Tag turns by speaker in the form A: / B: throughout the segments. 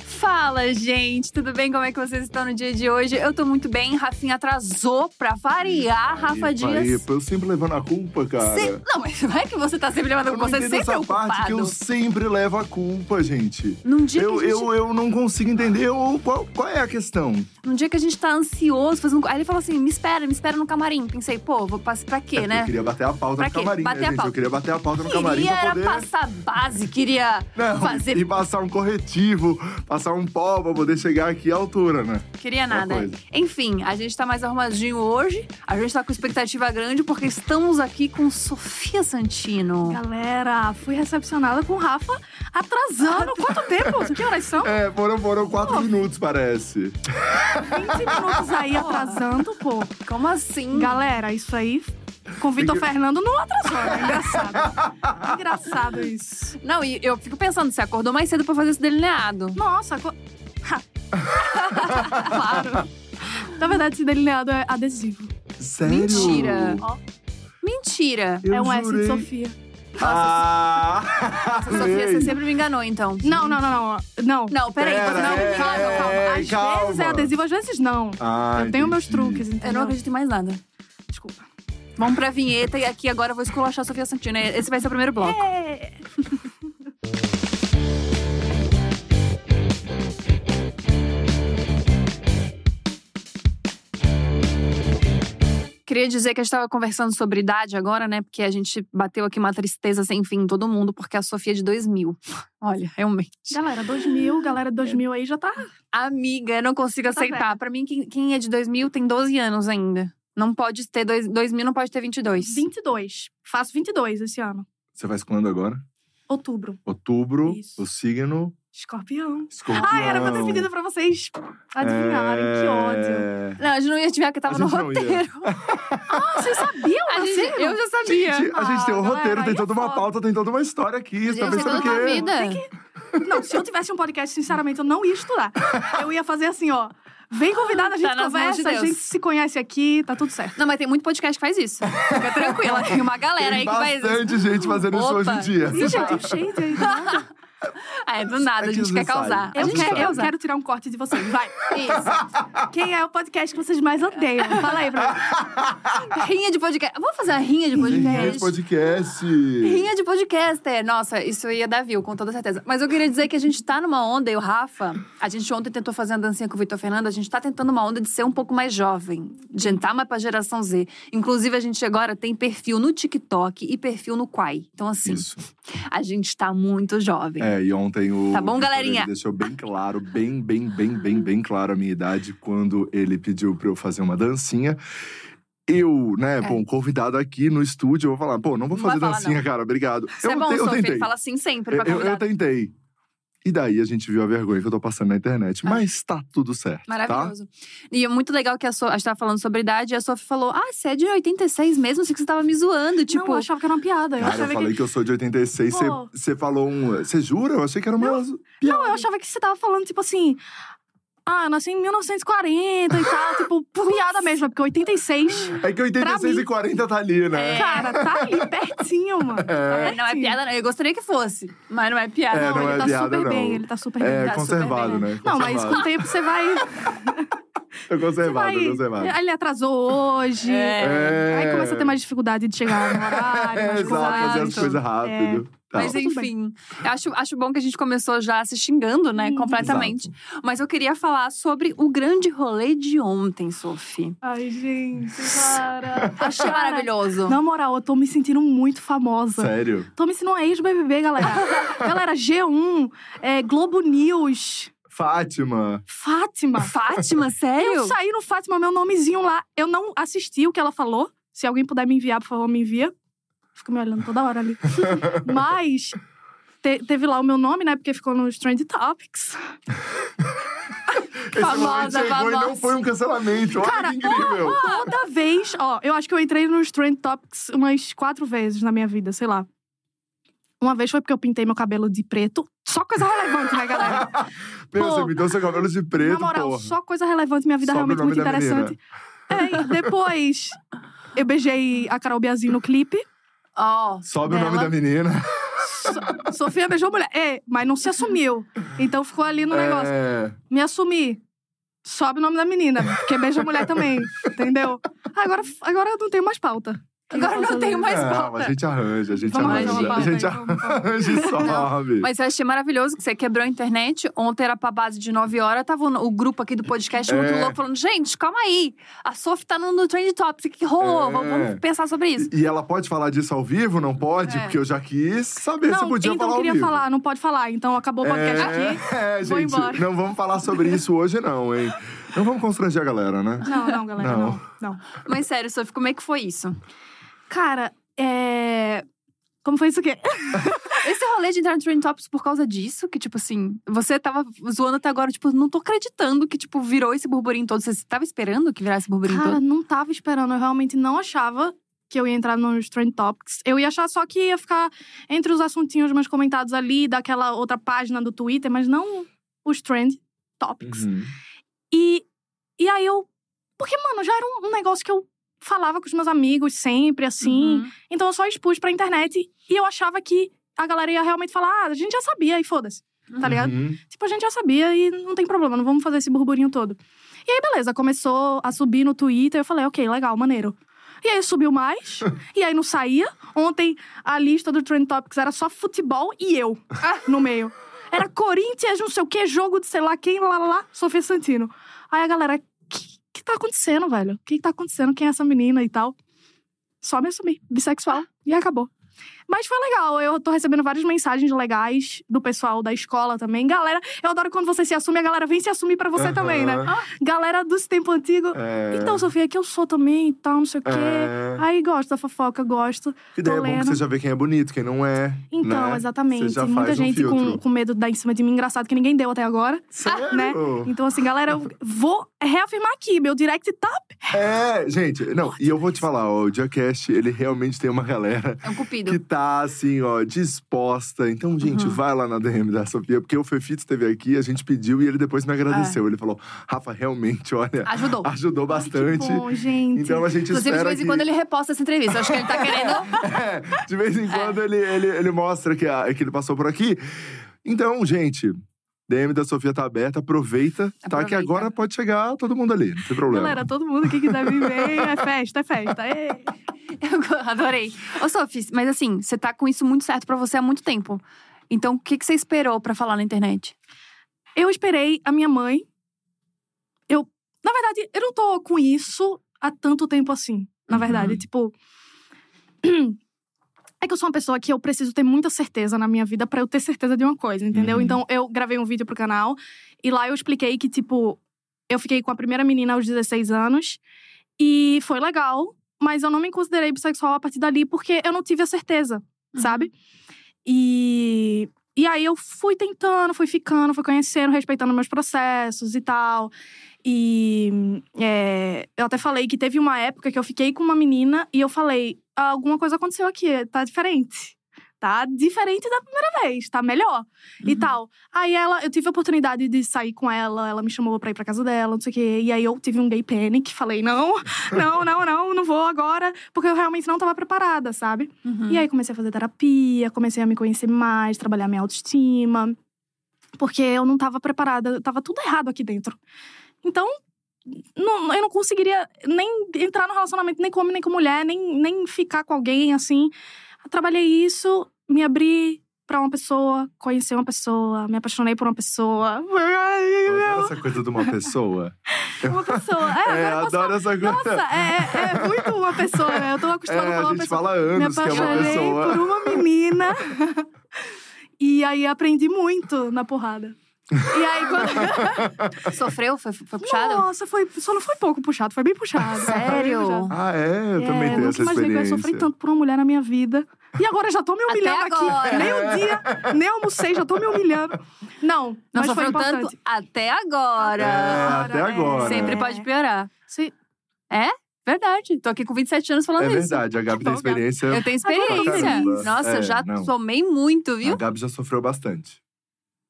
A: Fala, gente, tudo bem? Como é que vocês estão no dia de hoje? Eu tô muito bem, Rafinha atrasou pra variar, Rafa Dias.
B: Epa, eu sempre levando a culpa, cara.
A: Se- Não, mas não é que você tá sempre levando
B: Eu
A: culpa,
B: não
A: você é
B: entendo
A: sempre
B: essa
A: é o
B: parte que eu
A: culpado.
B: sempre levo a culpa, gente.
A: Num dia,
B: Eu,
A: que a gente,
B: eu, eu não consigo entender o- qual, qual é a questão.
A: num dia que a gente tá ansioso, fazendo... aí ele falou assim, me espera, me espera no camarim. Pensei, pô, vou passar pra quê,
B: É Eu
A: né?
B: queria bater a pauta
A: Pra
B: no
A: quê?
B: camarim,
A: Bater
B: né,
A: a
B: gente?
A: pauta.
B: Eu queria bater a pauta no camarim
A: Queria
B: pra
A: era
B: poder…
A: passar base, queria
B: Não,
A: fazer,
B: e passar um corretivo, passar um pó pra poder chegar aqui à altura, né?
A: queria
B: uma
A: nada.
B: coisa.
A: Enfim, a gente tá mais arrumadinho hoje, a gente tá com expectativa grande, porque estamos aqui com Sofia Santino.
C: Galera, fui recepcionada com o Rafa atrasando. Quanto tempo? Que horas são?
B: É, foram, foram quatro minutos, parece.
C: 20 minutos aí atrasando, pô.
A: Como assim?
C: Galera, isso aí com o Vitor
B: Tem
C: Fernando não atrasou. né? Engraçado. Engraçado isso.
A: Não, e eu fico pensando, você acordou mais cedo pra fazer esse delineado.
C: Nossa, co-
A: Claro.
C: na verdade, esse delineado é adesivo.
B: Sério?
A: Mentira.
C: Ó,
A: Mentira.
B: Eu
C: é um S de
B: jurei.
C: Sofia.
B: Ah!
A: Essa Sofia, você
B: amei.
A: sempre me enganou, então.
C: Não, não, não, não. Não.
A: Não, peraí.
B: Pera,
A: você não-
B: é,
C: calma, calma. Às
B: calma.
C: vezes é adesivo, às vezes não.
B: Ah,
C: eu tenho meus
B: entendi.
C: truques, entendeu?
A: Eu não acredito em mais nada.
C: Desculpa.
A: Vamos pra vinheta e aqui agora eu vou esculachar a Sofia Santino. Esse vai ser o primeiro bloco.
C: É,
A: Queria dizer que a gente estava conversando sobre idade agora, né? Porque a gente bateu aqui uma tristeza sem fim em todo mundo, porque a Sofia é de 2000. Olha, realmente.
C: Galera, 2000, galera 2000 aí já tá
A: Amiga, eu não consigo
C: Tá
A: aceitar. Pra mim, quem, quem é de 2000 tem 12 anos ainda. Não pode ter dois, 2000, não pode ter 22.
C: 22. Faço 22 esse ano.
B: Você faz quando agora?
C: Outubro.
B: Outubro,
C: Isso.
B: o signo,
C: Escorpião.
B: escorpião.
C: Ai, era pra ter pedido pra vocês adivinharem. Que ódio.
B: É...
A: Não, a gente não ia adivinhar que tava
B: A
A: no
B: gente não ia.
A: roteiro. Assim?
C: Ah, vocês sabiam?
A: A gente-
C: Nasceram?
A: eu já sabia.
B: Gente, a gente tem um
C: Ah, galera,
B: roteiro, tem
C: aí é
B: toda uma
C: foda.
B: pauta, tem toda uma história aqui. Você tá
A: Gente,
B: pensando
A: você
B: o
A: tá na
B: quê?
A: vida.
C: Não, se eu tivesse um podcast, sinceramente, eu não ia estudar. Eu ia fazer assim, ó. Vem convidada, a gente
A: Tá nas mãos
C: conversa,
A: de
C: a
A: Deus.
C: gente se conhece aqui, tá tudo certo.
A: Não, mas tem muito podcast que faz isso. Fica tranquila, tem uma galera aí
B: Tem
A: que faz isso.
B: bastante gente fazendo isso
A: Opa.
B: hoje em dia.
C: Ih, gente, um shade aí.
A: Ah, É, do nada, a
B: É
A: gente quer
B: desnecessário.
A: causar. A
C: Eu,
A: gente
B: quero-
A: quer
C: quero, eu
A: causar.
C: quero tirar um corte de vocês, vai.
A: Isso.
C: Quem é o podcast que vocês mais odeiam? Fala aí pra mim.
A: Rinha de podcast. Vamos fazer uma rinha de
B: Rinha
A: podcast?
B: de podcast.
A: Rinha de podcaster. Nossa, isso ia dar view, com toda certeza. Mas eu queria dizer que a gente tá numa onda, eu, Rafa. A gente ontem tentou fazer uma dancinha com o Vitor Fernando. A gente tá tentando uma onda de ser um pouco mais jovem. De entrar mais pra geração Z. Inclusive, a gente agora tem perfil no TikTok e perfil no Quai. Então, assim,
B: Isso.
A: a gente tá muito jovem.
B: É, e ontem o.
A: Tá bom,
B: Vitor,
A: galerinha?
B: Ele deixou bem claro, bem, bem, bem, bem, bem claro a minha idade quando ele pediu pra eu fazer uma dancinha. Eu, né, bom, convidado aqui no estúdio, eu vou falar, pô, não vou
A: É. Não vai
B: fazer
A: falar,
B: dancinha, cara, obrigado.
A: Isso
B: eu,
A: é bom,
B: te- eu
A: Sofia.
B: tentei.
A: Fala assim sempre
B: Eu,
A: pra
B: eu- tá? eu
A: convidar.
B: tentei. E daí a gente viu a vergonha que eu tô passando na
C: Ah.
B: internet. Mas tá tudo certo.
A: Maravilhoso. E é muito legal que a, so... a gente tava falando sobre idade e a Sophie falou: Ah, você é de 86 mesmo? Achei que você tava me zoando. Tipo,
C: Tipo, eu achava que era uma
B: Tá?
C: piada. Eu
B: Cara, eu
C: achava
B: falei que... eu sou de 86,
C: Pô.
B: você falou um. Você jura? Eu achei que era uma.
C: Não, eu achava que você tava falando, tipo assim. Ah, eu nasci em 1940 e tal. tipo, por piada mesmo, é porque 86.
B: É que 86
C: Pra
B: e 40 tá ali, né?
A: É.
C: Cara, tá ali pertinho, mano.
A: é, não é piada, não. Eu gostaria que fosse, mas não é piada.
B: É,
C: Não,
B: não
C: ele
B: é
C: tá
B: piada,
C: super
B: não.
C: bem, ele tá super
B: É,
C: bem. ele tá super
B: conservado,
C: bem.
B: né?
C: Não, mas com
B: Conservado.
C: o tempo você vai.
B: Eu
C: Você
B: conservado,
C: vai.
B: eu conservado.
C: Ele atrasou hoje.
B: É.
C: Aí começa a ter mais dificuldade de chegar no horário,
B: É,
C: mais É.
B: exato, fazer as
C: coisas.
B: coisas rápido. Tá.
A: Mas
C: Não, tudo
A: enfim, eu acho, acho bom que a gente começou já se xingando, né?
C: Hum.
A: completamente. Mas eu queria falar sobre o grande rolê de ontem, Sophie.
C: Ai, gente, para.
A: Achei
C: Cara,
A: maravilhoso.
C: Na moral, eu tô me sentindo muito famosa.
B: Sério?
C: Tô me sentindo uma ex-BBB, galera. galera, G1, é, Globo News,
B: Fátima.
C: Fátima.
A: Fátima, sério?
C: Eu saí no Fátima, meu nomezinho lá. Eu não assisti o que ela falou. Se alguém puder me enviar, por favor, me envia. Fico me olhando toda hora ali. Mas te- teve lá o meu nome, né? Porque ficou nos Trend Topics.
B: Esse
A: Famosa,
B: momento chegou e
A: famosa.
B: não foi um cancelamento. Olha
C: Cara, oh,
B: que incrível.
C: Toda vez, ó, eu acho que eu entrei nos Trend Topics umas quatro vezes na minha vida, sei lá. Uma vez foi porque eu pintei meu cabelo de preto. Só coisa relevante, né, galera?
B: Meu,
C: pô.
B: você me deu seu cabelo de preto,
C: Na moral,
B: porra.
C: só coisa relevante, minha vida é
B: Sobe o
C: realmente
B: nome
C: muito
B: da
C: interessante. É, e depois eu beijei a Carol Biazin no clipe.
A: Ó,
B: Sobe o nome
A: dela.
B: da menina.
C: So- Sofia beijou mulher. É, mas não se assumiu. Então ficou ali no negócio.
B: É,
C: Me assumi. Sobe o nome da menina, porque beijou mulher também, entendeu? Agora, agora eu não tenho mais pauta.
A: Agora não tenho mais
B: não, a
A: pauta.
B: gente arranja, a gente
C: Vamos
A: arranjar uma
B: arranja. a
A: pauta
B: gente
C: aí, então, vamos falar.
B: arranja e sobe.
A: Mas eu achei maravilhoso que você quebrou a internet. Ontem era pra base de 9 horas, tava o o grupo aqui do podcast muito
B: É.
A: louco falando: gente, calma aí, a Sophie tá no, no Trend Topics, o que que rolou?
B: É.
A: Vamos, vamos pensar sobre isso.
B: E ela pode falar disso ao vivo? Não pode?
A: É.
B: Porque eu já quis saber se
C: Não,
B: podia
C: então
B: falar ao
C: queria
B: vivo.
C: falar, não pode falar. Então acabou o podcast aqui.
B: É,
C: vou
B: gente,
C: embora.
B: não vamos falar sobre isso hoje não, hein? Não vamos constranger a galera, né?
C: Não, não, galera,
B: Não.
C: não. não.
A: Mas sério, Sophie, como é que foi isso?
C: Cara, é. Como foi isso aqui?
A: Esse rolê de entrar no Trend Topics por causa disso, que tipo assim, você tava zoando até agora, tipo, não tô acreditando que tipo virou esse burburinho todo. Você tava esperando que virasse burburinho
C: Cara,
A: todo?
C: não tava esperando. Eu realmente não achava que eu ia entrar nos Trend Topics. Eu ia achar só que ia ficar entre os assuntinhos mais comentados ali, daquela outra página do Twitter, mas não os Trend Topics.
B: Uhum.
C: E, e aí eu. Porque, mano, já era um, um negócio que eu falava com os meus amigos sempre, assim.
A: Uhum.
C: Então eu só expus pra internet e eu achava que a galera ia realmente falar: ah, a gente já sabia e foda-se. Tá ligado?
B: Uhum.
C: Tipo, a gente já sabia e não tem problema, não vamos fazer esse burburinho todo. E aí, beleza, começou a subir no Twitter. Eu falei, ok, legal, maneiro. E aí subiu mais, e aí não saía. Ontem a lista do Trend Topics era só futebol e eu no meio. Era Corinthians, não sei o quê, jogo de sei lá quem, lá, lá, lá, Sofia Santino. Aí a galera, que, que tá acontecendo, velho? O que tá acontecendo? Quem é essa menina e tal? Só me assumi, bissexual, e acabou. Mas foi legal, eu tô recebendo várias mensagens legais do pessoal da escola também. Galera, eu adoro quando você se assume, a galera vem se assumir pra você também, né?
B: Aham.
C: Galera do tempo antigo.
B: É,
C: Então, Sofia, que eu sou também e tal, não sei o quê.
B: é.
C: Aí gosto da fofoca, gosto.
B: Que ideia é bom que
C: lendo.
B: você já vê quem é bonito, quem não é.
C: Então,
B: né?
C: exatamente.
B: Você já
C: Muita
B: faz um
C: gente com,
B: filtro.
C: com medo de dar em cima de mim, engraçado que ninguém deu até agora. Né?
B: Sério?
C: Então, assim, galera, eu vou reafirmar aqui, meu direct tá.
B: É, gente, não, e eu vou te falar, ó, o Diacast, ele realmente tem uma galera
A: É um cupido.
B: que tá assim, ó, disposta. Então,
C: Uhum.
B: gente, vai lá na DM da Sofia, porque o Fefito esteve aqui, a gente pediu e ele depois me
C: É.
B: agradeceu. Ele falou: "Rafa, realmente, olha,
A: Ajudou.
B: ajudou bastante".
C: Ah, Que bom, gente.
B: então a gente
A: Inclusive, de
B: espera
A: vez em
B: que-
A: quando ele reposta essa entrevista. Eu Acho que ele tá querendo.
B: É, de vez em quando ele, ele, ele mostra que, a- que ele passou por aqui. Então, gente, DM da Sofia tá aberta, aproveita, tá? Que
A: Aproveita.
B: agora pode chegar todo mundo ali, não tem problema.
C: Galera, todo mundo que quiser vir ver, é festa, é festa. Ê.
A: Eu adorei. Ô, Sophie, mas assim, você tá com isso muito certo pra você há muito tempo. Então, o que, que você esperou pra falar na internet?
C: Eu esperei a minha mãe. Eu, na verdade, eu não tô com isso há tanto tempo assim. Na verdade,
B: Uhum.
C: tipo. É que eu sou uma pessoa que eu preciso ter muita certeza na minha vida pra eu ter certeza de uma coisa, entendeu?
B: Uhum.
C: Então, eu gravei um vídeo pro canal e lá eu expliquei que, tipo, eu fiquei com a primeira menina aos 16 anos e foi legal, mas eu não me considerei bissexual a partir dali porque eu não tive a certeza,
A: Uhum.
C: sabe? E, e aí eu fui tentando, fui ficando, fui conhecendo, respeitando meus processos e tal. E é, eu até falei que teve uma época que eu fiquei com uma menina e eu falei: "Ah, alguma coisa aconteceu aqui, tá diferente. Tá diferente da primeira vez, tá melhor e tal. Aí ela, eu tive a oportunidade de sair com ela, ela me chamou pra ir pra casa dela, não sei o quê. E aí eu tive um gay panic, falei, não, não, não, não, não vou agora, porque eu realmente não tava preparada, sabe?
B: Hum.
A: Uhum.
C: E aí comecei a fazer terapia, comecei a me conhecer mais, trabalhar minha autoestima. Porque eu não tava preparada, tava tudo errado aqui dentro. Então, não- eu não conseguiria nem entrar no relacionamento, nem com homem, nem com mulher, nem, nem ficar com alguém assim. Trabalhei isso, me abri pra uma pessoa, conheci uma pessoa, me apaixonei por uma pessoa.
B: Adoro essa coisa de uma pessoa.
C: Uma pessoa. É,
B: É,
C: agora eu posso...
B: adoro essa coisa.
C: Nossa, é, é, é muito uma pessoa, né? Eu tô
B: É,
C: acostumada a falar
B: a
C: uma
B: gente
C: pessoa.
B: fala
C: Me
B: anos que é uma
C: apaixonei
B: pessoa.
C: por uma menina. e aí aprendi muito na porrada. E aí quando.
A: Sofreu? Foi, foi puxado?
C: Nossa, foi, só não foi pouco puxado, foi bem puxado.
A: Sério?
C: Foi bem puxado.
B: Ah, é? Eu
C: É,
B: também tenho
C: nunca
B: essa
C: imaginei que eu ia
B: experiência.
C: sofrer tanto por uma mulher na minha vida. E agora já tô me humilhando
A: agora.
C: aqui. Nem o dia, nem almocei, já tô me humilhando. Não,
A: Não
C: mas foi
A: sofreu
C: importante.
A: tanto até agora.
B: É, até agora. Ah,
A: Sempre
C: É.
A: pode piorar.
C: Se-
A: Verdade. Tô aqui com 27 anos falando
B: É
A: isso.
B: verdade, a Gabi
C: Que
B: tem
C: bom, Gabi.
B: experiência.
A: Eu tenho experiência.
B: Caramba.
A: Nossa,
B: É,
A: eu já
B: não.
A: somei muito, viu?
B: A Gabi já sofreu bastante.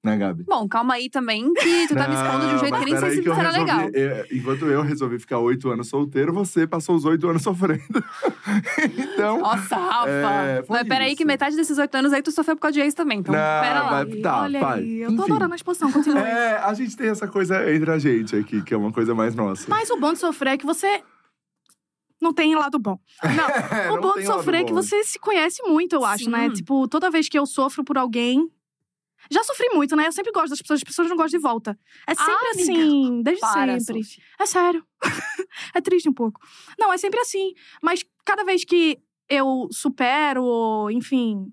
B: né, Gabi?
A: Bom, calma aí também, que tu tá me escondendo de um
B: Não,
A: jeito
B: mas
A: que nem sei
B: peraí
A: se
B: que eu
A: será legal.
B: resolvi- é, enquanto eu resolvi ficar oito anos solteiro, você passou os oito anos sofrendo. então.
A: Nossa, Rafa!
B: É, foi
A: mas peraí,
B: isso.
A: que metade desses oito anos aí tu sofreu por causa de ex também. Então,
B: Não,
A: pera lá.
B: mas- tá,
C: Olha
B: vai.
C: aí, eu tô
B: Enfim.
C: adorando a exposição, continua.
B: É, a gente tem essa coisa entre a gente aqui, que é uma coisa mais nossa.
C: Mas o bom de sofrer é que você não tem lado bom.
B: É,
C: o
B: não
C: bom
B: tem
C: de
B: lado
C: sofrer é que
B: bom.
C: você se conhece muito, eu acho, né?
A: Sim.
C: Tipo, toda vez que eu sofro por alguém. Já sofri muito, né? Eu sempre gosto das pessoas, as pessoas não gostam de volta. É sempre
A: Ah, amiga.
C: assim, desde
A: Para,
C: sempre.
A: Sophie.
C: É sério. é triste um pouco. Não, é sempre assim. Mas cada vez que eu supero, ou, enfim.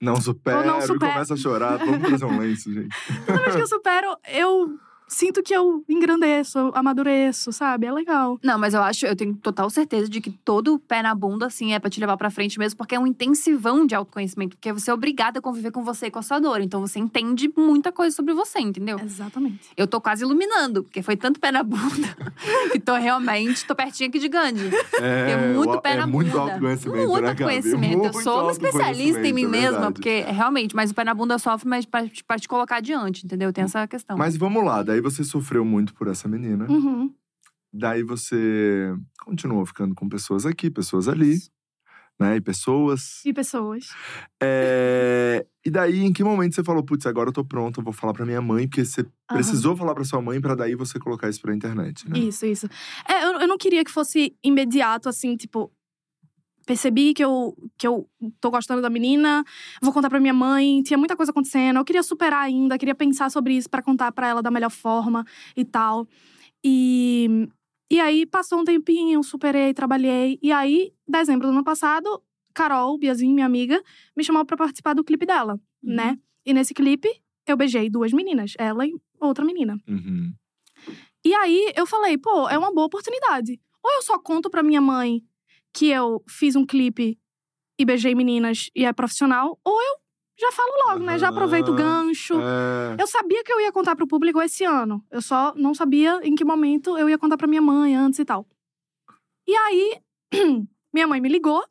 B: Não supera,
C: Eu não
B: e
C: supero.
B: começa a chorar. Vamos fazer um lenço, gente.
C: Toda vez que eu supero, eu sinto que eu engrandeço, eu amadureço, sabe? É legal.
A: Não, mas eu acho, eu tenho total certeza de que todo o pé na bunda, assim, é pra te levar pra frente mesmo, porque é um intensivão de autoconhecimento, porque você é obrigada a conviver com você e com a sua dor. Então você entende muita coisa sobre você, entendeu?
C: Exatamente.
A: Eu tô quase iluminando, porque foi tanto pé na bunda que tô realmente, tô pertinha aqui de Gandhi.
B: É,
A: É muito
B: o-
A: pé
B: é
A: na
B: muito
A: bunda.
B: autoconhecimento,
A: Muito
B: né, Gabi?
A: autoconhecimento. Eu
B: Muito
A: sou uma especialista em mim
B: autoconhecimento, é
A: mesma,
B: verdade.
A: porque realmente, mas o pé na bunda sofre, mas pra, pra te colocar adiante, entendeu? Tem essa questão.
B: Mas vamos lá, daí você sofreu muito por essa menina.
C: Uhum.
B: Daí você continuou ficando com pessoas aqui, pessoas ali, né? E pessoas.
C: E pessoas.
B: É, E daí, em que momento você falou, putz, agora eu tô pronta, eu vou falar pra minha mãe, porque você precisou falar pra sua mãe pra daí você colocar isso pra internet, né?
C: Isso, isso. É, eu, eu não queria que fosse imediato, assim, tipo. Percebi que eu, que eu tô gostando da menina, vou contar pra minha mãe. Tinha muita coisa acontecendo, eu queria superar ainda, queria pensar sobre isso pra contar pra ela da melhor forma e tal. E, e aí passou um tempinho, superei, trabalhei. E aí, dezembro do ano passado, Carol, Biazinho, minha amiga, me chamou pra participar do clipe dela,
A: Uhum.
C: né? E nesse clipe, eu beijei duas meninas, ela e outra menina.
B: Uhum.
C: E aí eu falei, pô, é uma boa oportunidade. Ou eu só conto pra minha mãe que eu fiz um clipe e beijei meninas e é profissional, ou eu já falo logo, né? Já aproveito o
B: Aham.
C: gancho.
B: É,
C: Eu sabia que eu ia contar pro público esse ano. Eu só não sabia em que momento eu ia contar pra minha mãe antes e tal. E aí, minha mãe me ligou.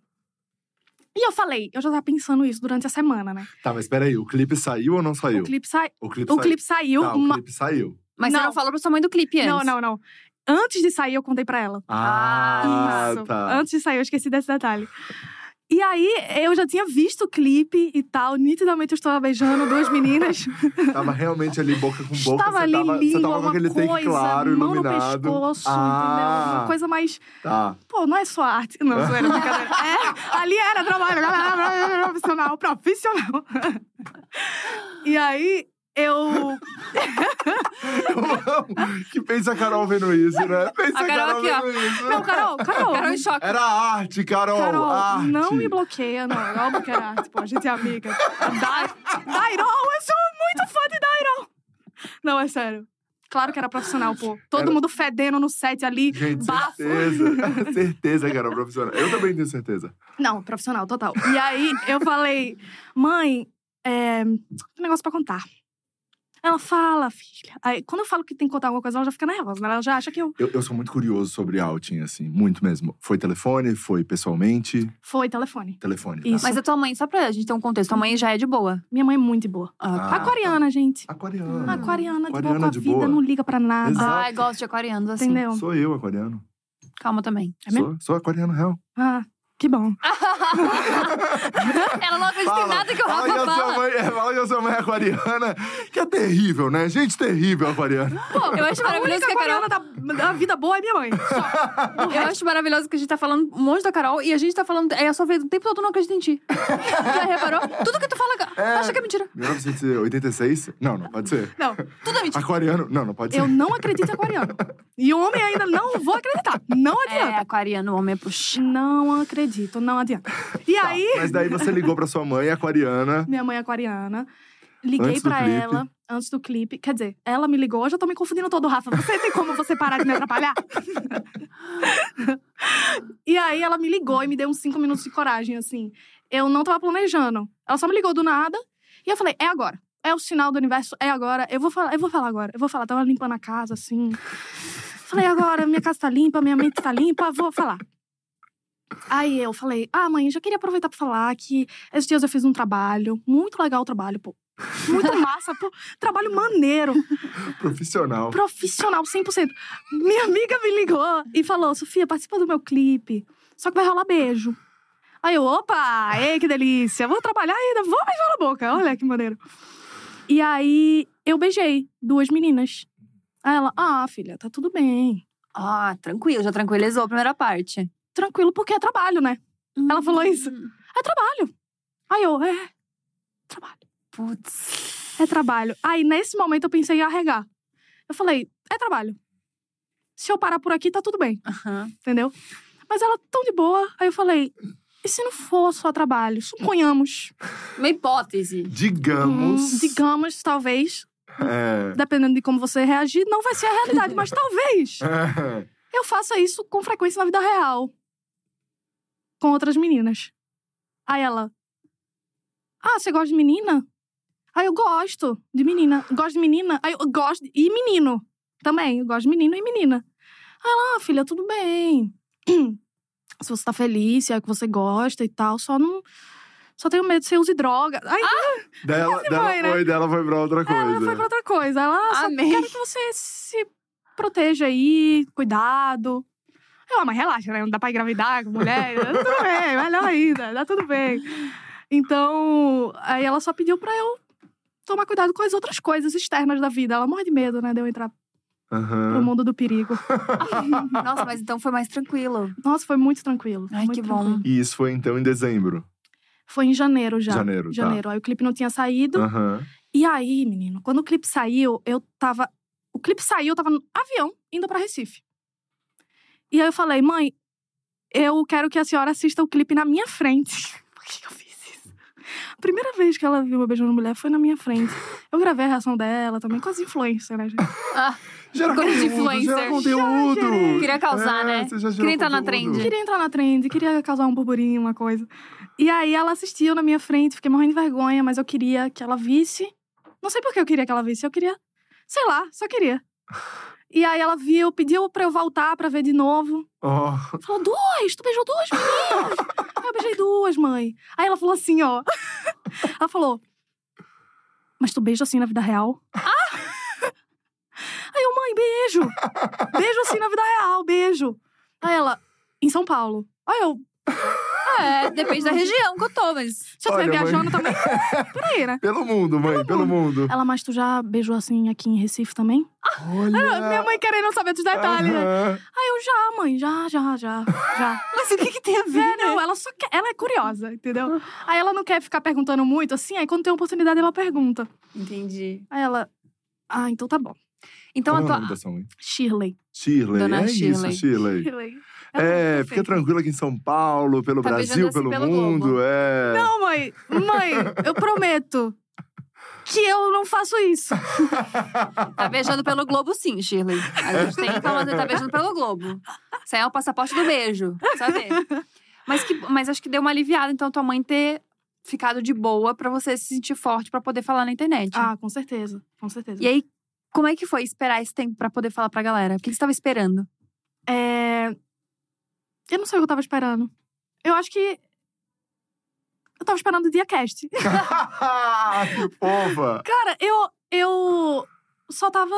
C: E eu falei, eu já tava pensando isso durante a semana, né?
B: Tá, mas peraí, o clipe saiu ou não saiu?
C: O clipe, sai...
B: O clipe
C: o
B: saiu.
C: clipe saiu.
B: Tá, o
C: ma-
B: clipe saiu.
A: Mas você
C: não.
A: não falou pra sua mãe do clipe antes.
C: Não, não, não. Antes de sair, eu contei pra ela.
B: Ah,
C: Isso.
B: tá.
C: Antes de sair, eu esqueci desse detalhe. E aí, eu já tinha visto o clipe e tal. Nitidamente, eu estava beijando duas meninas.
B: Tava realmente ali boca com boca.
C: estava
B: Um você
C: ali,
B: tava, você
C: língua,
B: tava com
C: uma
B: aquele take
C: coisa,
B: claro,
C: mão
B: iluminado.
C: no pescoço,
B: Ah.
C: entendeu? Uma coisa mais…
B: Tá.
C: Pô, não é só arte. Não, isso era brincadeira. É, ali era trabalho. Profissional, profissional. E aí, eu…
B: que pensa a Carol vendo isso, né? Pensa
A: A
B: a
A: Carol
B: Carol,
A: aqui, ó.
B: vendo isso.
C: Não, Carol, Carol.
A: Carol em é um choque.
B: Era arte, Carol.
C: Carol,
B: arte.
C: não me bloqueia, não. É óbvio que era arte, pô. A gente é amiga. Da... Dairon, eu sou muito fã de Dairon. Não, é sério. Claro que era profissional, pô. Todo
B: Era-
C: mundo fedendo no set ali.
B: Gente,
C: bafo.
B: certeza. certeza, Carol, profissional. Eu também tenho certeza.
C: Não, profissional, total. E aí, eu falei, mãe, é... tem um negócio pra contar. Ela fala, filha. Aí, quando eu falo que tem que contar alguma coisa, ela já fica nervosa, né? Ela já acha que eu...
B: Eu, eu sou muito curioso sobre outing, assim. Muito mesmo. Foi telefone, foi pessoalmente.
C: Foi, telefone.
B: Telefone. tá?
C: Isso.
A: Mas a tua mãe, só pra gente ter um contexto, tua mãe já é de boa.
C: Minha mãe é muito de boa.
A: Ah,
B: Ah, tá.
C: Aquariana, gente.
B: Aquariano.
C: Aquariana, de boa
B: Aquariana
C: com a
B: de
C: vida,
B: boa.
C: não liga pra nada.
B: Exato.
A: Ai, gosto de aquarianos, assim.
C: Entendeu?
B: Sou eu, aquariano.
A: Calma também.
C: É mesmo?
B: Sou, sou aquariano real.
C: Ah, que bom.
A: Ela não acredita em nada que o
B: fala que
A: Rafa
B: a sua
A: fala.
B: mãe, é, fala que a sua mãe é aquariana, que é terrível, né? Gente terrível, aquariana.
A: Pô, eu acho
C: A
A: maravilhoso
C: única
A: que é a Carol
C: aquariana da, da vida boa é minha mãe. Só.
A: Eu acho maravilhoso que a gente tá falando um monte da Carol e a gente tá falando. Aí a sua vez o tempo todo não acredita em ti. Já reparou? Tudo que tu fala,
B: É.
A: acha que é mentira.
B: 1986? Não, não pode ser.
C: Não,
A: Tudo é mentira.
B: Aquariano? Não, não pode ser.
C: eu não acredito em aquariano. E o homem ainda não vou acreditar. Não
A: É,
C: adianta.
A: aquariano, homem é puxa.
C: Não acredito, não adianta. E
B: Tá,
C: aí,
B: Mas daí você ligou pra sua mãe, aquariana.
C: minha mãe é aquariana. Liguei
B: Antes do
C: pra
B: clipe.
C: ela antes do clipe. Quer dizer, ela me ligou. Eu já tô me confundindo todo, Rafa. Você tem como você parar de me atrapalhar? e aí ela me ligou e me deu uns cinco minutos de coragem, assim. Eu não tava planejando. Ela só me ligou do nada. E eu falei, é agora. É o sinal do universo, é agora. Eu vou falar, eu vou falar agora. Eu vou falar. Tava limpando a casa, assim. Falei, agora, minha casa tá limpa, minha mente tá limpa, vou falar. Aí eu falei, ah, mãe, já queria aproveitar pra falar que esses dias eu fiz um trabalho, muito legal o trabalho, pô. Muito massa, pô. Trabalho maneiro,
B: Profissional.
C: profissional, 100%. Minha amiga me ligou e falou: Sofia, participa do meu clipe. Só que vai rolar beijo. Aí eu, opa, ei, que delícia. Vou trabalhar ainda, vou beijar na boca. Olha que maneiro. E aí eu beijei duas meninas. Aí ela, ah, filha, tá tudo bem.
A: Ah, tranquilo, já tranquilizou a primeira parte. Hum.
C: Tranquilo, porque é trabalho, né? Ela falou isso. É trabalho. Aí eu, é, trabalho.
A: Putz.
C: É trabalho. Aí, nesse momento, eu pensei em arregar. Eu falei, é trabalho. Se eu parar por aqui, tá tudo bem,
A: Aham.
C: entendeu? Mas ela tão de boa. Aí eu falei, e se não for só trabalho? Suponhamos.
A: Uma hipótese.
B: Digamos.
C: Hum, digamos, talvez,
B: É.
C: dependendo de como você reagir, não vai ser a realidade, mas talvez
B: É.
C: eu faça isso com frequência na vida real. Com outras meninas. Aí ela. Ah, você gosta de menina? Aí eu gosto de menina. Gosto de menina? Aí eu gosto. de- E menino também. Eu gosto de menino e menina. Aí ela, ah, filha, tudo bem. Se você tá feliz, se é o que você gosta e tal, só não. Só tenho medo que você use droga. Aí
B: Daí ela,
C: Quase
B: dela
C: foi, né?
B: foi, dela foi pra outra coisa.
C: ela foi pra outra coisa. Ela, ah, só
A: Amei.
C: quero que você se proteja aí, cuidado. Eu, ah, mas relaxa, né? Não dá pra engravidar com mulher. Tá tudo bem, melhor ainda, dá tudo bem. Então, aí ela só pediu pra eu tomar cuidado com as outras coisas externas da vida. Ela morre de medo, né? De eu entrar pro
B: Aham.
C: mundo do perigo.
A: Nossa, mas então foi mais tranquilo.
C: Nossa, foi muito tranquilo.
A: Ai, que
C: muito
A: bom.
C: tranquilo.
B: E isso foi então em dezembro.
C: Foi em janeiro já.
B: Janeiro, tá.
C: Janeiro. Aí o clipe não tinha saído.
B: Aham.
C: E aí, menino, quando o clipe saiu, eu tava. O clipe saiu, eu tava no avião, indo pra Recife. E aí eu falei, mãe, eu quero que a senhora assista o clipe na minha frente. Por que que eu fiz isso? A primeira vez que ela viu eu beijando mulher foi na minha frente. Eu gravei a reação dela também, com as influencers, né, gente?
A: Ah,
B: Gera
A: Como
B: conteúdo,
A: influencer.
B: gera conteúdo.
C: gerei.
A: Queria causar,
B: É,
A: né?
B: você já gerou
A: Queria entrar na
B: conteúdo.
A: trend.
C: Queria entrar na trend, queria causar um burburinho, uma coisa. E aí ela assistiu na minha frente, fiquei morrendo de vergonha, mas eu queria que ela visse. Não sei por que eu queria que ela visse, eu queria. Sei lá, só queria. E aí ela viu, pediu pra eu voltar pra ver de novo.
B: Ó,
C: Falou, duas, tu beijou duas meninas. aí eu beijei duas, mãe. Aí ela falou assim, ó. ela falou, mas tu beija assim na vida real? aí eu, mãe, beijo. Beijo assim na vida real, beijo. Aí ela, em São Paulo. Aí eu,
A: É, depende da região que eu tô, mas.
C: Se eu estiver
B: Olha, mãe.
C: viajando também, por aí, né?
B: pelo mundo, mãe, pelo mundo.
C: Ela, mas tu já beijou assim aqui em Recife também?
B: Olha.
C: Minha mãe querendo saber dos detalhes, né?
B: Ah. Aham.
C: Aí eu, já, mãe, já, já, já, já.
A: Mas o que, que tem a ver?
C: É, não, ela só quer, ela é curiosa, entendeu? Aí ela não quer ficar perguntando muito, assim, aí quando tem oportunidade ela pergunta.
A: Entendi.
C: Aí ela, ah, então tá bom.
A: Então, a
B: Como é o
A: tua...
B: nome da sua mãe?
C: Shirley.
B: Shirley,
A: Dona
B: é
A: Shirley.
B: isso, Shirley.
C: Shirley.
B: É, fica tranquila aqui em São Paulo, pelo
A: Tá
B: Brasil,
A: beijando assim
B: pelo,
A: pelo
B: mundo,
A: globo.
B: é.
C: Não, mãe, mãe, eu prometo que eu não faço isso.
A: tá beijando pelo Globo, sim, Shirley. A gente tem que falar que tá beijando pelo Globo. Isso aí é o passaporte do beijo, sabe? Mas, que, mas acho que deu uma aliviada, então, tua mãe ter ficado de boa pra você se sentir forte pra poder falar na internet.
C: Ah, com certeza, com certeza.
A: E aí, como é que foi esperar esse tempo pra poder falar pra galera? O que que você tava esperando?
C: É... Eu não sei o que eu tava esperando. Eu acho que. Eu tava esperando o Diacast.
B: que fofa!
C: Cara, eu. Eu só tava.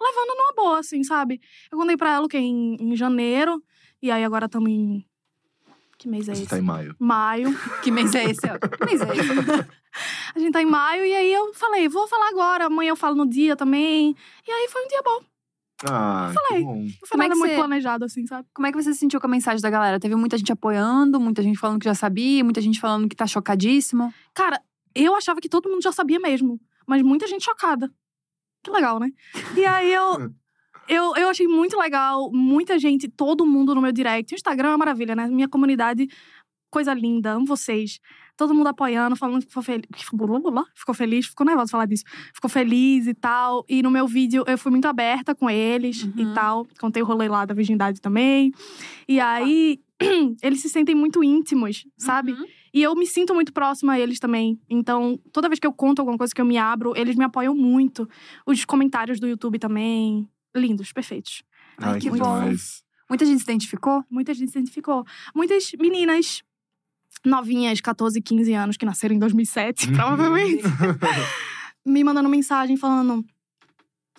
C: Levando numa boa, assim, sabe? Eu contei pra ela o quê? Em, em janeiro. E aí agora estamos em. Que mês é
B: Você
C: esse?
B: tá em maio.
C: Maio.
A: Que mês é esse? ó? Que mês é esse?
C: A gente tá em maio. E aí eu falei, vou falar agora. Amanhã eu falo no dia também. E aí foi um dia bom.
B: Ah,
C: Falei.
B: que bom.
C: Não foi
A: Como é
C: nada
A: que
C: muito
A: você-
C: planejado, assim, sabe?
A: Como é que você se sentiu com a mensagem da galera? Teve muita gente apoiando, muita gente falando que já sabia, muita gente falando que tá chocadíssimo.
C: Cara, eu achava que todo mundo já sabia mesmo. Mas muita gente chocada. Que legal, né? E aí eu. Eu, eu achei muito legal, muita gente, todo mundo no meu direct. O Instagram é uma maravilha, né? Minha comunidade, coisa linda, amo vocês. Todo mundo apoiando, falando que ficou feliz. Ficou feliz, ficou nervosa de falar disso. Ficou feliz e tal. E no meu vídeo eu fui muito aberta com eles
A: Uhum.
C: e tal. Contei o rolê lá da virgindade também. E aí eles se sentem muito íntimos, sabe?
A: Uhum.
C: E eu me sinto muito próxima a eles também. Então, toda vez que eu conto alguma coisa que eu me abro, eles me apoiam muito. Os comentários do YouTube também. Lindos, perfeitos.
A: Ai,
B: Ai,
A: que bom.
B: que demais.
A: Muita gente se identificou?
C: Muita gente se identificou. Muitas meninas novinhas, 14, 15 anos, que nasceram em 2007,
B: Uhum.
C: provavelmente, me mandando mensagem falando.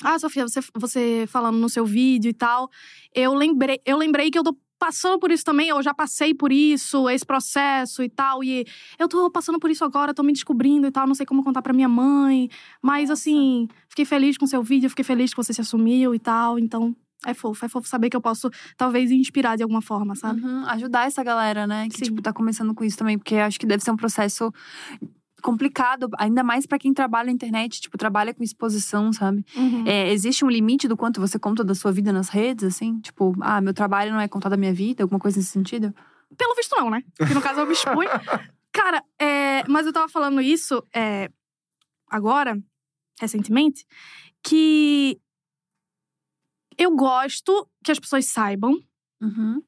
C: Ah, Sofia, você, você falando no seu vídeo e tal. Eu lembrei, eu lembrei que eu tô passando por isso também, eu já passei por isso, esse processo e tal. E eu tô passando por isso agora, tô me descobrindo e tal, não sei como contar pra minha mãe. Mas assim, fiquei feliz com o seu vídeo, fiquei feliz que você se assumiu e tal. Então, é fofo, é fofo saber que eu posso talvez inspirar de alguma forma, sabe?
A: Uhum, ajudar essa galera, né? Que,
C: Sim.
A: tipo, tá começando com isso também, porque acho que deve ser um processo complicado, ainda mais pra quem trabalha na internet, tipo, trabalha com exposição, sabe?
C: Uhum.
A: É, existe um limite do quanto você conta da sua vida nas redes, assim? Tipo, ah, meu trabalho não é contar da minha vida, alguma coisa nesse sentido?
C: Pelo visto, não, né? Que no caso eu me expus. Cara, é, mas eu tava falando isso é, agora, recentemente, que eu gosto que as pessoas saibam
A: Uhum.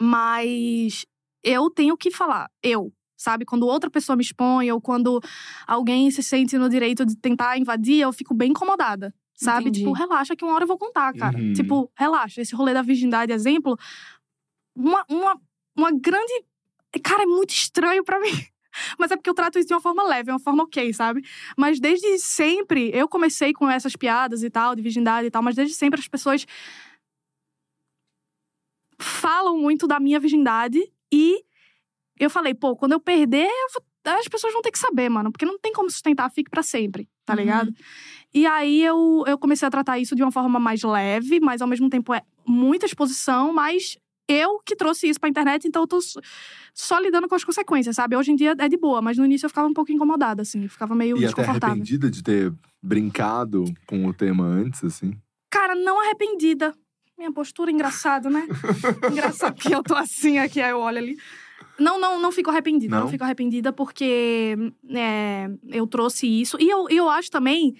C: mas eu tenho que falar, eu. Sabe, quando outra pessoa me expõe ou quando alguém se sente no direito de tentar invadir, eu fico bem incomodada. Sabe?
A: Entendi.
C: Tipo, relaxa que uma hora eu vou contar, cara.
B: Uhum.
C: Tipo, relaxa. Esse rolê da virgindade, exemplo, uma, uma, uma grande. Cara, é muito estranho pra mim. Mas é porque eu trato isso de uma forma leve, uma forma ok, sabe? Mas desde sempre, eu comecei com essas piadas e tal, de virgindade e tal, mas desde sempre as pessoas falam muito da minha virgindade e eu falei, pô, quando eu perder, eu vou- as pessoas vão ter que saber, mano, porque não tem como sustentar a fique pra sempre, tá
A: Uhum.
C: ligado? E aí eu, eu comecei a tratar isso de uma forma mais leve, mas ao mesmo tempo é muita exposição, mas eu que trouxe isso pra internet, então eu tô s- só lidando com as consequências, sabe? Hoje em dia é de boa, mas no início eu ficava um pouco incomodada, assim, eu ficava meio
B: E até
C: desconfortável.
B: arrependida de ter brincado com o tema antes, assim.
C: Cara, não arrependida. Minha postura engraçado, né? engraçado que eu tô assim aqui, aí eu olho ali. Não, não, não fico arrependida. Não,
B: Não?
C: fico arrependida porque é, eu trouxe isso. E eu, eu acho também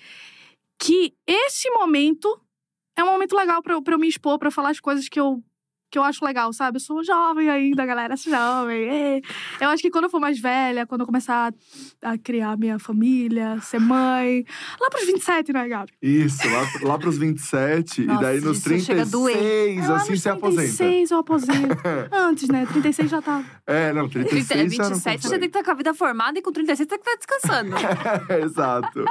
C: que esse momento é um momento legal pra eu, pra eu me expor, pra eu falar as coisas que eu, que eu acho legal, sabe? Eu sou jovem ainda, galera, sou jovem. é. Eu acho que quando eu for mais velha, quando eu começar a, a criar minha família, ser mãe. Lá pros 27, né, Gabi?
B: Isso, lá, lá pros 27, e
A: Nossa,
B: daí nos
A: isso chega a
B: 36,
A: doer. Ah,
C: É lá
B: assim,
C: nos
B: você aposenta.
C: 36 eu aposento. Antes, né? 36 já tá.
B: É, não, 36
A: 30,
B: já não
A: 27, você tem que estar com a vida formada e com 36 você tem que estar descansando.
B: consegue. É, Exato.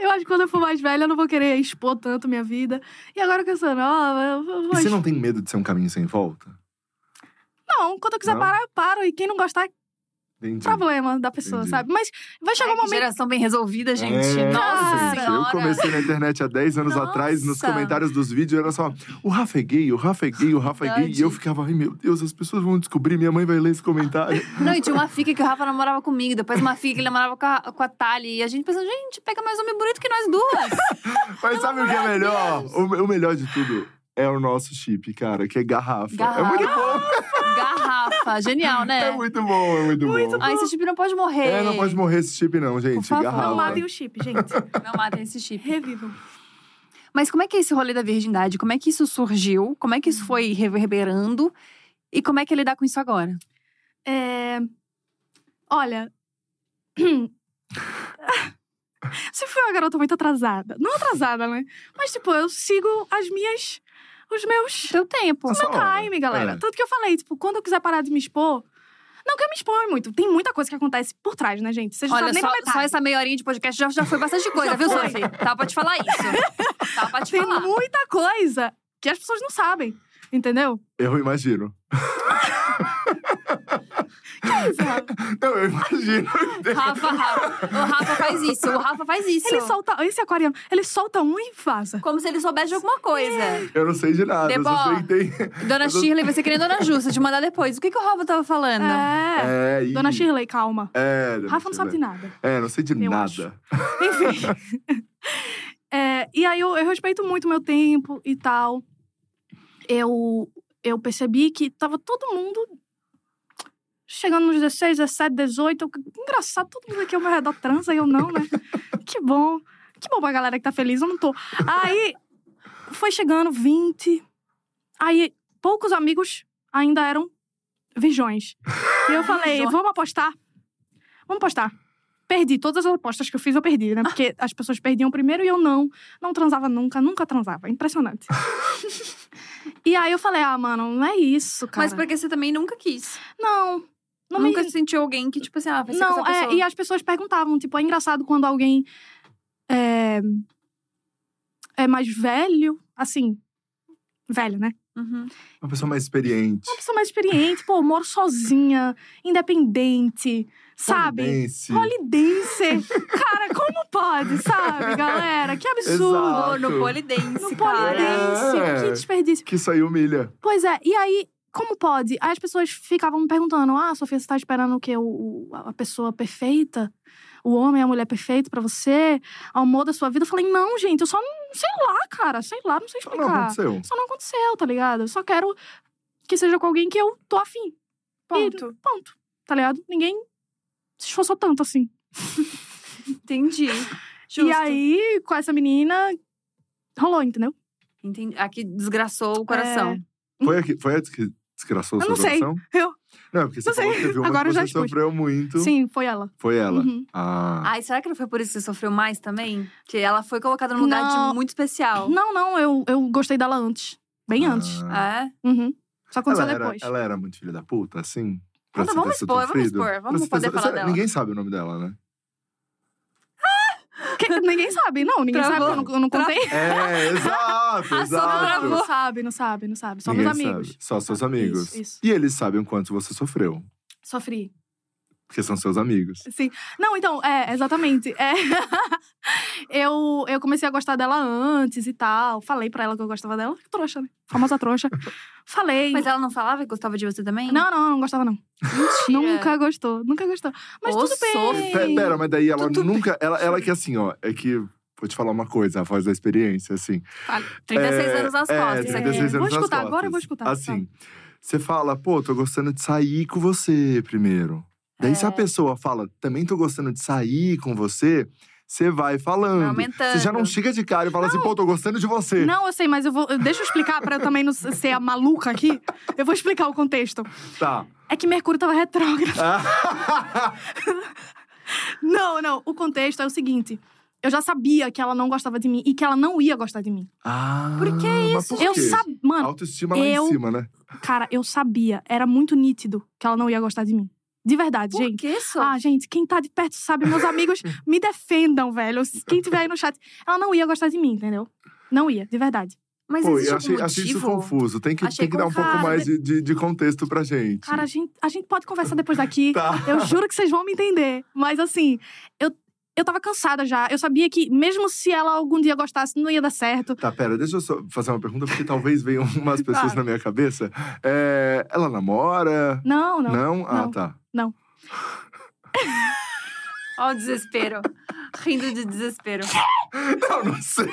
C: Eu acho que quando eu for mais velha, eu não vou querer expor tanto minha vida. E agora que eu sou nova, eu vou.
B: E você não tem medo de ser um caminho sem volta?
C: Não, quando eu quiser
B: Não?
C: parar, eu paro. E quem não gostar, é
B: Entendi.
C: problema da pessoa,
B: Entendi.
C: sabe? Mas vai chegar
A: Ai,
C: um
A: que
C: momento.
A: É, geração bem resolvida, gente.
B: É,
A: Nossa
B: gente, Eu
A: senhora.
B: comecei na internet há 10 anos
A: Nossa.
B: atrás, nos comentários dos vídeos era só o Rafa é gay, o Rafa é gay, o Rafa é gay. E
A: Verdade.
B: eu ficava, ai meu Deus, as pessoas vão descobrir, minha mãe vai ler esse comentário.
A: Não, e tinha uma fica que o Rafa namorava comigo, depois uma fica que ele namorava com a, com a Thali. E a gente pensando, gente, pega mais homem bonito que nós duas.
B: Mas sabe o que é melhor? O, o melhor de tudo é o nosso chip, cara, que é garrafa. É muito bom,
A: Garrafa. Genial, né?
B: é muito bom, é muito, bom.
A: Ah, esse chip não pode morrer.
B: É, não pode morrer esse chip não, gente.
A: favor.
B: garrafa.
C: Não matem o chip, gente.
A: Não matem esse chip.
C: Revivam.
A: Mas como é que é esse rolê da virgindade? Como é que isso surgiu? Como é que isso foi reverberando? E como é que ele dá com isso agora?
C: É... Olha. Você foi uma garota muito atrasada. Não atrasada, né? Mas, tipo, eu sigo as minas. Os meus.
A: Seu tempo.
B: Nossa,
C: meu
B: hora.
C: time, galera.
B: É.
C: Tanto que eu falei, tipo, quando eu quiser parar de me expor. Não que eu me exponho muito. Tem muita coisa que acontece por trás, né, gente?
B: tá
C: Vocês não
A: Olha,
C: sabem nem
A: só,
C: pra metade.
A: só essa meia horinha de podcast já, já foi bastante coisa,
C: Já
A: viu,
C: foi.
A: Sophie? Tava pra te falar isso. Tava pra te
C: Tem
A: falar.
C: muita coisa que as pessoas não sabem. Entendeu?
B: Eu imagino.
C: é
B: Não, eu imagino.
A: Rafa, Rafa. O Rafa faz isso. O Rafa faz isso.
C: Ele solta. Esse aquariano, ele solta um e vaza.
A: Como se ele soubesse de alguma coisa.
B: Eu não sei de nada, eu só
A: Debó.
B: sei que tem...
A: Dona
B: Eu tô-
A: Shirley, você queria Dona Justa te mandar depois. O que, que o Rafa tava falando?
C: É.
B: É, e...
C: Dona Shirley, calma.
B: É, dona
C: Rafa não sabe de
B: Shirley.
C: nada.
B: É, não sei de
C: Eu
B: nada.
C: acho. Enfim. É, e aí eu, eu respeito muito meu tempo e tal. Eu, eu percebi que tava todo mundo chegando nos 16, 17, 18. Eu- Engraçado, todo mundo aqui ao meu redor transa e eu não, né? Que bom. Que bom pra galera que tá feliz, eu não tô. Aí foi chegando 20. Aí poucos amigos ainda eram virgões. E eu falei,
A: Virgões.
C: vamos apostar? Vamos apostar. Perdi. Todas as apostas que eu fiz, eu perdi, né? Porque as pessoas perdiam primeiro e eu não. Não transava nunca, nunca transava. Impressionante. e aí eu falei, ah, mano, não é isso, cara.
A: Mas porque você também nunca quis.
C: Não. Não
A: Nunca
C: me...
A: sentiu alguém que, tipo assim, ah, vai ser com
C: Não,
A: essa
C: é,
A: pessoa.
C: e as pessoas perguntavam, tipo, é engraçado quando alguém é, é mais velho, assim, velho, né?
A: Uhum.
B: Uma pessoa mais experiente.
C: Uma pessoa mais experiente, pô, eu moro sozinha, independente, sabe?
B: polidense.
C: Polidense. Cara, como pode, sabe, galera? Que
B: Ah,
C: absurdo.
A: Pô, no
B: Exato.
A: polidense,
C: No
A: cara.
C: polidense,
B: É.
C: que desperdício.
B: Que saiu humilha.
C: Pois é, e aí, como pode? Aí as pessoas ficavam me perguntando: ah, Sofia, você tá esperando o quê? O, o- a pessoa perfeita? O homem, a mulher perfeito pra você? O amor da sua vida? Eu falei: não, gente, eu só não sei lá, cara, sei lá, não sei
B: Só não
C: explicar.
B: aconteceu.
C: Só não aconteceu, tá ligado? Eu só quero que seja com alguém que eu tô afim,
A: Ponto.
C: ponto, tá ligado? Ninguém se esforçou tanto assim.
A: Entendi. Justo.
C: E aí, com essa menina, rolou, entendeu?
A: Entendi. Aqui desgraçou o coração.
C: É.
B: Foi a que, foi a que desgraçou
C: Eu
B: sua
C: não sei.
B: relação?
C: Eu-
B: Não, é porque você
C: Não sei.
B: falou que teve uma
C: Agora
B: que
C: eu já
B: você
C: expus.
B: sofreu muito.
C: Sim, foi ela.
B: Foi ela.
C: Uhum.
B: Ah.
A: Ai, será que não foi por isso que você sofreu mais também? Que ela foi colocada num lugar
C: Não.
A: de muito especial.
C: Não, não, eu, eu gostei dela antes. Bem antes.
B: Ah.
A: É?
C: Uhum. Só aconteceu
B: ela, era,
C: depois. Ah,
B: ela era muito filha da puta, assim?
A: Então
B: você
A: vamos
B: ter
A: expor, vamos
B: sofrido?
A: expor, vamos
B: Pra você
A: poder
B: ter-
A: falar
B: Sério,
A: dela.
B: Ninguém sabe o nome dela, né?
C: Que- ninguém sabe, não, ninguém
A: Travou.
C: sabe, eu não, eu não contei.
B: É, exato,
A: A
B: exato.
A: Travou.
C: Não sabe, não sabe, não sabe. Só meus
B: Ninguém
C: amigos.
B: sabe, Só seus amigos.
C: Isso, isso.
B: E eles sabem o quanto você sofreu,
C: Sofri.
B: porque são seus amigos.
C: Sim. Não, então, é, exatamente. É. eu, eu comecei a gostar dela antes e tal. Falei pra ela que eu gostava dela. Que trouxa, né? Famosa trouxa. Falei.
A: Mas ela não falava que gostava de você também?
C: Não, não, não gostava, não.
A: Mentira.
C: Nunca gostou, nunca gostou. Mas
A: Ô,
C: tudo bem.
A: Sophie.
B: Pe- Pera, mas daí ela
A: Tudo
B: nunca. Ela, ela que assim, ó, é que. Vou te falar uma coisa, a voz da experiência, assim.
A: Fala- 36
B: É,
A: anos nas
B: é,
A: costas. né?
B: 36
C: É, vou
B: anos nas
C: escutar,
B: costas.
C: agora eu vou escutar,
B: Assim, você fala, pô, tô gostando de sair com você primeiro. Daí, se a
A: É.
B: pessoa fala, também tô gostando de sair com você, você vai falando.
A: Vai aumentando.
B: Você já não chega de cara e fala assim, pô, tô gostando de você.
C: Não, eu sei, mas eu vou. Deixa eu explicar pra eu também não ser a maluca aqui. Eu vou explicar o contexto.
B: Tá.
C: É que Mercúrio tava retrógrado. Não, não. O contexto é o seguinte. Eu já sabia que ela não gostava de mim e que ela não ia gostar de mim.
B: ah,
A: Por que
B: mas
A: isso,
B: por
C: Eu
B: quê?
C: sabia. Mano,
B: Autoestima lá
C: eu-
B: em cima, né?
C: cara, eu sabia. Era muito nítido que ela não ia gostar de mim. De verdade,
A: Por
C: gente.
A: que isso?
C: Ah, gente, quem tá de perto sabe, meus amigos me defendam, velho. Quem tiver aí no chat. Ela não ia gostar de mim, entendeu? Não ia, de verdade.
A: Mas
B: Pô,
C: um
A: existe
B: eu
A: algum
B: achei, achei isso
A: motivo?
B: confuso. Tem que,
A: Achei
B: tem que dar um pouco
A: confuso.
B: mais de, de, de contexto pra gente.
C: Cara, a gente, a gente pode conversar depois daqui.
B: tá.
C: Eu juro que vocês vão me entender. Mas assim, eu, eu tava cansada já. Eu sabia que, mesmo se ela algum dia gostasse, não ia dar certo.
B: Tá, pera, deixa eu só fazer uma pergunta, porque talvez venham umas pessoas
C: Tá.
B: na minha cabeça. É, ela namora?
C: Não, não.
B: Ah,
C: não.
B: tá.
A: Ó, o desespero. Rindo de desespero.
B: Não, não sei.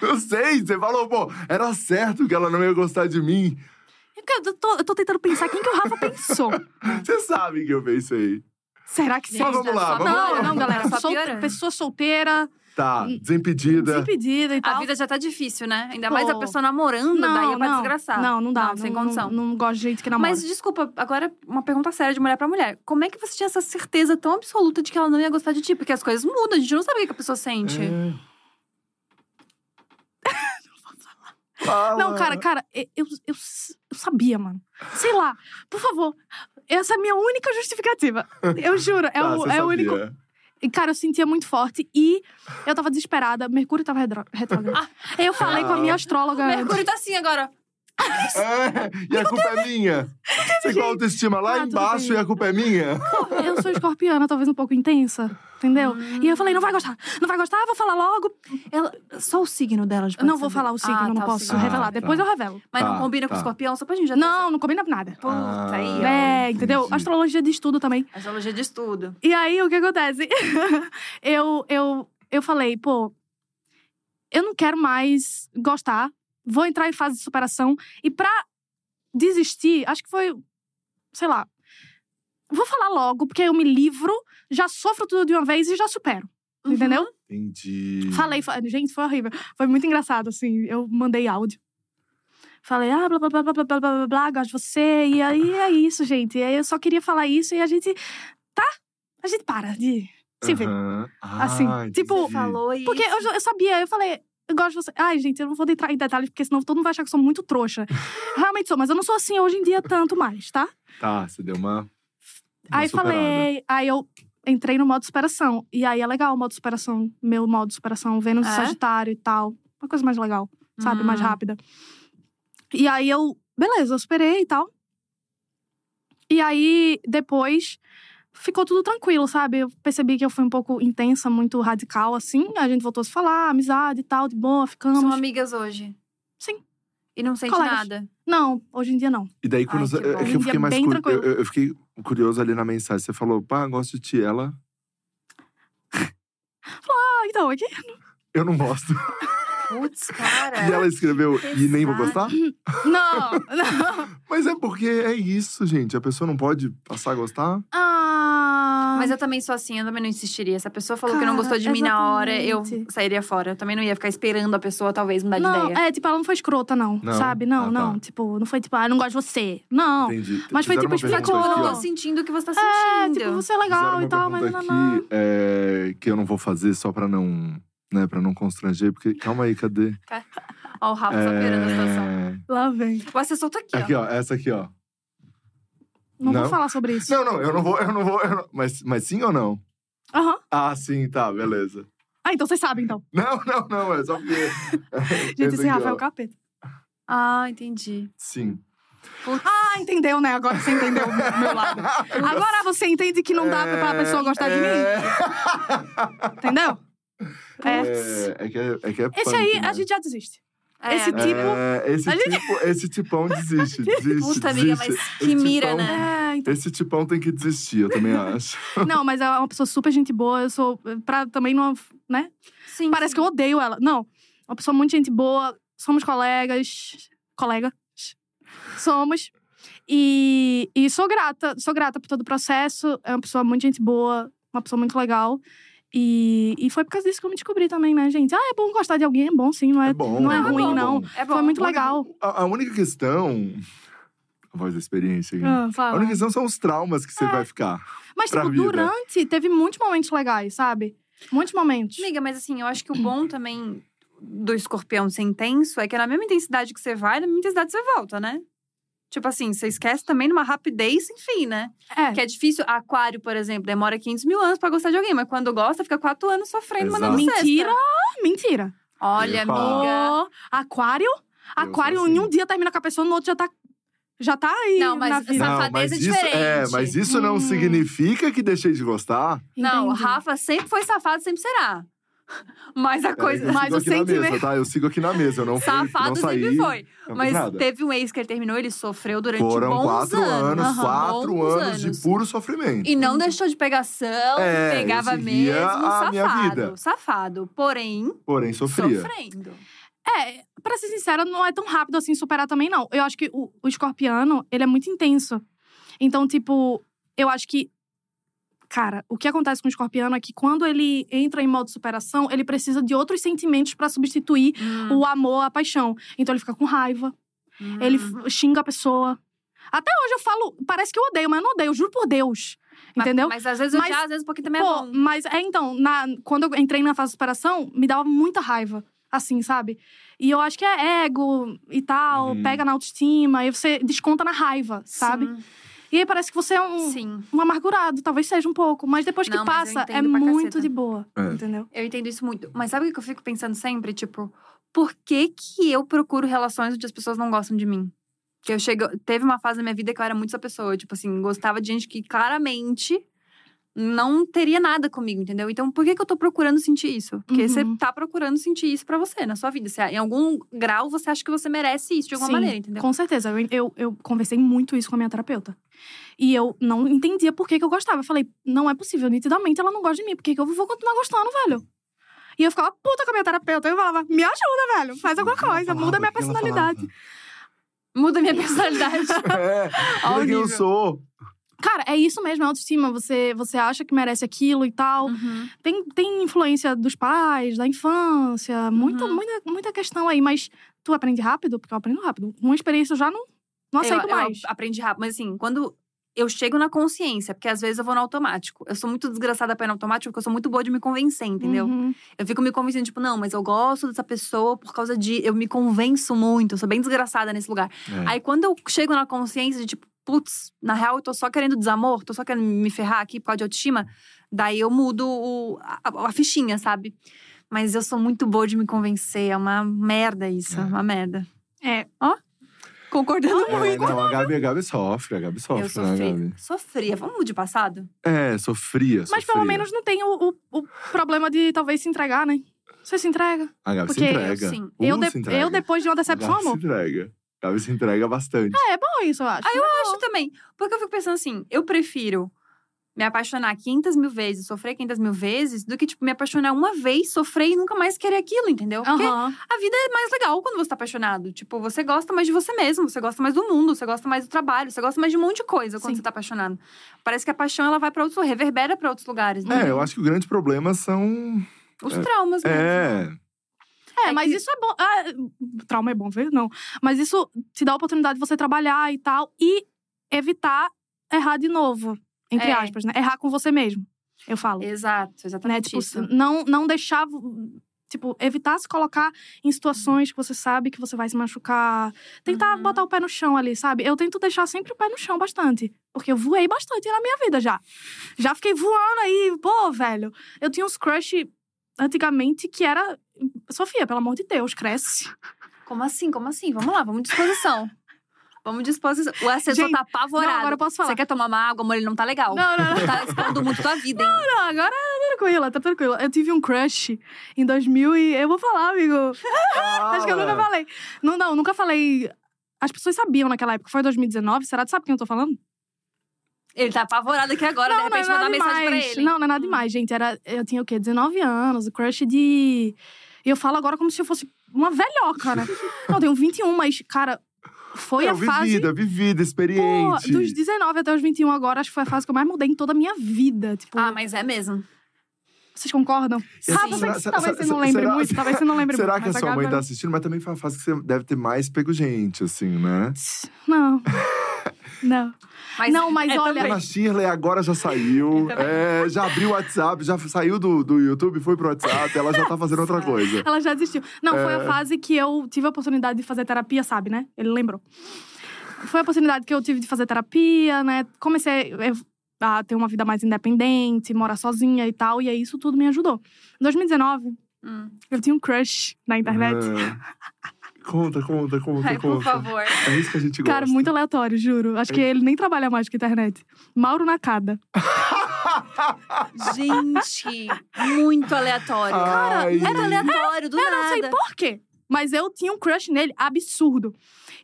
B: não sei. Você falou, pô, era certo que ela não ia gostar de mim.
C: Eu, que- eu tô, eu tô tentando pensar quem que o Rafa pensou.
B: Você sabe que eu pensei.
C: Será que sim?
B: Mas vamos lá,
A: só
B: vamos
C: Não,
B: lá.
C: não, galera.
A: Só
C: Sol-
A: Tá piorando.
C: pessoa solteira,
B: Tá, desimpedida.
C: desimpedida e tal.
A: A vida já tá difícil, né? Ainda mais a
C: Pô.
A: pessoa namorando, daí é pra desgraçar.
C: Não, não dá. Não,
A: sem
C: não-
A: condição.
C: Não, gosto de jeito que namora.
A: Mas desculpa, agora uma pergunta séria de mulher pra mulher. Como é que você tinha essa certeza tão absoluta de que ela não ia gostar de ti? Porque as coisas mudam, a gente não sabe o que que a pessoa sente.
B: Hum. É. Fala.
C: Não, cara, cara, eu, eu, eu sabia, mano. Sei lá. Por favor. Essa é a minha única justificativa. Eu juro. É,
B: Tá,
C: o,
B: você
C: é o
B: sabia.
C: único E, cara, eu sentia muito forte e eu tava desesperada. Mercúrio tava retro- retrógrado.
A: Ah,
C: eu falei com a minha astróloga.
A: O
C: antes.
A: Mercúrio tá assim agora.
B: É, e a culpa é minha. Você com a autoestima lá
C: Ah, tudo
B: embaixo
C: bem.
B: e a culpa é minha.
C: Eu sou escorpiana, talvez um pouco intensa, entendeu? E eu falei, não vai gostar, não vai gostar, eu vou falar logo.
A: Ela, só o signo dela, a gente
C: Eu não
A: pode
C: vou
A: saber.
C: falar o signo,
A: Ah,
C: não
A: tá, o
C: posso
A: signo.
C: revelar.
B: Ah, tá.
C: Depois eu revelo.
A: Mas não
B: Tá,
A: combina com
B: tá.
A: o escorpião, só Ah, pra gente já ter
C: Não, não combina nada.
A: Puta, aí, ó.
B: Ah,
C: É, entendeu?
B: entendi.
C: Astrologia de estudo também.
A: essa astrologia de estudo.
C: E aí, o que acontece? eu, eu, eu falei, pô, eu não quero mais gostar, vou entrar em fase de superação. E pra desistir, acho que foi, sei lá, vou falar logo, porque eu me livro, já sofro tudo de uma vez e já supero.
A: Uhum.
C: Entendeu?
B: Entendi.
C: Falei, fa- gente, foi horrível. Foi muito engraçado, assim. Eu mandei áudio. Falei, ah, blá, blá, blá, blá, blá, blá, blá, blá, gosto de você. E aí é isso, gente. E aí eu só queria falar isso e a gente. Tá? A gente para de se ver.
B: Aham. Ah,
C: Assim, tipo,
A: Você falou isso.
C: Porque eu, já- eu sabia, eu falei. Eu gosto de você. Ai, gente, eu não vou entrar em detalhes, porque senão todo mundo vai achar que eu sou muito trouxa. Realmente sou, mas eu não sou assim hoje em dia tanto mais, tá?
B: Tá, você deu uma Uma
C: aí
B: superada.
C: falei, aí eu entrei no modo superação. E aí é legal o modo superação, meu modo superação, Vênus e
A: É?
C: Sagitário e tal. Uma coisa mais legal, sabe? Mais
A: Hum.
C: rápida. E aí eu, beleza, eu superei e tal. E aí depois ficou tudo tranquilo, sabe? Eu percebi que eu fui um pouco intensa, muito radical assim. A gente voltou a se falar, amizade e tal, de boa, ficamos.
A: São amigas hoje?
C: Sim.
A: E não sente
C: Colegas.
A: nada?
C: Não, hoje em dia não.
B: E daí, quando
A: Ai,
B: você-
A: que bom.
B: é que eu
C: Um dia
B: fiquei mais
C: bem
B: curioso. Eu,
C: tranquilo.
B: eu- eu fiquei curioso ali na mensagem. Você falou, pá, gosto de ti. Ela,
C: Ah, então, aqui.
B: eu não gosto.
A: Putz, cara.
C: É.
B: E ela escreveu, e nem vou gostar?
C: Não, não.
B: Mas é porque é isso, gente. A pessoa não pode passar a gostar.
C: Ah.
A: Mas eu também sou assim, eu também não insistiria. Se a pessoa falou que não
C: Cara,
A: gostou de mim na hora, eu
C: exatamente.
A: sairia fora. Eu também não ia ficar esperando a pessoa, talvez, mudar Tá de
C: Não,
A: ideia.
C: é, tipo, ela não foi escrota, não.
B: Não?
C: Sabe? Não,
B: Ah, tá.
C: não. Tipo, não foi tipo, ah, eu não gosto de você. Não.
B: Entendi.
C: Mas foi
B: Fizeram
C: tipo,
B: uma
C: explica
B: pergunta
A: Tipo, eu
B: aqui,
A: não
C: como-
B: ó.
A: tô sentindo o que você tá
C: É,
A: sentindo.
C: tipo, você é
B: Fizeram
C: legal
B: uma
C: e tal, mas
B: pergunta
C: não, não.
B: aqui, é, que eu não vou fazer só pra não, né, pra não constranger, porque calma aí, cadê?
A: Ó, o
C: Tá
A: Rafa superando a situação.
B: É,
C: Lá vem.
A: O assessor tá aqui, ó.
B: aqui, ó, essa aqui, ó.
C: Não,
B: Não?
C: vou falar sobre isso.
B: Não, não, eu não vou, eu não vou, eu não- Mas, mas sim ou não?
C: Aham.
B: Ah, sim, tá, beleza.
C: Ah, então vocês sabem, então.
B: Não, não, não, é só porque.
C: Gente,
B: Essa
C: esse
B: aqui,
C: Rafael é
B: ó.
C: o capeta.
A: Ah, entendi.
B: Sim.
C: Ah, entendeu, né? Agora você entendeu o meu lado. Agora você entende que não dá pra, pra
B: É,
C: pessoa gostar de mim. Entendeu? É.
B: É, é que é, é que é
C: Esse
B: punk,
C: aí,
B: né?
C: a gente já desiste.
A: É.
C: Esse tipo-
B: É, esse,
C: a gente-
B: tipo esse tipão desiste, desiste.
A: Puta, amiga,
B: desiste.
A: mas
B: Esse
A: que mira,
B: tipão-
A: né?
C: É,
B: Esse tipão tem que desistir, eu também acho.
C: Não, mas é uma pessoa super gente boa. Eu sou. Pra também não. Né?
A: Sim.
C: Parece que eu odeio ela. Não. Uma pessoa muito gente boa. Somos colegas. Colega. Somos. E, e sou grata. Sou grata por todo o processo. É uma pessoa muito gente boa. Uma pessoa muito legal. E, e foi por causa disso que eu me descobri também, né, gente? Ah, é bom gostar de alguém. É bom, sim. Não é,
B: É bom,
C: não é,
B: é bom,
C: ruim,
B: é
C: não.
B: bom.
A: É bom.
C: Foi muito
B: Olha,
C: legal.
B: A, a única questão. A voz da experiência, hein?
C: Ah,
B: A
C: fala.
B: única questão são os traumas que você
A: É.
B: vai ficar.
C: Mas,
B: pra
C: tipo,
B: vida.
C: durante, teve muitos momentos legais, sabe? Muitos momentos.
A: Amiga, mas assim, eu acho que o bom também do escorpião ser intenso é que na mesma intensidade que você vai, na mesma intensidade você volta, né? Tipo assim, você esquece também numa rapidez sem fim, né?
C: É.
A: Que é difícil. Aquário, por exemplo, demora 500 mil anos pra gostar de alguém, mas quando gosta, fica quatro anos sofrendo,
B: Exato.
A: mandando cesta.
C: Mentira! Mentira.
A: Olha,
B: Epa.
A: amiga.
C: Ô, aquário? Aquário,
B: assim.
C: em um dia termina com a pessoa, no outro já tá. Já tá aí.
A: Não, mas
C: na vida.
A: Safadeza
B: não, mas
A: é
B: isso, é,
A: diferente.
B: mas isso não
C: Hum.
B: significa que deixei de gostar.
A: Não,
C: Entendi.
A: Rafa sempre foi safado, sempre será. Mas a
B: Peraí,
A: coisa.
B: É,
A: assim
B: eu
C: mas
B: sigo
C: o
B: aqui na
C: sentimento-
B: mesa, tá? Eu sigo aqui na mesa, eu não fui, não
A: Safado
B: saí.
A: sempre foi.
B: não fiz
A: Mas
B: nada.
A: teve um ex que ele terminou, ele sofreu durante
B: Foram
A: bons
B: quatro anos,
A: Aham,
B: quatro
A: bons
B: anos, de puro sofrimento.
A: E não deixou de pegação,
B: É, eu
A: pegava
B: seguia
A: mesmo,
B: a
A: safado,
B: minha vida.
A: safado. Porém,
B: Porém, sofria.
A: sofrendo.
C: É, pra ser sincera, não é tão rápido assim superar também, não. Eu acho que o, o escorpiano, ele é muito intenso. Então, tipo, eu acho que. Cara, o que acontece com o escorpiano é que quando ele entra em modo superação, ele precisa de outros sentimentos pra substituir o amor, a paixão. Então ele fica com raiva,
A: Hum,
C: ele
A: hum.
C: f- xinga a pessoa. Até hoje eu falo, parece que eu odeio, mas eu não odeio, eu juro por Deus.
A: Mas-
C: Entendeu?
A: hum. Mas, às vezes eu
C: Mas-
A: já, às vezes um pouquinho também é
C: Pô,
A: bom.
C: mas é então, na, quando eu entrei na fase de superação, me dava muita raiva, assim, sabe? E eu acho que é ego e tal,
B: Uhum.
C: pega na autoestima, e você desconta na raiva, sabe?
A: Sim,
C: E aí parece que você é um,
A: Sim.
C: um amargurado, talvez seja um pouco, mas depois que
A: Não, mas eu
C: passa, é
A: entendo pra
C: muito
A: caceta.
C: de boa,
B: É.
C: entendeu?
A: Eu entendo isso muito. Mas sabe o que eu fico pensando sempre? Tipo, por que que eu procuro relações onde as pessoas não gostam de mim? Que eu chego... Teve uma fase na minha vida que eu era muito essa pessoa. Tipo assim, gostava de gente que claramente não teria nada comigo, entendeu? Então, por que que eu tô procurando sentir isso? Porque você
C: Uhum.
A: tá procurando sentir isso pra você, na sua vida. Você- em algum grau, você acha que você merece isso de alguma
C: Sim,
A: maneira, entendeu?
C: Com certeza, eu, eu, eu conversei muito isso com a minha terapeuta. E eu não entendia por que, que eu gostava. Eu falei, não é possível, nitidamente ela não gosta de mim, por que, que eu vou continuar gostando, velho? E eu ficava puta com a minha terapeuta. Eu falava, me ajuda, velho, faz alguma
B: Ela
C: coisa,
B: falava,
C: muda minha
B: o tá que ela
C: personalidade.
A: Muda minha personalidade. Então,
B: É,
A: Ao
B: olha quem eu
A: nível.
B: sou.
C: Cara, é isso mesmo, é autoestima. Você, você acha que merece aquilo e tal.
A: Uhum.
C: Tem, tem influência dos pais, da infância, muita,
A: Uhum.
C: muita, muita questão aí. Mas tu aprende rápido? Porque eu aprendo rápido. Uma experiência eu já não, não aceito
A: eu,
C: mais.
A: Eu aprendi rápido. Mas assim, quando eu chego na consciência, porque às vezes eu vou no automático. Eu sou muito desgraçada pra ir no automático, porque eu sou muito boa de me convencer, entendeu?
C: Uhum.
A: Eu fico me convencendo, tipo, não, mas eu gosto dessa pessoa por causa de. Eu me convenço muito, eu sou bem desgraçada nesse lugar.
B: É.
A: Aí quando eu chego na consciência de, tipo, putz, na real eu tô só querendo desamor, tô só querendo me ferrar aqui por causa de autoestima, daí eu mudo o- a, a fichinha, sabe? Mas eu sou muito boa de me convencer, é uma merda isso, é,
B: É.
A: uma merda.
C: É.
A: Ó, concordando
B: É,
A: muito.
B: não, a Gabi, a Gabi sofre, a Gabi
A: eu
B: sofre, né,
A: sofri.
B: Gabi?
A: Sofria. Vamos de passado?
B: É, sofria,
C: Mas
B: sofria.
C: pelo menos não tem o, o- o problema de talvez se entregar, né? Você se entrega.
B: A Gabi se
C: porque eu,
B: entrega.
A: sim,
B: Uh,
C: eu, de-
B: se entrega.
C: eu, depois de uma
B: A Gabi
C: decepção,
B: se
C: amor.
B: entrega. A Gabi se entrega bastante.
C: Ah, é bom isso, eu acho.
A: Ah, eu acho também. Porque eu fico pensando assim, eu prefiro me apaixonar 500 mil vezes, sofrer 500 mil vezes, do que, tipo, me apaixonar uma vez, sofrer e nunca mais querer aquilo, entendeu? Porque
C: Aham.
A: a vida é mais legal quando você tá apaixonado. Tipo, você gosta mais de você mesmo, você gosta mais do mundo, você gosta mais do trabalho, você gosta mais de um monte de coisa quando
C: Sim.
A: você tá apaixonado. Parece que a paixão, ela vai pra outros, reverbera pra outros lugares, né?
B: É,
C: Uhum.
B: eu acho que o grande problema são.
A: Os traumas mesmo.
B: É.
C: É,
A: É
C: mas
A: que-
C: isso é bom. ah, trauma é bom, ver? Não. Mas isso te dá a oportunidade de você trabalhar e tal. E evitar errar de novo. Entre
A: É.
C: aspas, né? Errar com você mesmo. Eu falo.
A: Exato,
C: né?
A: exatamente
C: Tipo,
A: isso.
C: não, não deixar. vo- Tipo, evitar se colocar em situações que você sabe que você vai se machucar. Tentar
A: Uhum.
C: botar o pé no chão ali, sabe? Eu tento deixar sempre o pé no chão bastante. Porque eu voei bastante na minha vida já. Já fiquei voando aí. Pô, velho. Eu tinha uns crush antigamente que era. Sofia, pelo amor de Deus, cresce.
A: Como assim, como assim? Vamos lá, vamos de disposição. vamos de disposição. O assessor
C: Gente,
A: tá apavorado.
C: Não, agora eu posso falar.
A: Você quer tomar uma água, amor? Ele não tá legal.
C: Não, não, não.
A: Tá expondo muito tua vida, hein?
C: Não, agora tá tranquila, tá tranquila. Eu tive um crush em 2000 e. Eu vou falar, amigo. Acho que eu nunca falei. Não, não, nunca falei. As pessoas sabiam naquela época. Foi 2019? Será que tu sabe quem eu tô falando? é
A: Ele tá apavorado aqui agora, de repente mandar mensagem pra
C: demais.
A: ele.
C: Não, não é nada
A: Hum.
C: demais, gente. Era, eu tinha o quê? 19 anos, o crush de. E eu falo agora como se eu fosse uma velhoca, né? não, eu tenho 21, mas, cara, foi
B: É,
C: a fase.
B: vivida, vivida,
C: Pô,
B: experiente.
C: dos 19 até os 21 agora, acho que foi a fase que eu mais mudei em toda a minha vida. Tipo,
A: Ah, mas é mesmo.
C: vocês concordam?
A: Sim.
C: Ah,
B: Será-
C: você, talvez
B: será-
C: você não lembre
B: será-
C: muito, talvez você não lembre
B: Será
C: muito.
B: que a
C: mas
B: sua mãe
C: Gabi-
B: tá assistindo? Mas também foi uma fase que você deve ter mais pego gente, assim, né?
C: Não. não.
A: tá Mas
C: Não, mas
A: é
C: olha-
A: também.
B: A Shirley agora já saiu, é, já abriu o WhatsApp, já saiu do, do YouTube, foi pro WhatsApp, ela já tá fazendo outra coisa.
C: Ela já desistiu. Não, foi a
B: É.
C: fase que eu tive a oportunidade de fazer terapia, sabe, né? Ele lembrou. Foi a oportunidade que eu tive de fazer terapia, né? Comecei eh, a ter uma vida mais independente, morar sozinha e tal. E aí isso tudo me ajudou. Em 2019,
A: Hum.
C: eu tinha um crush na
B: Ah,
C: internet.
B: É. Conta, conta, conta,
A: Ai, por
B: conta.
A: favor.
B: É isso que a gente gosta.
C: Cara, muito aleatório, juro. Acho que ele nem trabalha mais com internet. Mauro Nakada.
A: Gente, muito aleatório.
B: Cara, Ai.
A: era aleatório, do
C: eu
A: nada.
C: não sei por quê, mas eu tinha um crush nele absurdo.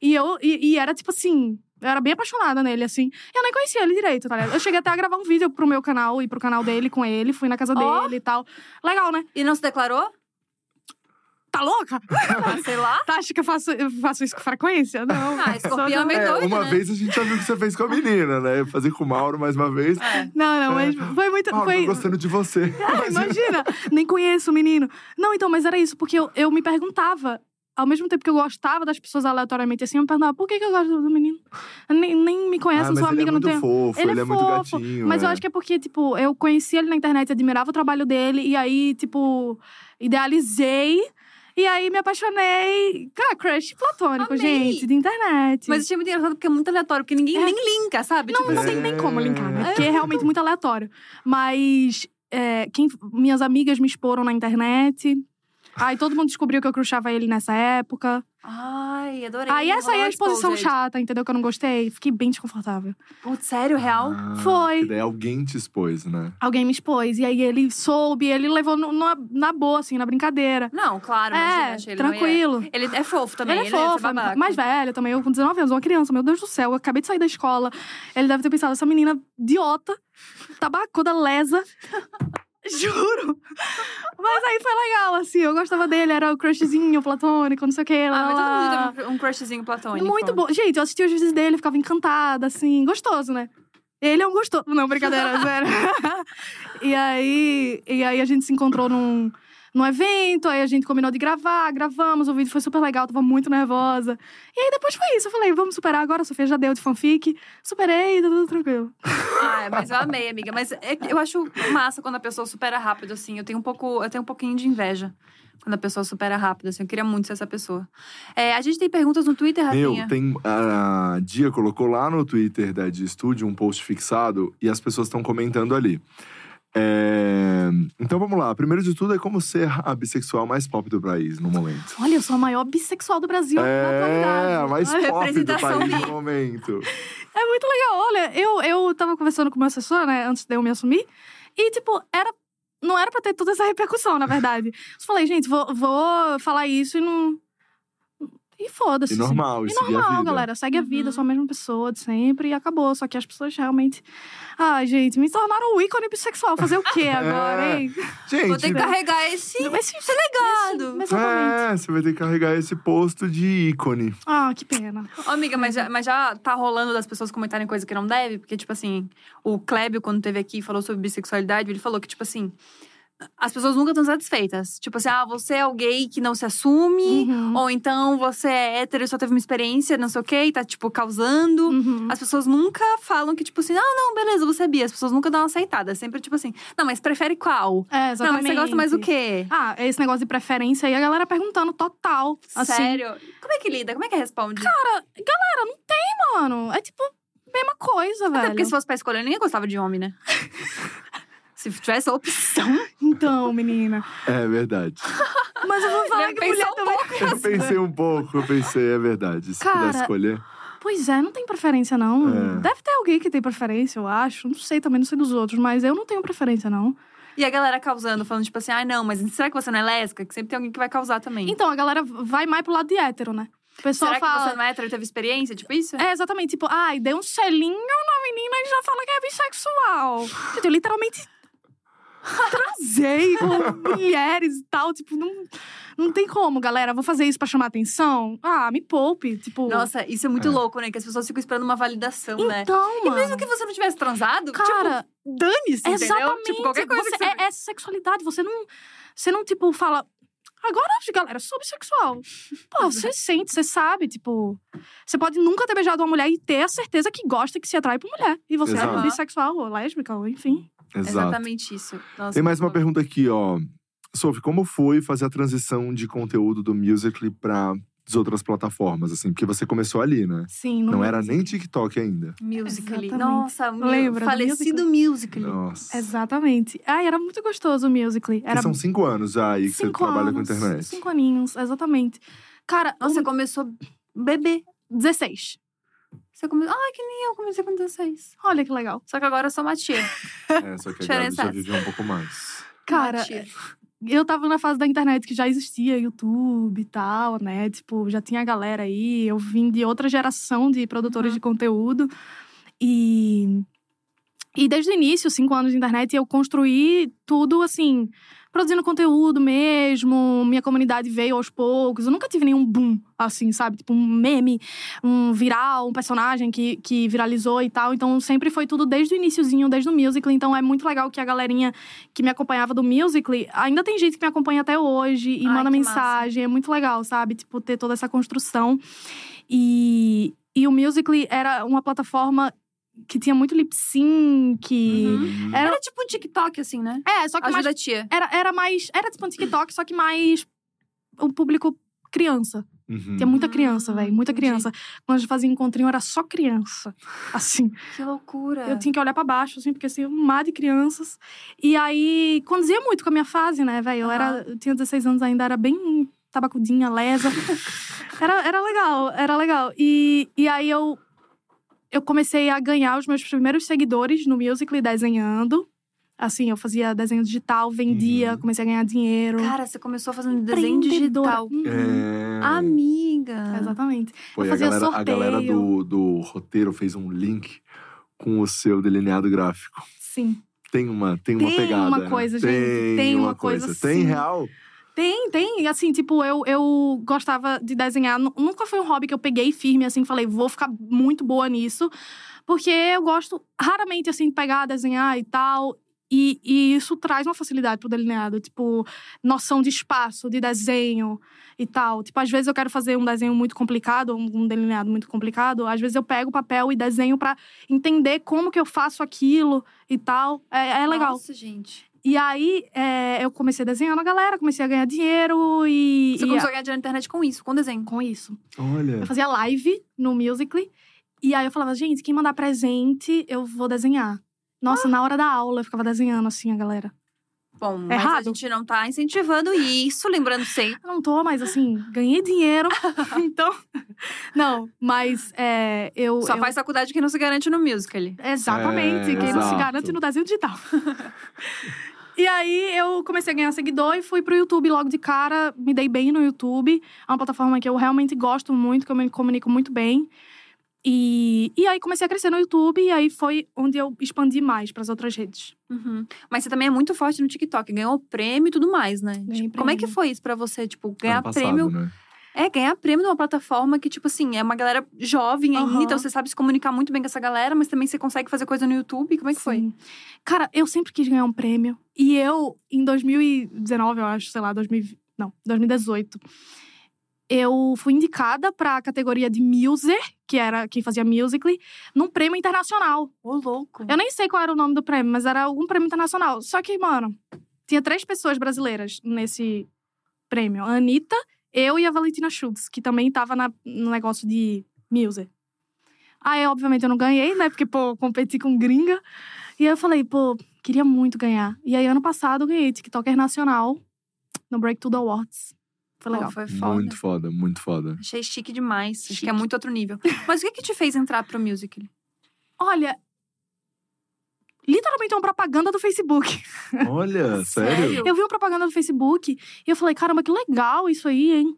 C: E eu e, e era tipo assim, eu era bem apaixonada nele, assim. Eu nem conhecia ele direito, tá ligado? Eu cheguei até a gravar um vídeo pro meu canal e pro canal dele com ele, fui na casa
A: Ó.
C: dele e tal. Legal, né?
A: E não se declarou?
C: Tá louca?
A: Ah, sei lá.
C: Tá, acha que eu faço, eu faço isso com frequência? Não.
A: Ah, escorpião é meio
B: É,
A: doido,
B: uma
A: né?
B: vez a gente já viu o que você fez com a menina, né? Fazer com o Mauro mais uma vez.
A: É.
C: Não, não, mas foi muito.
B: Mauro,
C: Ah, então foi...
B: tô gostando de você.
C: Ah, imagina! Nem conheço o menino. Não, então, mas era isso, porque eu, eu me perguntava. Ao mesmo tempo que eu gostava das pessoas aleatoriamente assim, eu me perguntava por que, que eu gosto do menino? Eu nem, nem me
B: Ah,
C: conhece, eu
B: mas
C: sou
B: ele
C: amiga,
B: é
C: não
B: muito
C: tenho.
B: fofo,
C: Ele
B: ele,
C: é
B: é muito
C: fofo,
B: gatinho.
C: Mas eu
B: é.
C: acho que é porque, tipo, eu conheci ele na internet, admirava o trabalho dele, e aí, tipo, idealizei. E aí me apaixonei. Cara, crush platônico,
A: Amei.
C: gente, de internet.
A: Mas achei muito engraçado porque é muito aleatório, porque ninguém
C: É.
A: nem linka, sabe?
C: Não,
A: tipo,
C: não
A: assim,
C: tem nem como linkar, né?
B: É.
C: Porque é realmente muito aleatório. Mas é, quem, minhas amigas me exporam na internet. Aí todo mundo descobriu que eu crushava ele nessa época.
A: Ai, adorei.
C: Aí essa aí é
A: Rolou
C: a exposição
A: exposed.
C: chata, entendeu? Que eu não gostei. Fiquei bem desconfortável.
A: Putz, sério, real?
B: Ah,
C: Foi.
B: que Daí alguém te expôs, né?
C: Alguém me expôs. E aí ele soube, ele levou no- na- na boa, assim, na brincadeira.
A: Ah, Não, claro, imagina.
C: é,
A: achei ele não ia-
C: tranquilo.
A: Ele é fofo também,
C: ele
A: ia
C: é
A: ser
C: fofo,
A: babaca.
C: mais velho também. Eu com 19 anos, uma criança, meu Deus do céu, eu acabei de sair da escola. Ele deve ter pensado, essa menina idiota, tabacuda, lesa. Juro! Mas aí foi legal, assim, eu gostava dele, era o crushzinho platônico, não sei o quê.
A: Ah,
C: lá,
A: mas
C: lá.
A: todo mundo tem um crushzinho platônico.
C: é Muito bom. Gente, eu assisti os vídeos dele, ficava encantada, assim, gostoso, né? Ele é um gostoso. Não, brincadeira, sério. e, aí, e aí a gente se encontrou num, num evento, aí a gente combinou de gravar, gravamos, o vídeo foi super legal, tava muito nervosa. E aí depois foi isso, eu falei, vamos superar agora, a Sofia já deu de fanfic, superei, tá tudo tranquilo.
A: Ah, mas eu amei, amiga. Mas é que eu acho massa quando a pessoa supera rápido, assim. Eu tenho um pouco, eu tenho um pouquinho de inveja. Quando a pessoa supera rápido, assim. Eu queria muito ser essa pessoa. É, a gente tem perguntas no Twitter,
B: Meu,
A: Rafinha?
B: tem. A Dia colocou lá no Twitter da Dia Studio um post fixado e as pessoas estão comentando ali. É, Então vamos lá. Primeiro de tudo é como ser a bissexual mais pop do país no momento.
C: Olha, eu sou a maior bissexual do Brasil na
B: É,
C: atualidade.
B: a mais
A: A
B: pop do
A: representação
B: país
A: bi.
B: no momento.
C: É muito legal. Olha, eu, eu tava conversando com o meu assessor, né, antes de eu me assumir. E, tipo, era. Não era pra ter toda essa repercussão, na verdade. Eu falei, gente, vou, vou falar isso e não. E foda-se.
B: E
C: assim.
B: normal, e
C: E
B: seguir a
C: normal,
B: vida.
C: galera. Segue a vida,
A: Uhum.
C: sou a mesma pessoa de sempre e acabou. Só que as pessoas realmente. Ai, gente, me tornaram um ícone bissexual. Fazer o
A: É.
C: quê agora, hein?
A: Vou ter
B: Gente,
A: que carregar esse
C: Mas se
A: legado.
C: Exatamente.
B: é, você vai ter que carregar esse posto de ícone.
C: Ah, que pena.
A: Ô, amiga, mas já, mas já tá rolando das pessoas comentarem coisa que não deve? Porque, tipo assim, o Klebio, quando teve aqui e falou sobre bissexualidade, ele falou que, tipo assim, as pessoas nunca estão satisfeitas. Tipo assim, ah, você é o gay que não se assume,
C: Uhum.
A: ou então você é hétero e só teve uma experiência, não sei o quê, e tá, tipo, causando.
C: Uhum.
A: As pessoas nunca falam que, tipo assim, ah, não, beleza, você é bi. As pessoas nunca dão uma aceitada. É sempre, tipo assim, não, mas prefere qual?
C: É,
A: Não, mas
C: exatamente.
A: você gosta mais do quê?
C: Ah, esse negócio de preferência aí, a galera perguntando total. Assim,
A: Sério? Como é que lida? Como é que responde?
C: mano, é tipo, mesma coisa,
A: Até
C: velho.
A: porque se fosse pra escolher, ninguém gostava de homem, né? se tivesse a opção,
C: Então, menina.
B: É verdade.
C: Mas eu vou falar
A: Né?
C: que
A: Pensar
C: mulher
A: um
C: também. é assim.
B: Eu pensei um pouco, eu pensei, é verdade. Se
C: Cara,
B: puder escolher.
C: Pois é, não tem preferência, não.
B: É.
C: Deve ter alguém que tem preferência, eu acho. Não sei também, não sei dos outros, mas eu não tenho preferência, não.
A: e a galera causando, falando tipo assim, ai não, mas será que você não é lésbica? Que sempre tem alguém que vai causar também.
C: Então, a galera vai mais pro lado de hétero, né? O pessoal
A: será que
C: fala.
A: você não é hétero e teve experiência? Tipo isso?
C: É, exatamente. Tipo, ai, deu um selinho na menina e já fala que é bissexual. Gente, eu literalmente transei com mulheres e tal. Tipo, não, não tem como, galera. Vou fazer isso pra chamar atenção? Ah, me poupe. Tipo,
A: Nossa, isso é muito
B: É.
A: louco, né? Que as pessoas ficam esperando uma validação, né?
C: então, mano.
A: Mesmo que você não tivesse transado,
C: Cara,
A: tipo, dane-se, entendeu?
C: exatamente.
A: Tipo, qualquer coisa
C: você,
A: que você...
C: é, é sexualidade. Você não, você não, tipo, fala... Agora, galera, sou bissexual. Pô, você sente, você sabe, tipo... Você pode nunca ter beijado uma mulher e ter a certeza que gosta, que se atrai por mulher. E você
B: Exato.
C: é bissexual ou lésbica, ou enfim.
B: Exato.
A: Exatamente isso. Nossa,
B: Tem mais uma
A: muito
B: pergunta aqui, ó. Sophie, como foi fazer a transição de conteúdo do Musical.ly para as outras plataformas, assim? Porque você começou ali, né?
C: Sim, é assim.
B: Não era nem TikTok ainda.
A: Musical.ly.
C: Exatamente.
A: Nossa, meu
C: Lembra do
A: falecido Musical.ly.
B: Nossa.
C: Exatamente. Ai, era muito gostoso o Musical.ly. Era
B: E são cinco anos já aí que você
C: cinco
B: trabalha
C: anos,
B: com internet.
C: Cinco aninhos, exatamente. Cara,
A: Nossa, você
C: um-
A: começou bebê.
C: 16.
A: Você começou... Ai, que nem eu, comecei com 16.
C: Olha que legal.
A: Só que agora eu sou uma tia.
B: É, só que a Gabi
A: Diferença
B: já
A: essa.
B: viveu um pouco mais.
C: Cara,
A: Uma tia.
C: eu tava na fase da internet que já existia YouTube e tal, né? Tipo, já tinha a galera aí. Eu vim de outra geração de produtores
A: Uhum.
C: de conteúdo. E. E desde o início, cinco anos de internet, eu construí tudo assim, produzindo conteúdo mesmo. Minha comunidade veio aos poucos. Eu nunca tive nenhum boom, assim, sabe? Tipo, um meme, um viral, um personagem que, que viralizou e tal. Então, sempre foi tudo desde o iniciozinho, desde o musical. Então, é muito legal que a galerinha que me acompanhava do Musical.ly, ainda tem gente que me acompanha até hoje e
A: Ai,
C: manda
A: que
C: mensagem. É muito legal, sabe? Tipo, ter toda essa construção. E, e o Musical.ly era uma plataforma que tinha muito lip sync.
B: Uhum.
A: Era tipo um TikTok, assim, né?
C: É, só que mais,
A: Ajuda a tia.
C: era, era mais... Era tipo um TikTok, só que mais um público criança.
B: Uhum.
C: Tinha muita
A: Hum,
C: criança, velho. Muita
A: entendi.
C: criança. Quando a gente fazia encontrinho, era só criança. Assim.
A: Que loucura.
C: Eu tinha que olhar pra baixo, assim, porque assim, um mar de crianças. E aí, conduzia muito com a minha fase, né, velho? Eu, era, eu tinha 16 anos ainda, era bem tabacudinha, lesa. era, era legal, era legal. E, e aí, eu, eu comecei a ganhar os meus primeiros seguidores no Musical.ly desenhando. Assim, eu fazia desenho digital, vendia,
B: Uhum.
C: comecei a ganhar dinheiro.
A: Cara, você começou fazendo desenho digital.
C: um Empreendedora. Uhum.
B: É...
A: Amiga.
C: Exatamente.
B: Foi,
C: Eu
B: a
C: fazia
B: galera, a galera do,
C: sorteio.
B: do roteiro fez um link com o seu delineado gráfico.
C: Sim.
B: Tem uma, tem uma
C: Tem
B: pegada.
C: uma
B: né?
C: coisa, gente,
B: Tem,
C: tem
B: uma
C: uma coisa,
B: Tem
C: sim.
B: real?
C: Tem, tem. Assim, tipo, eu, eu gostava de desenhar. Nu- Nunca foi um hobby que eu peguei firme, assim, falei, vou ficar muito boa nisso. Porque eu gosto raramente, assim, de pegar, desenhar e tal. E, e isso traz uma facilidade pro delineado. Tipo, noção de espaço, de desenho e tal. Tipo, às vezes eu quero fazer um desenho muito complicado, um um delineado muito complicado. Às vezes eu pego o papel e desenho pra entender como que eu faço aquilo e tal. É, é legal.
A: Nossa, gente.
C: E aí, é, eu comecei desenhando a galera, comecei a ganhar dinheiro e.
A: Você
C: e-
A: começou a ganhar dinheiro na internet com isso, com desenho.
C: Com isso.
B: Olha.
C: Eu fazia live no Musical.ly. E aí eu falava, gente, quem mandar presente, eu vou desenhar. Nossa, na hora da aula eu ficava desenhando assim a galera.
A: Bom, mas a
C: Errado.
A: gente não tá incentivando isso, lembrando sempre.
C: Eu não tô, mas assim, ganhei dinheiro. então. Não, mas é, eu.
A: Só
C: eu-
A: faz faculdade que não se garante no musical.
C: Exatamente,
B: É,
C: quem não se
B: exato.
C: garante no Brasil digital. e aí eu comecei a ganhar seguidor e fui pro YouTube logo de cara, me dei bem no YouTube. É uma plataforma que eu realmente gosto muito, que eu me comunico muito bem. E, e aí comecei a crescer no YouTube e aí foi onde eu expandi mais para as outras redes.
A: Uhum. Mas você também é muito forte no TikTok, ganhou prêmio e tudo mais, né?
C: Ganhei
A: Tipo, como é que
C: prêmio.
A: foi isso pra você, tipo, ganhar
B: Ano passado,
A: prêmio?
B: Né?
A: É, ganhar prêmio numa plataforma que, tipo assim, é uma galera jovem ainda,
C: Aham.
A: então você sabe se comunicar muito bem com essa galera, mas também você consegue fazer coisa no YouTube. Como é que foi?
C: Sim. Cara, eu sempre quis ganhar um prêmio. E eu, em 2019, eu acho, sei lá, 2020, não, 2018, eu fui indicada pra categoria de Muser, que era quem fazia Musical.ly, num prêmio internacional.
A: Ô, louco.
C: Eu nem sei qual era o nome do prêmio, mas era algum prêmio internacional. Só que, mano, tinha três pessoas brasileiras nesse prêmio: a Anitta, eu e a Valentina Schultz, que também tava na- no negócio de music. Aí, obviamente, eu não ganhei, né? Porque, pô, eu competi com gringa. E aí eu falei, pô, queria muito ganhar. E aí, ano passado, eu ganhei TikToker Nacional no Break to the Awards. Foi
A: Pô,
C: legal.
A: foi foda.
B: Muito foda, muito foda.
A: Achei chique demais. Acho que é
C: Chique.
A: muito outro nível. Mas o que que te fez entrar pro musical?
C: Olha, literalmente é uma propaganda do Facebook.
B: Olha, sério?
A: Sério?
C: Eu vi uma propaganda no Facebook e eu falei, caramba, que legal isso aí, hein?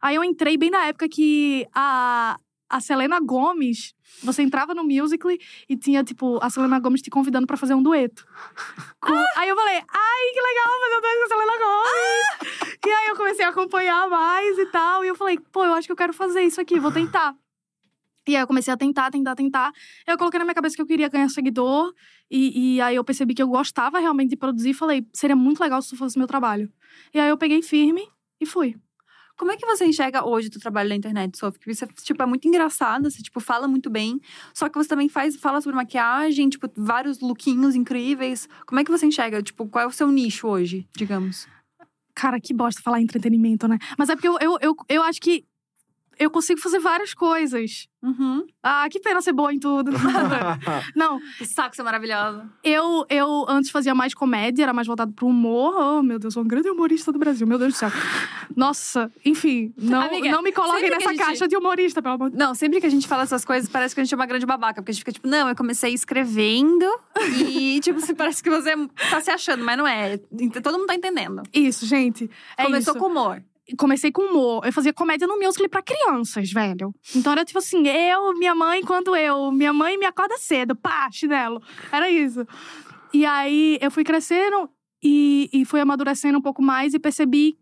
C: Aí eu entrei bem na época que a, a Selena Gomes. Você entrava no Musical.ly e tinha, tipo, a Selena Gomes te convidando pra fazer um dueto. Com- Aí eu falei, ai, que legal fazer um dueto com a Selena Gomes! E aí eu comecei a acompanhar mais e tal. E eu falei, pô, eu acho que eu quero fazer isso aqui, vou tentar. E aí eu comecei a tentar, tentar, tentar. Eu coloquei na minha cabeça que eu queria ganhar seguidor. E, e aí eu percebi que eu gostava realmente de produzir. E falei, seria muito legal se isso fosse meu trabalho. E aí eu peguei firme e fui.
A: Como é que você enxerga hoje o teu trabalho na internet, Sophie? Porque você, tipo, é muito engraçada, você, tipo, fala muito bem. Só que você também faz, fala sobre maquiagem, tipo, vários lookinhos incríveis. Como é que você enxerga? Tipo, qual é o seu nicho hoje, digamos?
C: Cara, que bosta falar entretenimento, né? Mas é porque eu, eu, eu, eu acho que eu consigo fazer várias coisas.
A: Uhum.
C: Ah, que pena ser boa em tudo. Não,
A: Que saco, você é maravilhosa.
C: eu, eu antes fazia mais comédia, era mais voltado pro humor. Oh, meu Deus, sou um grande humorista do Brasil, meu Deus do céu. Nossa, enfim, não,
A: Amiga,
C: não me coloquem
A: sempre que a
C: nessa
A: gente-
C: caixa de humorista, pelo amor de
A: Não, sempre que a gente fala essas coisas, parece que a gente é uma grande babaca. Porque a gente fica tipo, não, eu comecei escrevendo. e, tipo, você- parece que você tá se achando, mas não é. Ent- Todo mundo tá entendendo.
C: Isso, gente. É
A: Começou
C: isso.
A: com humor.
C: comecei com humor. Eu fazia comédia no musical pra crianças, velho. Então era tipo assim, eu, minha mãe, quando eu. Minha mãe me acorda cedo, pá, chinelo. Era isso. E aí eu fui crescendo e, e fui amadurecendo um pouco mais e percebi.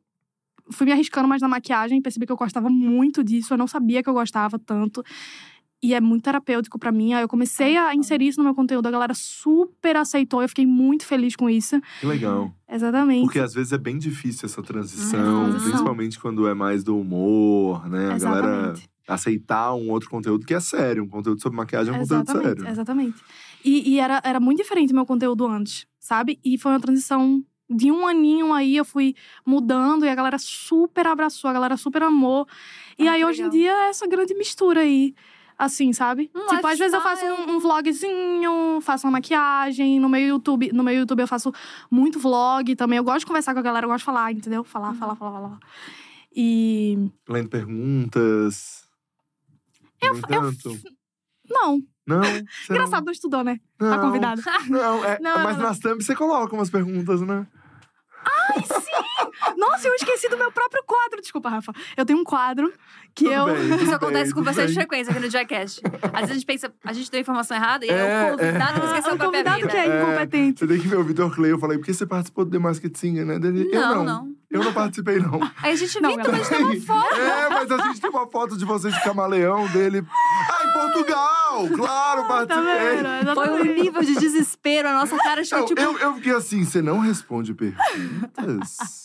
C: Fui me arriscando mais na maquiagem, percebi que eu gostava muito disso. Eu não sabia que eu gostava tanto. E é muito terapêutico pra mim. Aí eu comecei a inserir isso no meu conteúdo. A galera super aceitou. Eu fiquei muito feliz com isso.
B: que legal.
C: Exatamente.
B: Porque às vezes é bem difícil essa
A: Hum,
B: transição,
C: Uhum,
A: essa transição.
B: principalmente quando é mais do humor, né? A galera
C: Exatamente.
B: aceitar um outro conteúdo que é sério. Um conteúdo sobre maquiagem é um conteúdo
C: Exatamente,
B: sério.
C: exatamente. E, e era, era muito diferente o meu conteúdo antes, sabe? E foi uma transição de um aninho aí, eu fui mudando e a galera super abraçou, a galera super amou. E
A: Ah,
C: aí
A: que
C: hoje em
A: legal.
C: dia é essa grande mistura aí. Assim, sabe?
A: Um
C: tipo, às vezes eu faço
A: lifestyle.
C: um, um vlogzinho, faço uma maquiagem. No meu YouTube, no meu YouTube eu faço muito vlog também. Eu gosto de conversar com a galera, eu gosto de falar, entendeu? Falar,
A: Uhum.
C: falar, falar, falar. E.
B: Lendo perguntas. Eu, tanto.
C: Não,
B: Não. você não-
C: engraçado, não estudou, né?
B: Então, Não,
C: A convidada.
B: Não, é-
C: Não, não,
B: mas
C: não.
B: nas thumbs você coloca umas perguntas, né?
C: Nossa, eu esqueci do meu próprio quadro. Desculpa, Rafa. Eu tenho um quadro que
B: Tudo
C: eu.
B: bem, tudo
A: Isso
B: bem,
A: acontece com
B: tudo
A: bastante
B: bem.
A: frequência aqui no Jackass. Às vezes a gente pensa, a gente deu informação errada e
B: É,
A: é o convidado que esqueceu
C: É
A: a
C: o
A: própria
C: convidado
A: vida.
C: que é incompetente.
B: Você tem que ver o Vitor Clay. Eu falei, por que você participou do The Masked Singer, né? Dele, eu
A: Não,
B: não.
A: não.
B: Eu não participei, não.
A: Aí a gente,
C: Não,
A: Vitor,
C: ela-
A: mas tá tem uma foto.
B: É, mas a gente tem uma foto de vocês de camaleão dele. Ah, em Portugal! Claro,
C: Tá
B: participei.
C: vendo? Exatamente.
A: Foi um nível de desespero, a nossa cara
B: Não,
A: ficou tipo.
B: eu, eu fiquei assim, você não responde perguntas.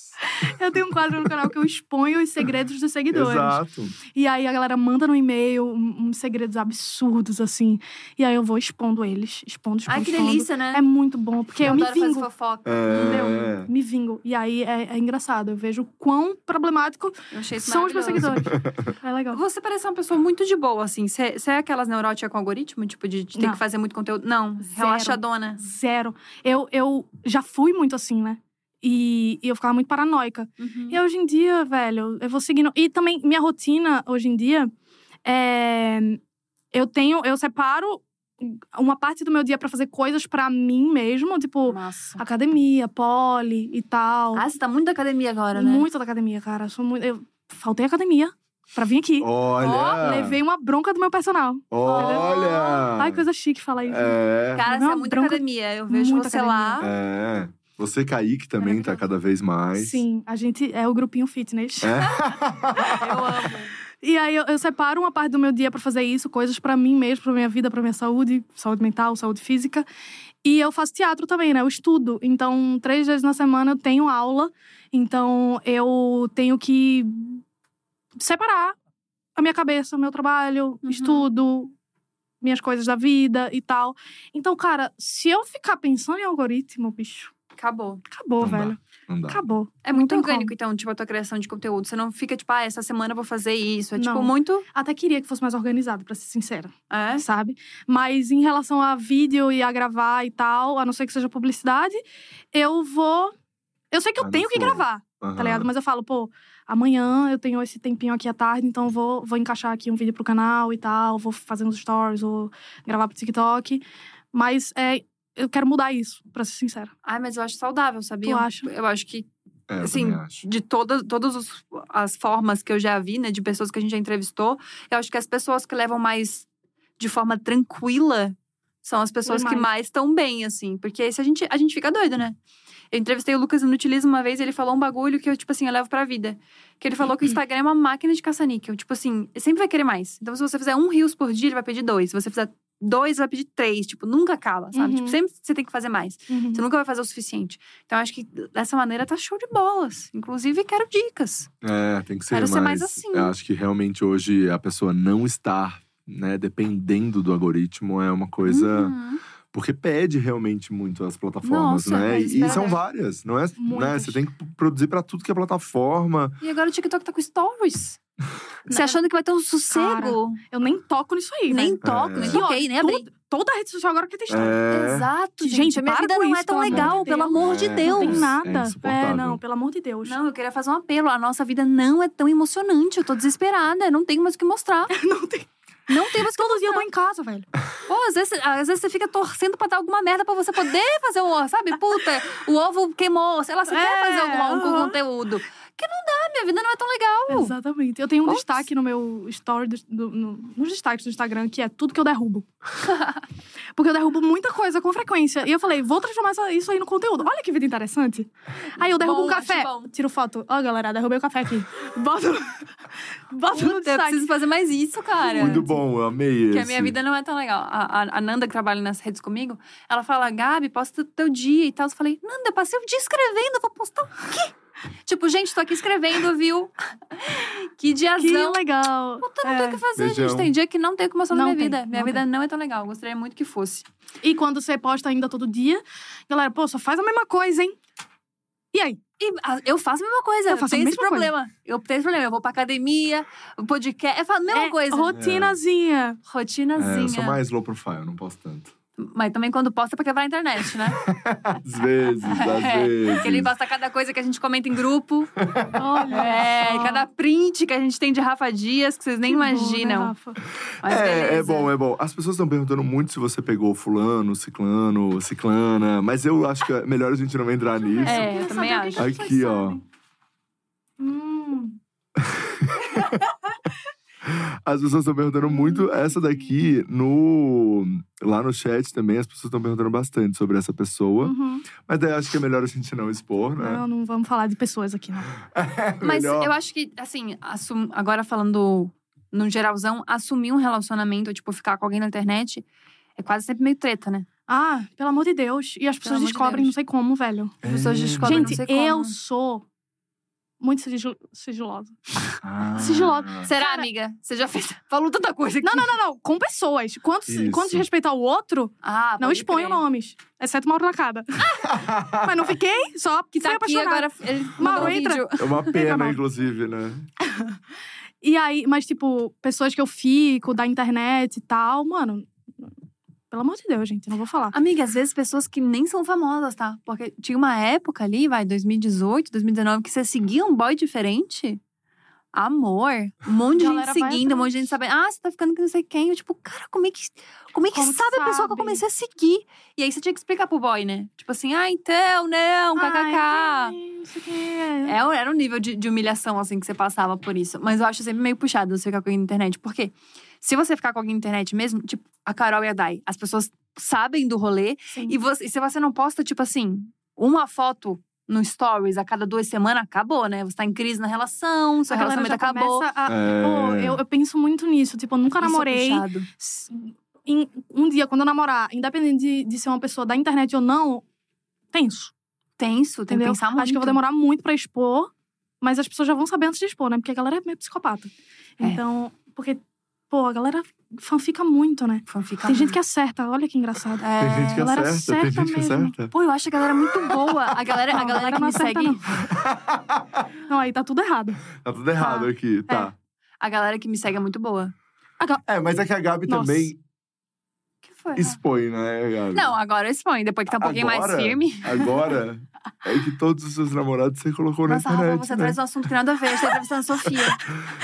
C: Eu tenho um quadro no canal que eu exponho os segredos dos seguidores.
B: Exato.
C: E aí a galera manda no e-mail um- uns segredos absurdos, assim. E aí eu vou expondo eles. Expondo, expondo.
A: Ai, que
C: expondo.
A: delícia, né?
C: É muito bom, porque eu,
A: eu
C: me
A: adoro fazer
C: vingo.
A: fofoca.
B: É...
C: Entendeu? Me vingo. E aí é, é engraçado. Eu vejo o quão problemático
A: Eu achei isso
C: são os meus
A: maravilhoso.
C: seguidores. É legal.
A: Você parece uma pessoa muito de boa, assim. Você é aquelas neuróticas com algoritmo? Tipo, de, de ter
C: Não.
A: que fazer muito conteúdo? Não.
C: Zero.
A: Relaxadona.
C: Zero. Eu, eu já fui muito assim, né? E, e eu ficava muito paranoica.
A: Uhum.
C: E hoje em dia, velho, eu vou seguindo. E também, minha rotina hoje em dia é. Eu tenho. Eu separo uma parte do meu dia pra fazer coisas pra mim mesmo, tipo
A: Massa.
C: academia, pole e tal.
A: Ah, você tá muito da academia agora, né?
C: muito da academia, cara. Sou muito. Eu faltei academia pra vir aqui.
B: Olha!
C: Levei uma bronca do meu personal.
B: Olha!
C: Ai, coisa chique falar isso.
B: Ah. É.
A: Cara,
C: Não,
A: você é muito
C: bronca-
A: academia. Eu vejo
C: Muito
A: você lá. Ah,
B: É. Você, Kaique, também tá
C: Maravilhoso.
B: cada vez mais.
C: Sim, a gente é o grupinho fitness.
A: Eu amo.
C: E aí eu, eu separo uma parte do meu dia pra fazer isso, coisas pra mim mesmo, pra minha vida, pra minha saúde, saúde mental, saúde física. E eu faço teatro também, né? Eu estudo. Então, três vezes na semana eu tenho aula. Então, eu tenho que separar a minha cabeça, o meu trabalho,
A: Uhum.
C: estudo, minhas coisas da vida e tal. Então, cara, se eu ficar pensando em algoritmo, bicho,
A: Acabou.
C: acabou,
B: Não dá,
C: velho.
B: Não dá.
C: Acabou.
A: É muito
C: tem
A: orgânico,
C: como.
A: então, tipo, a tua criação de conteúdo. Você não fica, tipo, ah, essa semana eu vou fazer isso. É, tipo,
C: Não.
A: muito...
C: Até queria que fosse mais organizado, pra ser sincera.
A: É?
C: sabe? Mas em relação a vídeo e a gravar e tal, a não ser que seja publicidade, eu vou. Eu sei que eu
B: Ah, não
C: tenho que
B: foi.
C: gravar,
B: Aham.
C: tá ligado? Mas eu falo, pô, amanhã eu tenho esse tempinho aqui à tarde, então eu vou, vou encaixar aqui um vídeo pro canal e tal, vou fazer uns stories, vou gravar pro TikTok. Mas é, eu quero mudar isso, pra ser sincera.
A: Ai, mas eu acho saudável, sabia?
C: Tu acha?
A: Eu acho que,
B: É, eu
A: assim,
B: também acho.
A: de todas, todas os- as formas que eu já vi, né, de pessoas que a gente já entrevistou, eu acho que as pessoas que levam mais de forma tranquila são as pessoas que
C: mais.
A: mais estão bem, assim. Porque aí se a gente, a gente fica doido, né? Eu entrevistei o Lucas Inutilismo uma vez e ele falou um bagulho que eu, tipo assim, eu levo pra vida. Que ele falou que o Instagram é uma máquina de caça-níquel. Tipo assim, ele sempre vai querer mais. Então, se você fizer um rios por dia, ele vai pedir dois. Se você fizer dois, vai pedir três. Tipo, nunca acaba, sabe?
C: Uhum.
A: Tipo, sempre você tem que fazer mais. Você nunca vai fazer o suficiente. Então, acho que dessa maneira tá show de bolas. Inclusive, quero dicas.
B: É, tem que ser
A: Quero
B: mais.
A: ser mais assim.
B: Eu acho que realmente hoje a pessoa não estar, né, dependendo do algoritmo é uma coisa.
A: Uhum.
B: Porque pede realmente muito as plataformas,
A: Nossa, é
B: né?
A: mas
B: E, e
A: espera-
B: são várias, não é? Né?
C: Muitas.
B: Você tem que produzir pra tudo que é plataforma.
A: E agora o TikTok tá com stories. Você
C: Não,
A: achando que vai ter um sossego?
C: Eu nem toco nisso aí,
A: nem
C: né?
A: toco,
B: É.
A: nem
C: Que, ó,
A: toquei, nem abri.
C: tudo- Toda rede social agora que tem história.
B: É.
A: Exato, gente.
C: Gente,
A: A minha
C: para
A: vida
C: com
A: não é
C: isso,
A: tão
C: pelo amor
A: legal,
C: de
A: pelo
C: Deus.
A: amor de
B: É.
A: Deus.
C: Não tem
B: Deus. É
C: nada.
B: insuportável.
C: não, pelo amor de Deus.
A: Não, eu queria fazer um apelo. A nossa vida não é tão emocionante. Eu tô desesperada. Eu não tenho mais o que mostrar.
C: Não tem.
A: Não tenho mais o que
C: Todo dia eu
A: mostrar.
C: tô em casa, velho.
A: Pô, às vezes, às vezes você fica torcendo pra dar alguma merda pra você poder fazer o ovo, sabe? Puta, o ovo queimou. Sei lá, você quer
C: É,
A: fazer algum
C: aham.
A: conteúdo. Que não dá, minha vida não é tão legal.
C: Exatamente. Eu tenho um
A: Ops.
C: destaque no meu story, do- do- no- nos destaques do Instagram, que é tudo que eu derrubo. Porque eu derrubo muita coisa com frequência. E eu falei, vou transformar essa- isso aí no conteúdo. Olha que vida interessante. Aí eu derrubo
A: Bom,
C: um café,
A: acho bom.
C: tiro foto. Ó, galera, derrubei o café aqui. Boto, boto
A: Puta,
C: no
A: eu
C: destaque.
A: preciso fazer mais isso, cara.
B: Muito É, bom, eu amei esse.
A: Porque a minha vida não é tão legal. A, a- a Nanda, que trabalha nas redes comigo, ela fala, Gabi, posta o teu dia e tal. Eu falei, Nanda, eu passei o dia escrevendo, eu vou postar o quê? tipo, gente, tô aqui escrevendo, viu? que
C: Que
A: diazão.
C: legal.
A: Puta, não tem o
C: É.
A: que fazer,
B: Beijão.
A: gente. Tem dia que não tem o que mostrar na
C: Não
A: minha
C: tem,
A: vida. Minha
C: não
A: vida não é tão legal. Eu Gostaria muito que fosse.
C: E quando você posta ainda todo dia, galera, pô, só faz a mesma coisa, hein? E aí?
A: E ah, eu faço a mesma coisa.
C: Eu
A: Eu,
C: faço a
A: tenho esse
C: mesma coisa.
A: problema. Eu tenho esse problema. Eu vou pra academia, o podcast. Eu faço a mesma
C: É
A: coisa.
C: Rotinazinha.
B: É,
A: Rotinazinha.
B: eu sou mais low profile, não posso tanto.
A: Mas também quando posta é pra quebrar a internet, né?
B: Às vezes, às
A: É,
B: vezes.
A: Que ele posta cada coisa que a gente comenta em grupo.
C: Olha.
A: É, e
C: só.
A: cada print que a gente tem de Rafa Dias, que vocês nem
C: Que bom, né,
A: imaginam.
C: Rafa?
A: Mas
B: é, é
A: beleza.
B: bom, é bom. As pessoas estão perguntando muito se você pegou fulano, ciclano, ciclana, mas eu acho que é melhor a gente não entrar nisso.
A: É, eu
C: queria
A: também
C: saber o que
A: acho.
C: as pessoas
B: Aqui, ó.
C: sabem. Hum.
B: As pessoas estão perguntando muito essa daqui no lá no chat também, as pessoas estão perguntando bastante sobre essa pessoa,
C: Uhum.
B: mas daí acho que é melhor a gente não expor, né?
C: Não, não vamos falar de pessoas aqui, não.
B: É
A: Mas
B: melhor.
A: eu acho que, assim, assum- agora falando no geralzão, assumir um relacionamento, tipo, ficar com alguém na internet, é quase sempre meio treta, né?
C: Ah, pelo amor de Deus. E as pessoas
A: amor de Deus.
C: descobrem,
B: É.
C: não sei como, velho.
A: As pessoas descobrem,
C: Gente,
A: não sei como.
C: eu sou muito sigil- sigilosa.
B: Ah.
C: Sigilosa.
A: Será,
C: É. Cara-
A: amiga? Você já fez. Falou tanta coisa aqui.
C: Não, não, não, não. Com pessoas. Quanto, se-
B: Isso.
C: quanto se respeitar o outro,
A: Ah,
C: não
A: pode
C: exponho
A: crer.
C: nomes. Exceto Mauro Lacada. Mas não fiquei, só que
A: Que tá
C: fui
A: aqui
C: apaixonada.
A: agora. Ele mandou
C: Mauro,
A: um
C: entra.
A: vídeo.
B: É uma pena,
C: mal.
B: inclusive, né?
C: E aí, mas tipo, pessoas que eu fico da internet e tal, mano. Pelo amor de Deus, gente, não vou falar.
A: Amiga, às vezes pessoas que nem são famosas, tá? Porque tinha uma época ali, vai, 2018, 2019, que você seguia um boy diferente. Amor, um monte de gente
C: Galera vai
A: seguindo, um monte de
C: atrás.
A: gente sabendo. Ah, você tá ficando com não sei quem. Eu, tipo, cara, como é que, como é que
C: Como que
A: sabe a pessoa que eu
C: sabe?
A: comecei a seguir? E aí você tinha que explicar pro boy, né? Tipo assim, ah, então, não,
C: Ah,
A: kkk.
C: Ai, não sei o quê.
A: É, era um nível de, de humilhação, assim, que você passava por isso. Mas eu acho sempre meio puxado você ficar com alguém na internet. Porque se você ficar com alguém na internet mesmo, tipo, a Carol e a Dai, as pessoas sabem do rolê.
C: Sim.
A: E, você, e se você não posta, tipo assim, uma foto no Stories a cada duas semanas, acabou, né? Você tá em crise na relação, seu
C: A galera
A: relacionamento
C: já
A: acabou.
C: começa a-
B: É.
C: Ah, Pô, eu, eu penso muito nisso. Tipo, eu nunca
A: Isso é
C: namorei.
A: puxado.
C: S- em- um dia, quando eu namorar, independente de, de ser uma pessoa da internet ou não, tenso.
A: Tenso, tem que
C: Entendeu?
A: pensar muito.
C: Acho que eu vou demorar muito pra expor, mas as pessoas já vão saber antes de expor, né? Porque a galera é meio psicopata.
A: É.
C: Então, porque, pô, a galera fanfica muito, né?
A: Fanfica
C: Tem gente que acerta, olha que engraçado.
A: É,
B: Tem gente que
C: galera
B: acerta, tem
C: certa
B: gente que é
C: mesmo.
B: acerta.
A: Pô, eu acho a galera muito boa. A galera,
C: Não,
A: a galera que
C: não
A: me
C: acerta,
A: segue.
C: Não. Não, aí tá tudo errado.
B: Tá tudo errado
C: Tá.
B: aqui, tá.
A: A galera que me segue é muito boa.
B: É, mas é que a Gabi
C: Nossa.
B: também
A: O que foi?
B: expõe, né, Gabi?
A: Não, agora eu exponho. Depois que tá um pouquinho mais
B: Agora-
A: firme.
B: Agora é que todos os seus namorados você colocou
A: Nossa,
B: na
A: Rafa,
B: internet.
A: você
B: né?
A: traz um assunto que nada a ver. Você tá entrevistando a Sofia.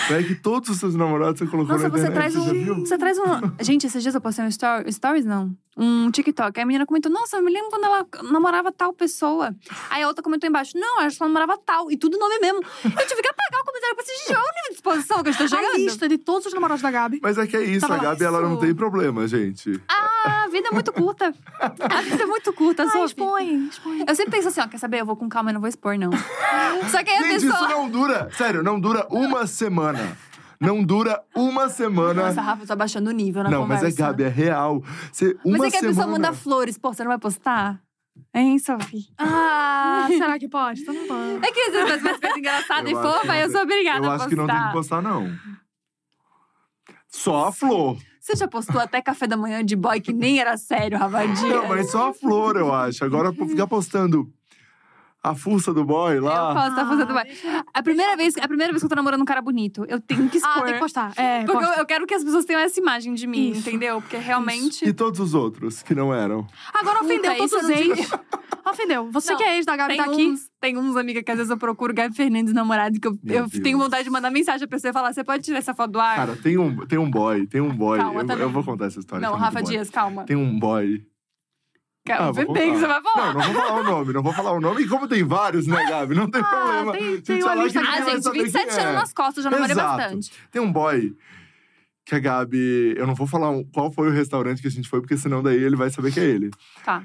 B: É que todos os seus namorados você colocou
A: Nossa,
B: na
A: você
B: internet.
A: traz
B: já
A: um.
B: viu?
A: Você traz um. Gente, esses dias eu postei um story, stories, não. Um TikTok. Aí a menina comentou: Nossa, eu me lembro quando ela namorava tal pessoa. Aí a outra comentou embaixo: Não, ela só namorava tal. E tudo nome mesmo. Eu tive que apagar o comentário pra esse gente. Olha o nível de disposição que eu estou
C: A
A: chegando.
C: lista de todos os namorados da Gabi.
B: Mas é que é isso,
A: Tava
B: a
A: lá,
B: Gabi ela não
A: Tá isso.
B: tem problema, gente.
A: Ah, a vida é muito curta. A vida é muito curta,
C: Ai,
A: Sofia.
C: expõe, expõe.
A: Eu sempre penso assim: Ó, quer saber? Eu vou com calma e não vou expor, não. Só que aí a
B: Gente, isso
A: pessoa.
B: não é dura. Sério, não dura uma semana. Não dura uma semana.
A: Nossa, Rafa, eu tô abaixando o nível na
B: não,
A: conversa.
B: mas é Gabi, é real. Você, uma
A: Mas é que a
B: semana.
A: pessoa manda flores, pô, você não vai postar? Hein, Sophie?
C: Ah, será que posta? Não pode.
A: É que vocês fazem coisa engraçada e
B: Eu acho que
A: tá fofa,
B: não
A: eu sou obrigada
B: Eu
A: a
B: acho
A: postar.
B: que não tem que postar, não. Só a flor.
A: Você já postou até café da manhã de boy que nem era sério, Ravadinha?
B: Não, mas só a flor, eu acho. Agora pô, ficar postando a força do boy
A: Eu
B: lá.
A: posso, tá
C: Ah,
A: fazendo boy. A primeira, vez, a primeira vez que eu tô namorando um cara bonito, eu tenho que expor.
C: Ah, tem que postar. É,
A: porque eu,
C: posta.
A: eu quero que as pessoas tenham essa imagem de mim,
C: Isso.
A: entendeu? Porque realmente.
B: E todos os outros que não eram.
C: Agora ofendeu
A: Puta,
C: todos os
A: isso eu não
C: ex. Ofendeu. Você
A: Não,
C: que é ex da Gabi
A: Tem um
C: tá aqui.
A: uns, tem uns, amiga, que às vezes eu procuro Gabi Fernandes namorado, que eu,
B: Meu
A: eu
B: Deus.
A: tenho vontade de mandar mensagem pra você e falar: você pode tirar essa foto do ar?
B: Cara, tem um, tem um boy, tem um boy.
A: Ah. Calma,
B: eu,
A: também.
B: eu vou contar essa história.
A: não,
B: que é muito
A: Rafa
B: boa.
A: Dias, calma.
B: Tem um boy Ah,
A: Calma, vê
B: vou
A: bem que você
B: contar.
A: vai falar.
B: Não, não vou falar o nome, não vou falar o nome. E como tem vários, né, Gabi? Não tem problema.
C: Ah, tem-
B: Se
C: tem uma
B: falar
C: lista
B: que
C: aqui.
B: ninguém
A: Ah,
B: vai
A: gente,
B: saber
A: 27
B: quem é.
A: anos nas costas, eu já namorei
B: Exato.
A: bastante.
B: Tem um boy que a Gabi. Eu não vou falar o- qual foi o restaurante que a gente foi, porque senão daí ele vai saber que é ele.
A: Tá.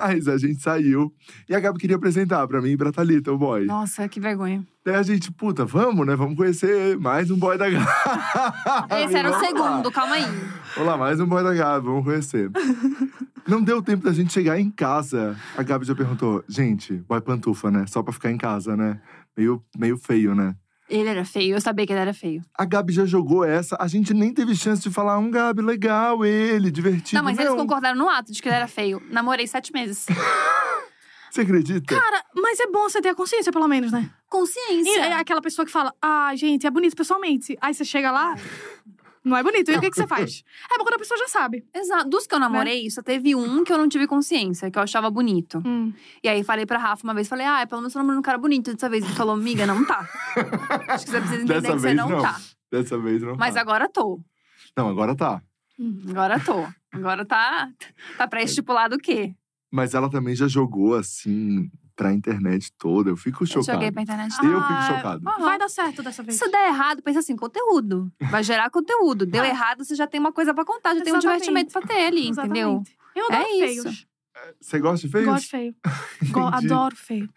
B: Mas a gente saiu e a Gabi queria apresentar pra mim e pra Thalita o boy.
A: Nossa, que vergonha.
B: Daí a gente, puta, vamos, né? Vamos conhecer mais um boy da Gabi.
A: Esse era o
B: Vamos Ah, lá.
A: segundo, calma aí.
B: Olá, mais um boy da Gabi, vamos conhecer. Não deu tempo da gente chegar em casa. A Gabi já perguntou, gente, boy pantufa, né? Só pra ficar em casa, né? Meio, meio feio, né?
A: Ele era feio, eu sabia que ele era feio.
B: A Gabi já jogou essa, a gente nem teve chance de falar, um Gabi, legal, ele, divertido.
A: não, mas eles concordaram no ato de que ele era feio. Namorei sete meses.
B: Você acredita?
C: Cara, mas é bom você ter a consciência, pelo menos, né? E
A: Consciência.
C: é aquela pessoa que fala, ah, gente, é bonito pessoalmente. Aí você chega lá, não é bonito. E o que, que você faz? É bom quando a pessoa já sabe.
A: Exato. Dos que eu namorei, só teve um que eu não tive consciência, que eu achava bonito. E aí falei pra Rafa uma vez, falei, ah, pelo menos eu namorando um cara bonito. Dessa vez ele falou, amiga, não tá. Acho que você precisa entender
B: Dessa
A: que você
B: vez,
A: não,
B: não.
A: tá.
B: Dessa vez não.
A: Mas
B: tá.
A: agora tô.
B: Não, agora tá.
A: Agora tô. Agora tá. Tá pré-estipulado o quê?
B: Mas ela também já jogou assim pra internet toda. Eu fico
A: Eu
B: chocado.
A: joguei pra internet.
B: Eu
C: Ah,
B: fico chocado.
C: Vai dar certo dessa vez.
A: Se der errado, pensa assim, conteúdo. Vai gerar conteúdo. Deu errado, você já tem uma coisa pra contar, já tem um
C: Ah. Exatamente.
A: divertimento pra ter ali, entendeu?
C: Exatamente. Eu adoro
A: É isso.
C: feios.
B: Você gosta de feio?
C: Gosto de feio. Go-
B: Entendi.
C: adoro feio.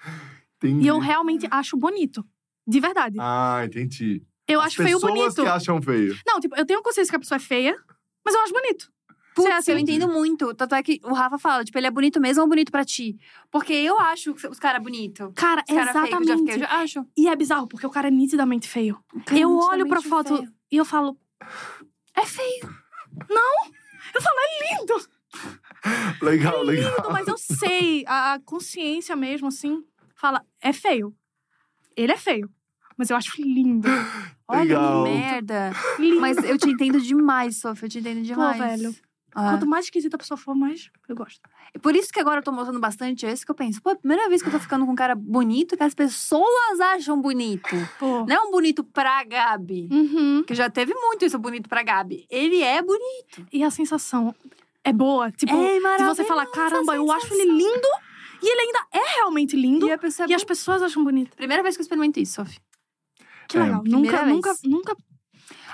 B: Entendi.
C: E eu realmente acho bonito. De verdade.
B: Ah, entendi.
C: eu
B: As
C: acho feio
B: pessoas
C: bonito.
B: que acham feio.
C: um Não, tipo, eu tenho consciência que a pessoa é feia, mas eu acho bonito.
A: Putz,
C: Você é assim?
A: eu entendo muito. Tanto é que o Rafa fala, tipo, ele é bonito mesmo ou bonito pra ti? Porque eu acho os caras bonito.
C: Cara,
A: Os caras feios, já fiquei,
C: exatamente. é
A: eu já acho.
C: E é bizarro, porque o cara é nitidamente feio. eu olho pra
A: Nitidamente
C: foto
A: feio.
C: e eu falo, é feio. Não! Eu falo, é lindo!
B: Legal, legal.
C: Lindo, mas eu sei, a a consciência mesmo, assim, fala, é feio. Ele é feio, mas eu acho lindo.
A: Olha
B: Legal.
A: que merda.
C: Lindo.
A: Mas eu te entendo demais, Sofia. Eu te entendo demais.
C: velho.
A: Ah.
C: Quanto mais esquisita a pessoa for, mais eu gosto.
A: Por isso que agora eu tô mostrando bastante esse que eu penso. Pô, é a primeira vez que eu tô ficando com um cara bonito que as pessoas acham bonito.
C: Pô.
A: Não é um bonito pra Gabi.
C: Uhum.
A: Que já teve muito isso, bonito pra Gabi. Ele é bonito.
C: E a sensação é boa. Tipo,
A: é
C: se
A: maravilhoso.
C: você falar, caramba, eu acho ele
A: sensação."
C: lindo, e ele ainda é realmente lindo,
A: E a pessoa é
C: e as pessoas acham bonito.
A: Primeira vez que eu experimento isso, Sophie.
C: Que
B: É.
C: legal.
A: Primeira
C: Nunca,
A: vez.
C: nunca, nunca,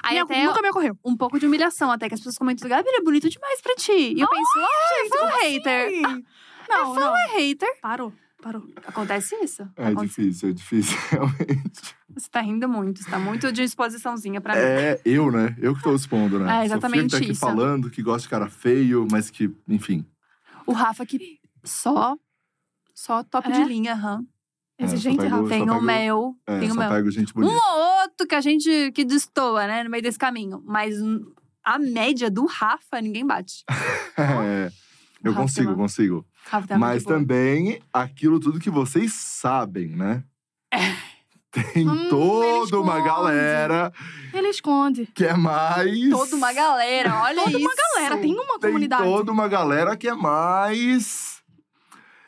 A: Aí
C: me-
A: até
C: nunca me ocorreu.
A: um pouco de humilhação, até que as pessoas comentam, Gabi, ele é bonito demais pra ti. E eu penso, ah, gente,
C: assim?
A: um hater.
C: Não, não.
A: É hater.
C: Parou, parou.
A: Acontece isso.
B: É
A: Acontece.
B: difícil, é difícil, realmente.
A: Você tá rindo muito, você tá muito de exposiçãozinha pra mim.
B: É eu, né? Eu que tô expondo, né?
A: É,
B: Sofia
A: exatamente
B: que tá aqui
A: isso.
B: falando que gosta de cara feio, mas que, enfim.
A: O Rafa que só, só top
C: É?
A: de linha, aham.
B: É,
C: Exigente,
B: só pegou-
C: Rafa.
B: só
A: Tem o
B: pego-
A: meu,
B: É,
A: tem o
B: só
A: meu.
B: pego gente
A: Um
B: bonita.
A: ou outro que a gente que destoa, né, no meio desse caminho. Mas hum, a média do Rafa, ninguém bate.
B: É, eu
A: Rafa,
B: consigo,
A: mano.
B: consigo.
A: Rafa
C: é
A: tá
B: mas
A: muito boa.
B: também aquilo tudo que vocês sabem, né?
A: É.
B: Tem
C: Hum, ele
B: toda uma
C: esconde.
B: galera
C: Ele esconde.
B: que é mais.
A: Toda uma galera, olha
C: Toda
A: isso.
C: uma galera, tem uma
B: Tem
C: comunidade
B: toda uma galera que é mais.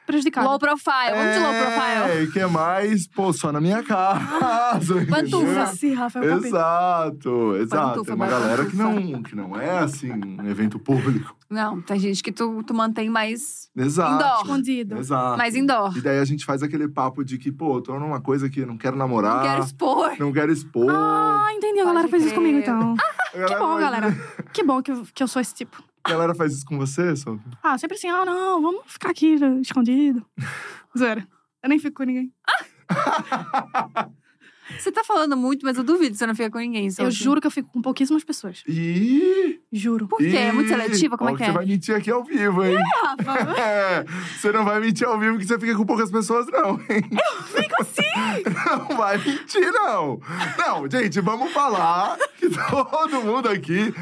C: prejudicada.
A: Low profile, vamos de low profile.
B: É, que é mais, pô, só na minha casa.
A: Pantufa.
B: entendeu?
C: Sim,
A: um
C: Rafa, é eu acabei.
B: né? Exato, exato.
A: Pantufa,
B: é uma
A: bota
B: galera que
A: pantufa.
B: não, que não é, assim, um evento público.
A: Não, tem gente que tu, tu mantém mais,
B: Exato.
C: Escondido.
B: Exato.
A: mais indoor.
B: E daí a gente faz aquele papo de que, pô, tô numa coisa que não quero namorar.
A: Não quero expor.
B: não quero expor.
C: Ah, entendi. A galera
A: Pode
C: fez isso
A: crer.
C: comigo, então.
B: A
C: Que bom,
B: faz-
C: galera. Que bom que, eu- que eu sou esse tipo.
B: A galera faz isso com você, Sophie?
C: Ah, sempre assim, ah, não, vamos ficar aqui né, escondido. Zero. Eu nem fico com ninguém.
A: Você tá falando muito, mas eu duvido que você não fica com ninguém. assim. Sophie.
C: Eu juro que eu fico com pouquíssimas pessoas.
B: Ih!
C: Juro.
A: Por quê? É muito
B: Ih!
A: seletiva? Como
B: Ó,
A: é que é?
B: Você vai mentir aqui ao vivo, hein?
A: Rafa.
B: É, você não vai mentir ao vivo que você fica com poucas pessoas, não, hein? Eu fico sim! Não vai mentir, não! Não, gente, vamos falar que todo mundo aqui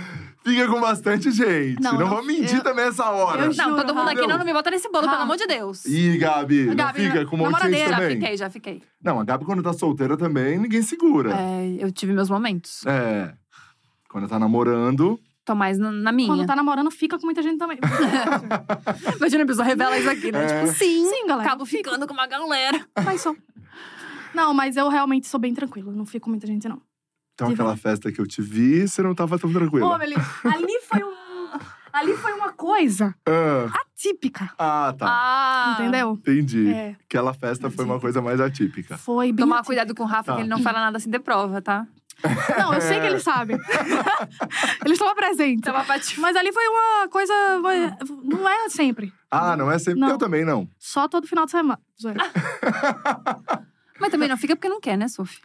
B: fica com bastante gente.
C: Não,
B: Não,
C: não,
B: vou mentir
C: eu-
B: também essa hora.
C: eu
A: Não, tá
C: Juro,
A: todo mundo aqui
B: Rafa.
A: não, não me bota nesse bolo,
C: Rafa.
A: pelo amor de Deus.
B: Ih, Gabi,
A: Gabi,
B: não fica com um monte de gente
A: namoradeira,
B: também?
A: fiquei, já fiquei.
B: Não, a Gabi quando tá solteira também, ninguém segura.
A: É, eu tive meus momentos.
B: É. Quando tá namorando,
A: Tô mais na, na
C: Quando
A: minha.
C: tá namorando, fica com muita gente também.
A: Imagina, a pessoa revela isso aqui, né?
B: É.
A: Tipo, sim.
C: Sim, galera.
A: Acabo ficando com uma galera.
C: Mas sou. Não, mas eu realmente sou bem tranquila. Não fico com muita gente, não.
B: então
C: De
B: aquela festa que eu te vi, você não tava tão tranquila.
C: Pô, Melis, ali foi um. Ali foi uma coisa
B: Ah,
C: atípica.
B: ah, tá.
A: Ah.
C: Entendeu?
B: Entendi.
C: É.
B: Aquela festa foi uma coisa mais atípica.
C: Foi bem. assim.
A: Tomar
C: atípica.
A: cuidado com o Rafa,
B: Tá.
A: que ele não fala nada assim de prova, tá?
C: Não, eu sei que eles sabem. eles estão presentes.
A: Tava pra te...
C: Mas ali foi uma coisa. Não é sempre.
B: Ah, não é sempre.
C: Não.
B: Eu também não.
C: Só todo final de semana. Zoeira.
A: Ah. Mas também não fica porque não quer, né, Sophie?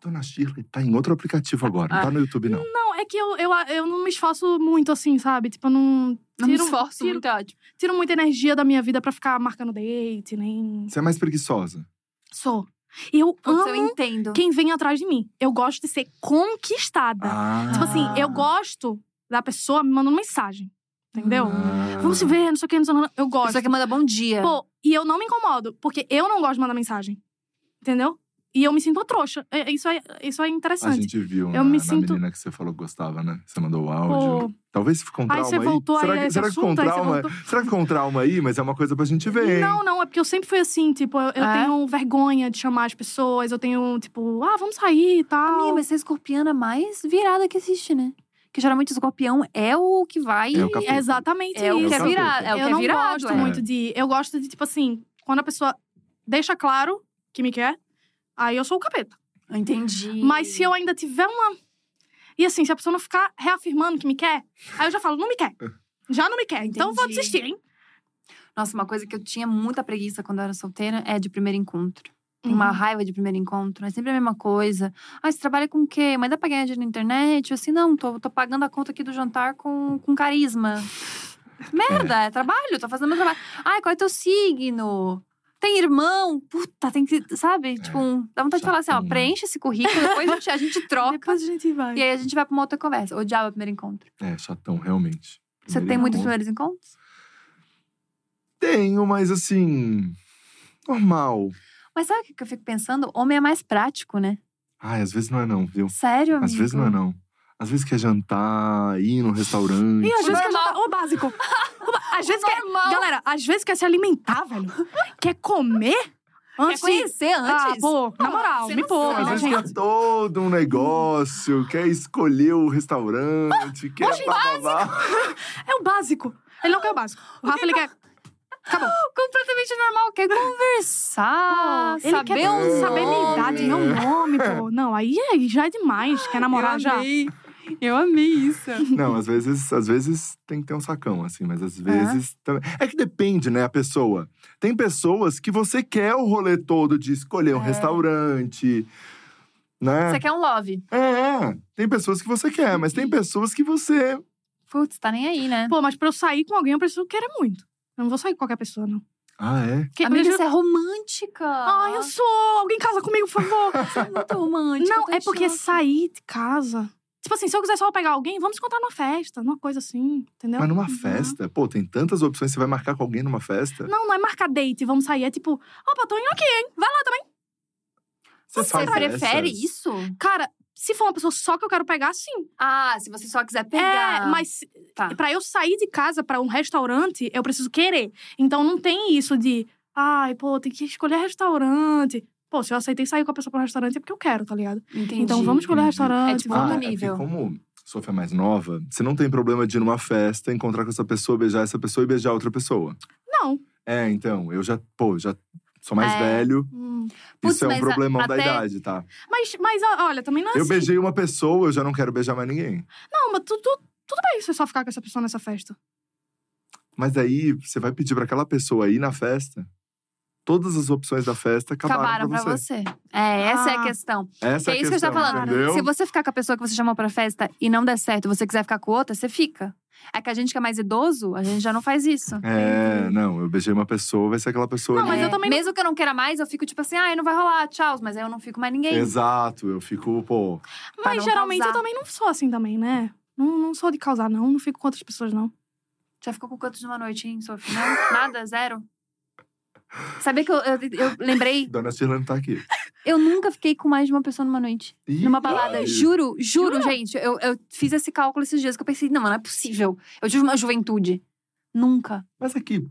B: Dona Shirley tá em outro aplicativo agora. Não tá no YouTube, não.
C: Não, é que eu, eu, eu não me esforço muito assim, sabe? Tipo, eu não.
A: Não me
C: Tiro-
A: esforço
C: tiro-
A: muito, é ótimo.
C: Tiro muita energia da minha vida pra ficar marcando date, nem.
B: Você é mais preguiçosa.
C: Sou. Eu
A: Putz, eu
C: amo
A: entendo.
C: quem vem atrás de mim. Eu gosto de ser conquistada.
B: Ah.
C: Tipo assim, eu gosto da pessoa me mandando mensagem. Entendeu?
B: Ah. é
C: Vamos se ver, não sei o que, não sei o que. Eu gosto.
A: Só que manda bom dia.
C: Pô, e eu não me incomodo, porque eu não gosto de mandar mensagem. Entendeu? E eu me sinto uma trouxa. É- Isso é, isso é
B: A
C: interessante.
B: gente viu
C: Eu
B: na,
C: me
B: na
C: sinto-
B: menina que você falou que gostava, né? Você mandou o áudio.
C: Pô.
B: Talvez ficou um
C: Tipo, Aí
B: trauma
C: você voltou
B: será
C: aí
B: que,
C: a esse
B: será que ficou um
C: assunto, aí você
B: trauma?
C: voltou.
B: Será que ficou um trauma aí? Mas é uma coisa pra gente ver, hein?
C: Não, não, é porque eu sempre fui assim, tipo, eu, eu
A: É?
C: tenho vergonha de chamar as pessoas, eu tenho, tipo, ah, vamos sair e tal.
A: Minha, mas você é escorpiana mais virada que existe, né? Que geralmente o escorpião é o que vai.
B: É o capeta.
C: É exatamente
A: É o
C: isso.
A: que é
B: capeta.
A: virado. É o que
C: eu
A: é
C: não
A: virado,
C: gosto
A: é.
C: muito de. Eu gosto de, tipo assim, quando a pessoa deixa claro que me quer, aí eu sou o capeta.
A: Entendi.
C: Mas se eu ainda tiver uma. E assim, se a pessoa não ficar reafirmando que me quer, aí eu já falo, não me quer. Já não me quer, então eu vou
A: Entendi.
C: desistir, hein?
A: Nossa, uma coisa que eu tinha muita preguiça quando eu era solteira é de primeiro encontro. Tem uma
C: Uhum.
A: raiva de primeiro encontro, é sempre a mesma coisa. Ah, você trabalha com o quê? Mas dá pra ganhar dinheiro na internet? Eu assim, não, tô, tô pagando a conta aqui do jantar com, com carisma. Merda, é trabalho, tô fazendo meu trabalho. Ai, qual é teu signo? Tem irmão? Puta, tem que. Sabe? Tipo, um- dá vontade de falar assim, ó,
D: Chatinho.
A: preenche esse currículo, depois a gente, a gente troca.
C: Depois a gente vai.
A: E aí a gente vai pra uma outra conversa. Odiava o primeiro encontro.
B: É, chatão, realmente.
A: Você
B: Primeiro
A: tem muitos
B: encontro.
A: primeiros encontros?
B: Tenho, mas assim. Normal.
A: Mas sabe o que que eu fico pensando? Homem é mais prático, né?
B: Ai, às vezes não é, não, viu?
A: Sério, amigo?
B: Às vezes não é, não. Às vezes quer jantar, ir no restaurante.
C: E às
A: O
C: vezes quer
A: normal.
C: jantar. O básico. O ba- Às vezes quer.
A: Normal.
C: Galera, às vezes quer se alimentar, velho. Quer comer?
A: Quer
C: Antes de-
A: conhecer
C: Ah,
A: antes?
C: pô, na moral,
A: você
C: me
A: não
C: poupa,
A: sabe,
B: Às
C: né,
A: mas
B: vezes quer
C: gente?
B: todo um negócio, quer escolher o restaurante, quer bababá.
C: É o básico. Ele não quer o básico. O Rafa, ele quer. Acabou.
A: completamente normal, quer conversar,
C: ele
A: saber
C: quer
A: um
C: saber minha idade,
B: nome.
C: meu nome, pô. Não, aí é- já é demais. Quer namorar já?
A: Eu amei isso.
B: Não, às vezes, às vezes tem que ter um sacão, assim, mas às vezes também. É que depende, né, a pessoa. Tem pessoas que você quer o rolê todo de escolher um
A: É.
B: restaurante, né?
A: Você quer um love?
B: É, é. tem pessoas que você quer, mas tem pessoas que você.
A: Putz, tá nem aí, né?
C: Pô, mas pra eu sair com alguém, eu preciso querer muito. Eu não vou sair com qualquer pessoa, não.
B: Ah, é?
C: Que-
A: Amiga,
C: eu-
A: você é romântica.
C: Ai, "Ah, eu sou! Alguém casa comigo, por favor!
A: Você é muito romântica. eu
C: não,
A: tô
C: é
A: em
C: porque
A: choque.
C: sair de casa. Tipo assim, se eu quiser só pegar alguém, vamos encontrar numa festa, numa coisa assim, entendeu?
B: Mas numa
C: Uhum.
B: festa? Pô, tem tantas opções, você vai marcar com alguém numa festa?
C: Não, não é marcar date, vamos sair. É tipo, opa, tô indo aqui, hein? Vai lá também.
A: Você
B: faz
A: prefere
B: essas?
A: isso?
C: Cara, se for uma pessoa só que eu quero pegar, sim.
A: Ah, se você só quiser pegar.
C: É, mas se-
A: Tá.
C: pra eu sair de casa pra um restaurante, eu preciso querer. Então não tem isso de, ai, pô, tem que escolher restaurante. Pô, se eu aceitei sair com a pessoa pra um restaurante é porque eu quero, tá ligado?
A: Entendi.
C: Então vamos escolher
B: entendi.
C: restaurante.
A: É tipo,
C: vamos...
A: Qual
B: é
A: o nível?
B: porque como Sofia é mais nova, você não tem problema de ir numa festa, encontrar com essa pessoa, beijar essa pessoa e beijar outra pessoa.
C: Não.
B: É, então, eu já, pô, já sou mais
A: É.
B: velho.
A: Putz,
B: isso é um
A: mas a-
B: problemão da
A: até-
B: idade, tá?
C: Mas, mas ó, olha, também não é
B: Eu
C: assim.
B: beijei uma pessoa, eu já não quero beijar mais ninguém.
C: Não, mas tu, tu- tudo bem você só ficar com essa pessoa nessa festa.
B: Mas aí você vai pedir pra aquela pessoa ir na festa. Todas as opções da festa acabaram,
A: Acabaram pra você. É, essa é a
C: Ah.
A: questão.
B: Essa é,
A: é
B: a
A: isso que eu
B: questão,
A: estava falando.
B: entendeu?
A: Se você ficar com a pessoa que você chamou pra festa e não der certo, você quiser ficar com outra, você fica. É que a gente que é mais idoso, a gente já não faz isso.
B: É, não, eu beijei uma pessoa, vai ser aquela pessoa
C: Não,
B: ali.
C: mas eu
A: É,
C: também não-
A: Mesmo que eu não queira mais, eu fico tipo assim, ah, não vai rolar, tchau. Mas aí eu não fico mais ninguém.
B: Exato, eu fico, pô.
A: Pra
C: Mas
A: não
C: geralmente eu
A: causar.
C: também não sou assim também, né? Não, não sou de causar, não. Não fico com outras pessoas, não.
A: Já ficou com quantos de uma noite, hein, Sofia? Não? Nada? Zero? Sabia que eu, eu, eu lembrei?
B: Dona Cirlane tá aqui.
A: Eu nunca fiquei com mais de uma pessoa numa noite.
B: Ih,
A: Numa balada.
B: ih.
A: Juro, juro, gente. Eu, eu fiz esse cálculo esses dias que eu pensei, não, não é possível. Eu tive uma juventude. Nunca.
B: Mas aqui,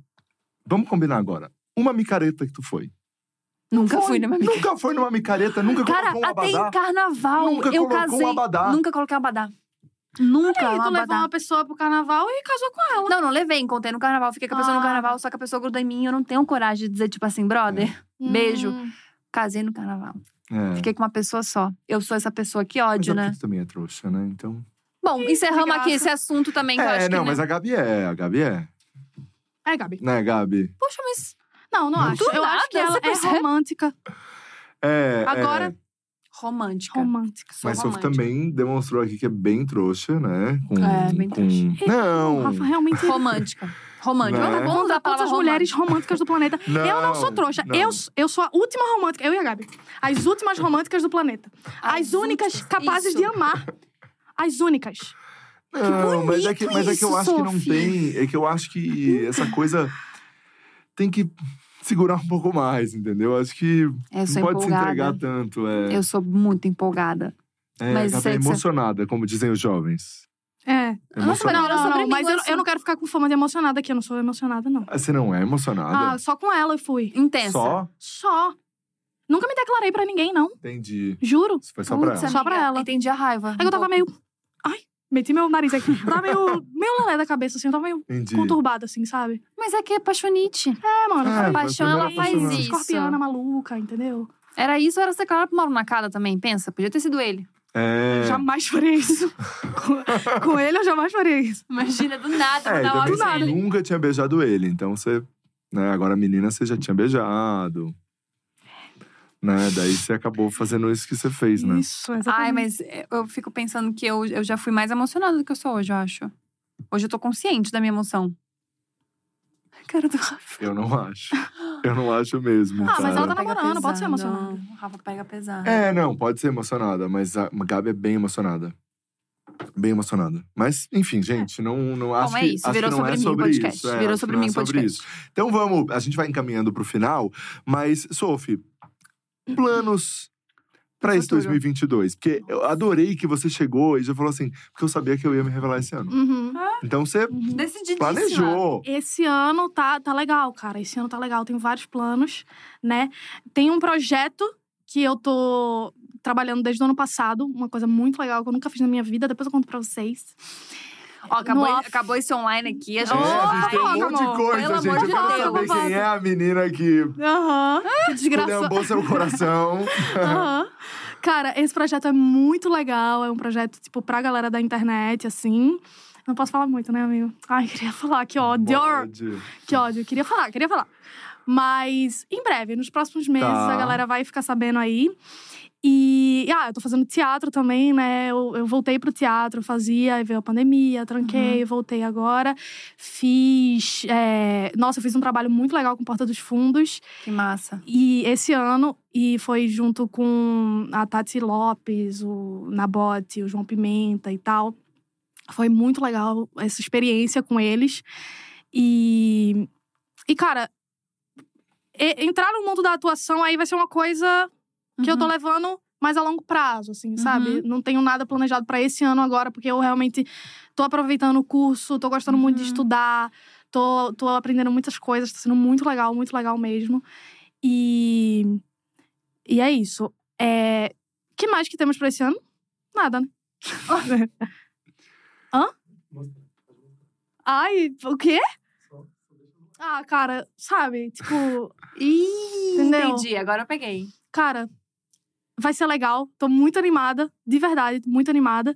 B: vamos combinar agora. Uma micareta que tu foi.
A: Nunca fui numa minha.
B: Nunca foi numa micareta, nunca
A: Cara,
B: colocou um
A: até
B: abadá.
A: em carnaval
B: Nunca
A: eu
B: colocou um
A: casei.
B: abadá.
A: Nunca coloquei um abadá. Nunca
C: E aí,
A: um
C: tu levou
A: abadá.
C: uma pessoa pro carnaval e casou com ela.
A: Não, não levei, encontrei no carnaval, fiquei com a pessoa no
C: Ah.
A: carnaval, só que a pessoa grudou em mim, eu não tenho coragem de dizer, tipo assim, brother, beijo.
C: Hum.
A: casei no carnaval.
B: É.
A: Fiquei com uma pessoa só. Eu sou essa pessoa, que
B: Mas
A: ódio,
B: é
A: né?
B: porque tu também é trouxa, né? Então.
A: Bom, encerramos
C: graça.
A: aqui esse assunto também, que eu
B: É,
A: acho
B: não,
A: que.
B: mas
A: né?
B: a Gabi é, a Gabi é.
C: É, Gabi.
B: Né, Gabi?
A: Poxa, mas.
C: Não, não
B: Não,
C: acho.
A: do
C: Eu
A: nada,
C: acho que ela
A: você
C: é
A: percebe?
C: romântica.
B: É.
C: Agora-
B: é.
A: Romântica.
C: Romântica.
A: Sou
B: Mas Sof
A: romântica.
B: também demonstrou aqui que é bem trouxa, né? Com,
A: É, bem
B: com...
C: trouxa.
B: Não.
C: Rafa, realmente.
A: Romântica. Romântica.
C: Ah,
A: Não,
B: Né?
A: tá bom usar a
C: Contra
A: palavra
C: quantas mulheres românticas do planeta. eu não sou trouxa.
B: não.
C: Eu, eu sou a última romântica. Eu e a Gabi. As últimas românticas do planeta.
A: As
C: As, únicas
A: últimas.
C: capazes
A: Isso.
C: de amar. As únicas.
B: Não, mas é que,
A: bonito
B: mas é que eu
A: isso,
B: acho que não
A: Sophie.
B: tem. É que eu acho que essa coisa tem que segurar um pouco mais, entendeu? Acho que
A: romântica. É, Eu
B: não
A: sou
B: pode se entregar
A: empolgada.
B: tanto. É,
A: Eu sou muito empolgada.
B: é
A: mas
B: Gabi
A: sei
B: é
A: que você-
B: emocionada, como dizem os jovens.
C: É.
A: Nossa, mas
B: Emocionada.
A: não, era sobre mim,
C: mas eu,
A: assim.
C: eu não quero ficar com fama de emocionada aqui. Eu não sou emocionada, não.
B: Ah, Você não é emocionada?
C: Ah, só com ela eu fui.
A: Intensa.
B: Só?
C: Só. Nunca me declarei pra ninguém, não.
B: Entendi.
C: Juro.
B: Isso foi só pra
A: Putz,
B: ela.
A: amiga,
C: Só pra ela.
A: Entendi a raiva.
C: Aí eu tava meio. Ai, meti meu nariz aqui. Eu tava meio. meio lelé da cabeça, assim. Eu tava meio
B: Entendi.
C: conturbada, assim, sabe?
A: Mas é que é apaixonite.
C: É, mano. eu
B: É,
C: tava
B: foi a
A: paixão, ela
B: primeira
A: faz
B: apaixonada.
A: isso.
C: Escorpiana maluca, entendeu?
A: Era isso, era ser claro pro Mauro Nakada também, pensa. Podia ter sido ele.
B: É.
C: Jamais faria isso. com, com ele, eu jamais faria isso.
A: Imagina, do nada,
B: É, e
A: mandar
B: também
A: logo
B: você
A: pra ele.
B: nunca tinha beijado ele, então você. Né, agora a menina você já tinha beijado. né? Daí você acabou fazendo isso que você fez, né?
C: Isso, exatamente.
A: Ai, mas eu fico pensando que eu, eu já fui mais emocionada do que eu sou hoje, eu acho. Hoje eu tô consciente da minha emoção. Cara, do Rafa.
B: Eu não acho. Eu não acho mesmo.
C: Ah, mas
B: cara.
C: ela tá namorando, pode ser
A: pesado.
C: emocionada.
A: O Rafa pega pesado.
B: É, não, pode ser emocionada, mas a Gabi é bem emocionada. Bem emocionada. Mas, enfim, gente, não, não acho
A: é
B: que.
A: isso,
B: acho
A: virou
B: que não
A: sobre
B: é
A: mim o
B: sobre
A: podcast,
B: Isso, é,
A: virou
B: acho que
A: sobre
B: não
A: mim
B: é
A: o
B: sobre
A: podcast.
B: Isso. Então vamos, a gente vai encaminhando pro final, mas, Sophie, planos. Pra esse
A: Futuro.
B: 2022. Porque eu adorei que você chegou e já falou assim, porque eu sabia que eu ia me revelar esse ano.
C: Uhum.
B: Então você
A: Decididíssima.
B: planejou.
C: Esse ano tá, tá legal, cara. Esse ano tá legal. Tem vários planos, né? Tem um projeto que eu tô trabalhando desde o ano passado. Uma coisa muito legal que eu nunca fiz na minha vida. Depois eu conto pra vocês.
A: Ó, acabou,
C: No off.
A: acabou esse online aqui, a
B: É,
A: gente
B: a gente tem um
A: vai.
B: monte de
C: amor,
A: pelo
B: coisa, gente.
A: amor
B: Eu
A: de
B: quero
A: Deus,
B: saber
A: vamos.
B: quem é a menina que
C: Aham. Ah, Que desgraçado.
B: esculhambou seu coração.
C: Aham. Cara, esse projeto é muito legal. É um projeto, tipo, pra galera da internet, assim. Não posso falar muito, né, amigo? Ai, queria falar, que ódio!
B: Pode.
C: Que ódio, queria falar, queria falar. Mas em breve, nos próximos meses,
B: Tá.
C: a galera vai ficar sabendo aí. E, ah, eu tô fazendo teatro também, né? Eu, eu voltei pro teatro, eu fazia, aí veio a pandemia, tranquei, voltei agora. Fiz. é, Nossa, eu fiz um trabalho muito legal com Porta dos Fundos.
A: Que massa.
C: E esse ano, e foi junto com a Tati Lopes, o Nabote, o João Pimenta e tal. Foi muito legal essa experiência com eles. E, e cara, e- entrar no mundo da atuação aí vai ser uma coisa que eu tô levando mais a longo prazo, assim, sabe?
A: Uhum.
C: Não tenho nada planejado pra esse ano agora, porque eu realmente tô aproveitando o curso, tô gostando muito de
A: Uhum.
C: estudar, tô, tô aprendendo muitas coisas, tá sendo muito legal, muito legal mesmo. E. E é isso. É... que mais que temos pra esse ano? Nada, né? Hã? Ai, o quê? Ah, cara, sabe? Tipo,
A: Uhum. Ih,
C: Entendeu?
A: entendi, agora eu peguei.
C: cara, vai ser legal. Tô muito animada, de verdade, muito animada.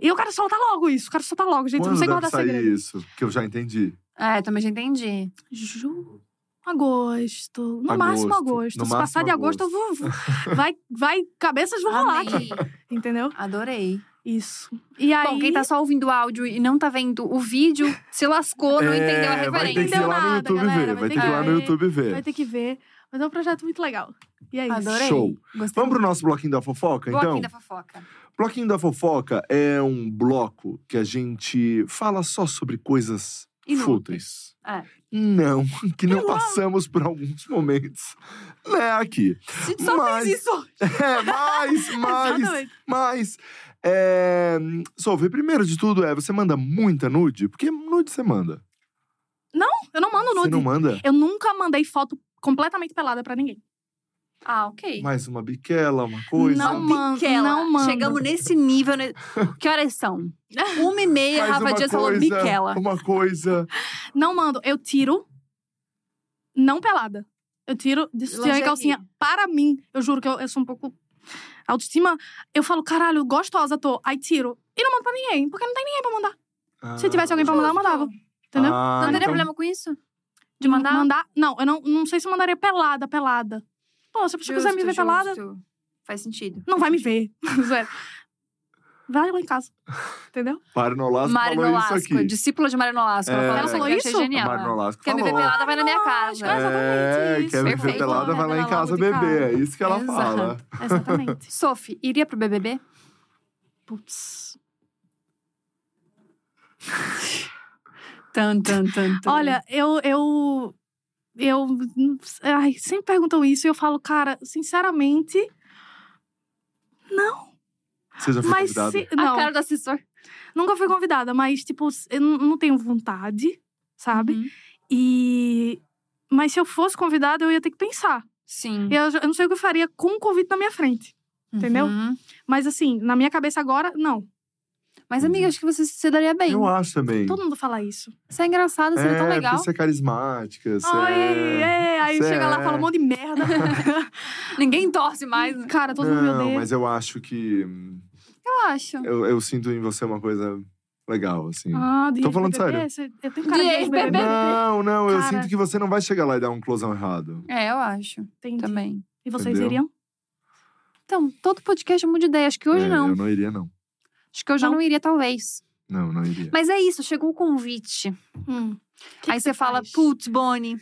C: E eu quero soltar logo isso, quero soltar logo, gente. eu não
B: Quando
C: sei é
B: deve
C: tá guardar
B: sair
C: segredo.
B: isso? Que eu já entendi.
A: É, também já entendi.
C: Ju... Agosto. No
B: Agosto.
C: máximo agosto.
B: No
C: Se
B: máximo
C: passar de agosto, eu vou. vou- Vai, vai, cabeças vão rolar aqui.
A: Amei.
C: Entendeu?
A: Adorei.
C: Isso. E aí.
A: Bom, quem tá só ouvindo o áudio e não tá vendo o vídeo, se lascou, não
B: É,
A: entendeu a
B: Vai
A: referência.
B: ter que ir
C: Entendeu
B: lá no
C: nada,
B: YouTube
C: galera,
B: ver.
C: vai
B: Vai
C: ter
B: ter que ir
A: que
B: lá no
C: ver.
B: YouTube ver.
C: Vai ter que ver. Mas é um projeto muito legal. E é isso.
A: Adorei.
B: Show.
A: Gostei.
B: Vamos pro nosso bloquinho da fofoca,
A: Bloquinho
B: então?
A: da fofoca.
B: Bloquinho da fofoca é um bloco que a gente fala só sobre coisas
A: Inúteis.
B: fúteis.
A: É.
B: Não, que não passamos por alguns momentos. Né, aqui.
A: Gente, só
B: Mas-
A: fez isso.
B: É, mais,
C: Tá
B: mais,
C: Exatamente.
B: mais. É, Sophie, primeiro de tudo é, você manda muita nude? Porque nude você manda.
C: Eu não mando
B: Você
C: um nude.
B: não manda?
C: Eu nunca mandei foto completamente pelada pra ninguém.
A: Ah, ok.
B: Mais uma biquela, uma coisa.
C: Não manda. man-
A: Biquela.
C: não manda.
A: Chegamos nesse nível. né? Que horas são? Uma e meia,
B: Mais
A: Rafa
B: uma
A: Dias falou
B: coisa,
A: Biquela.
B: Uma coisa.
C: Não mando. Eu tiro. Não pelada. Eu tiro de sutiã e
A: Lingerie.
C: calcinha para mim. Eu juro que eu, eu sou um pouco. Autoestima. Eu falo, caralho, gostosa tô. Aí tiro. E não mando pra ninguém, porque não tem ninguém pra mandar. Se tivesse alguém pra mandar, eu mandava. Entendeu?
B: Ah,
A: não teria
B: então-
A: problema com isso? De mandar?
C: Mandar. Não, eu não, não sei se eu mandaria pelada, pelada. Pô, se a pessoa quiser me ver
A: Justo,
C: pelada,
A: justo. Faz sentido.
C: não vai me ver. Sério. Vai lá em casa. Entendeu?
B: Mário Nolasco
A: Mari
B: falou isso
A: Nolasco,
B: aqui.
A: discípula de Mari Nolasco.
B: É.
A: Ela
B: Ela
A: falou
C: falou
A: isso aqui, eu achei
C: isso?
A: genial.
B: Mário Nolasco
A: Quer me
B: falou.
A: ver pelada, vai na minha casa.
C: Nolasco,
B: é,
C: exatamente
B: quer me ver
A: Perfeito.
B: pelada, vai lá em
C: Logo
B: casa
C: de
B: beber.
C: cara.
B: É isso que ela
A: Exato.
B: fala.
C: Exatamente.
A: Sophie, iria pro BBB?
C: Putz.
A: Tan, tan, tan, tan.
C: Olha, eu. eu... Eu. Ai, sempre perguntam isso e eu falo, cara, sinceramente.
B: Você já foi
C: Mas
B: convidada?
C: se.
A: a
C: Não,
A: cara do assessor.
C: nunca fui convidada, mas, tipo, eu não não tenho vontade, sabe?
A: Uhum.
C: E. Mas se eu fosse convidada, eu ia ter que pensar.
A: Sim.
C: Eu, já- eu não sei o que eu faria com o convite na minha frente. entendeu?
A: Uhum.
C: Mas, assim, na minha cabeça agora, não.
A: Mas, amiga, acho que você se daria bem.
B: Eu acho também.
C: Todo mundo fala isso.
A: Você é engraçada, você é,
B: é,
A: tão legal.
B: porque você é carismática, você
C: Ai,
B: é...
C: é, aí
B: cê
C: chega lá e fala
B: é.
C: um monte de merda.
A: Ninguém torce mais. né?
C: Cara, todo mundo me
B: Não,
C: odeia.
B: mas eu acho que... hum,
A: Eu acho.
B: Eu, eu sinto em você uma coisa legal, assim.
C: Ah, de
B: Tô falando
C: ex-BBB? Cê- Eu tenho cara
A: De
C: de ex-BBB.
A: ex-BBB.
B: Não, não, eu
C: Cara.
B: sinto que você não vai chegar lá e dar um closão errado.
A: É, eu acho
C: Entendi.
A: também.
C: E vocês
B: Entendeu?
C: iriam?
A: Então, todo podcast muda de ideia. Acho que hoje
B: É,
A: não.
B: Eu não iria, não.
A: Acho que hoje eu
C: Não?
A: não iria, talvez.
B: Não, não iria.
A: Mas é isso, chegou o convite.
C: Hum. Que
A: Aí
C: que
A: você fala,
C: faz?
A: putz, Bonnie.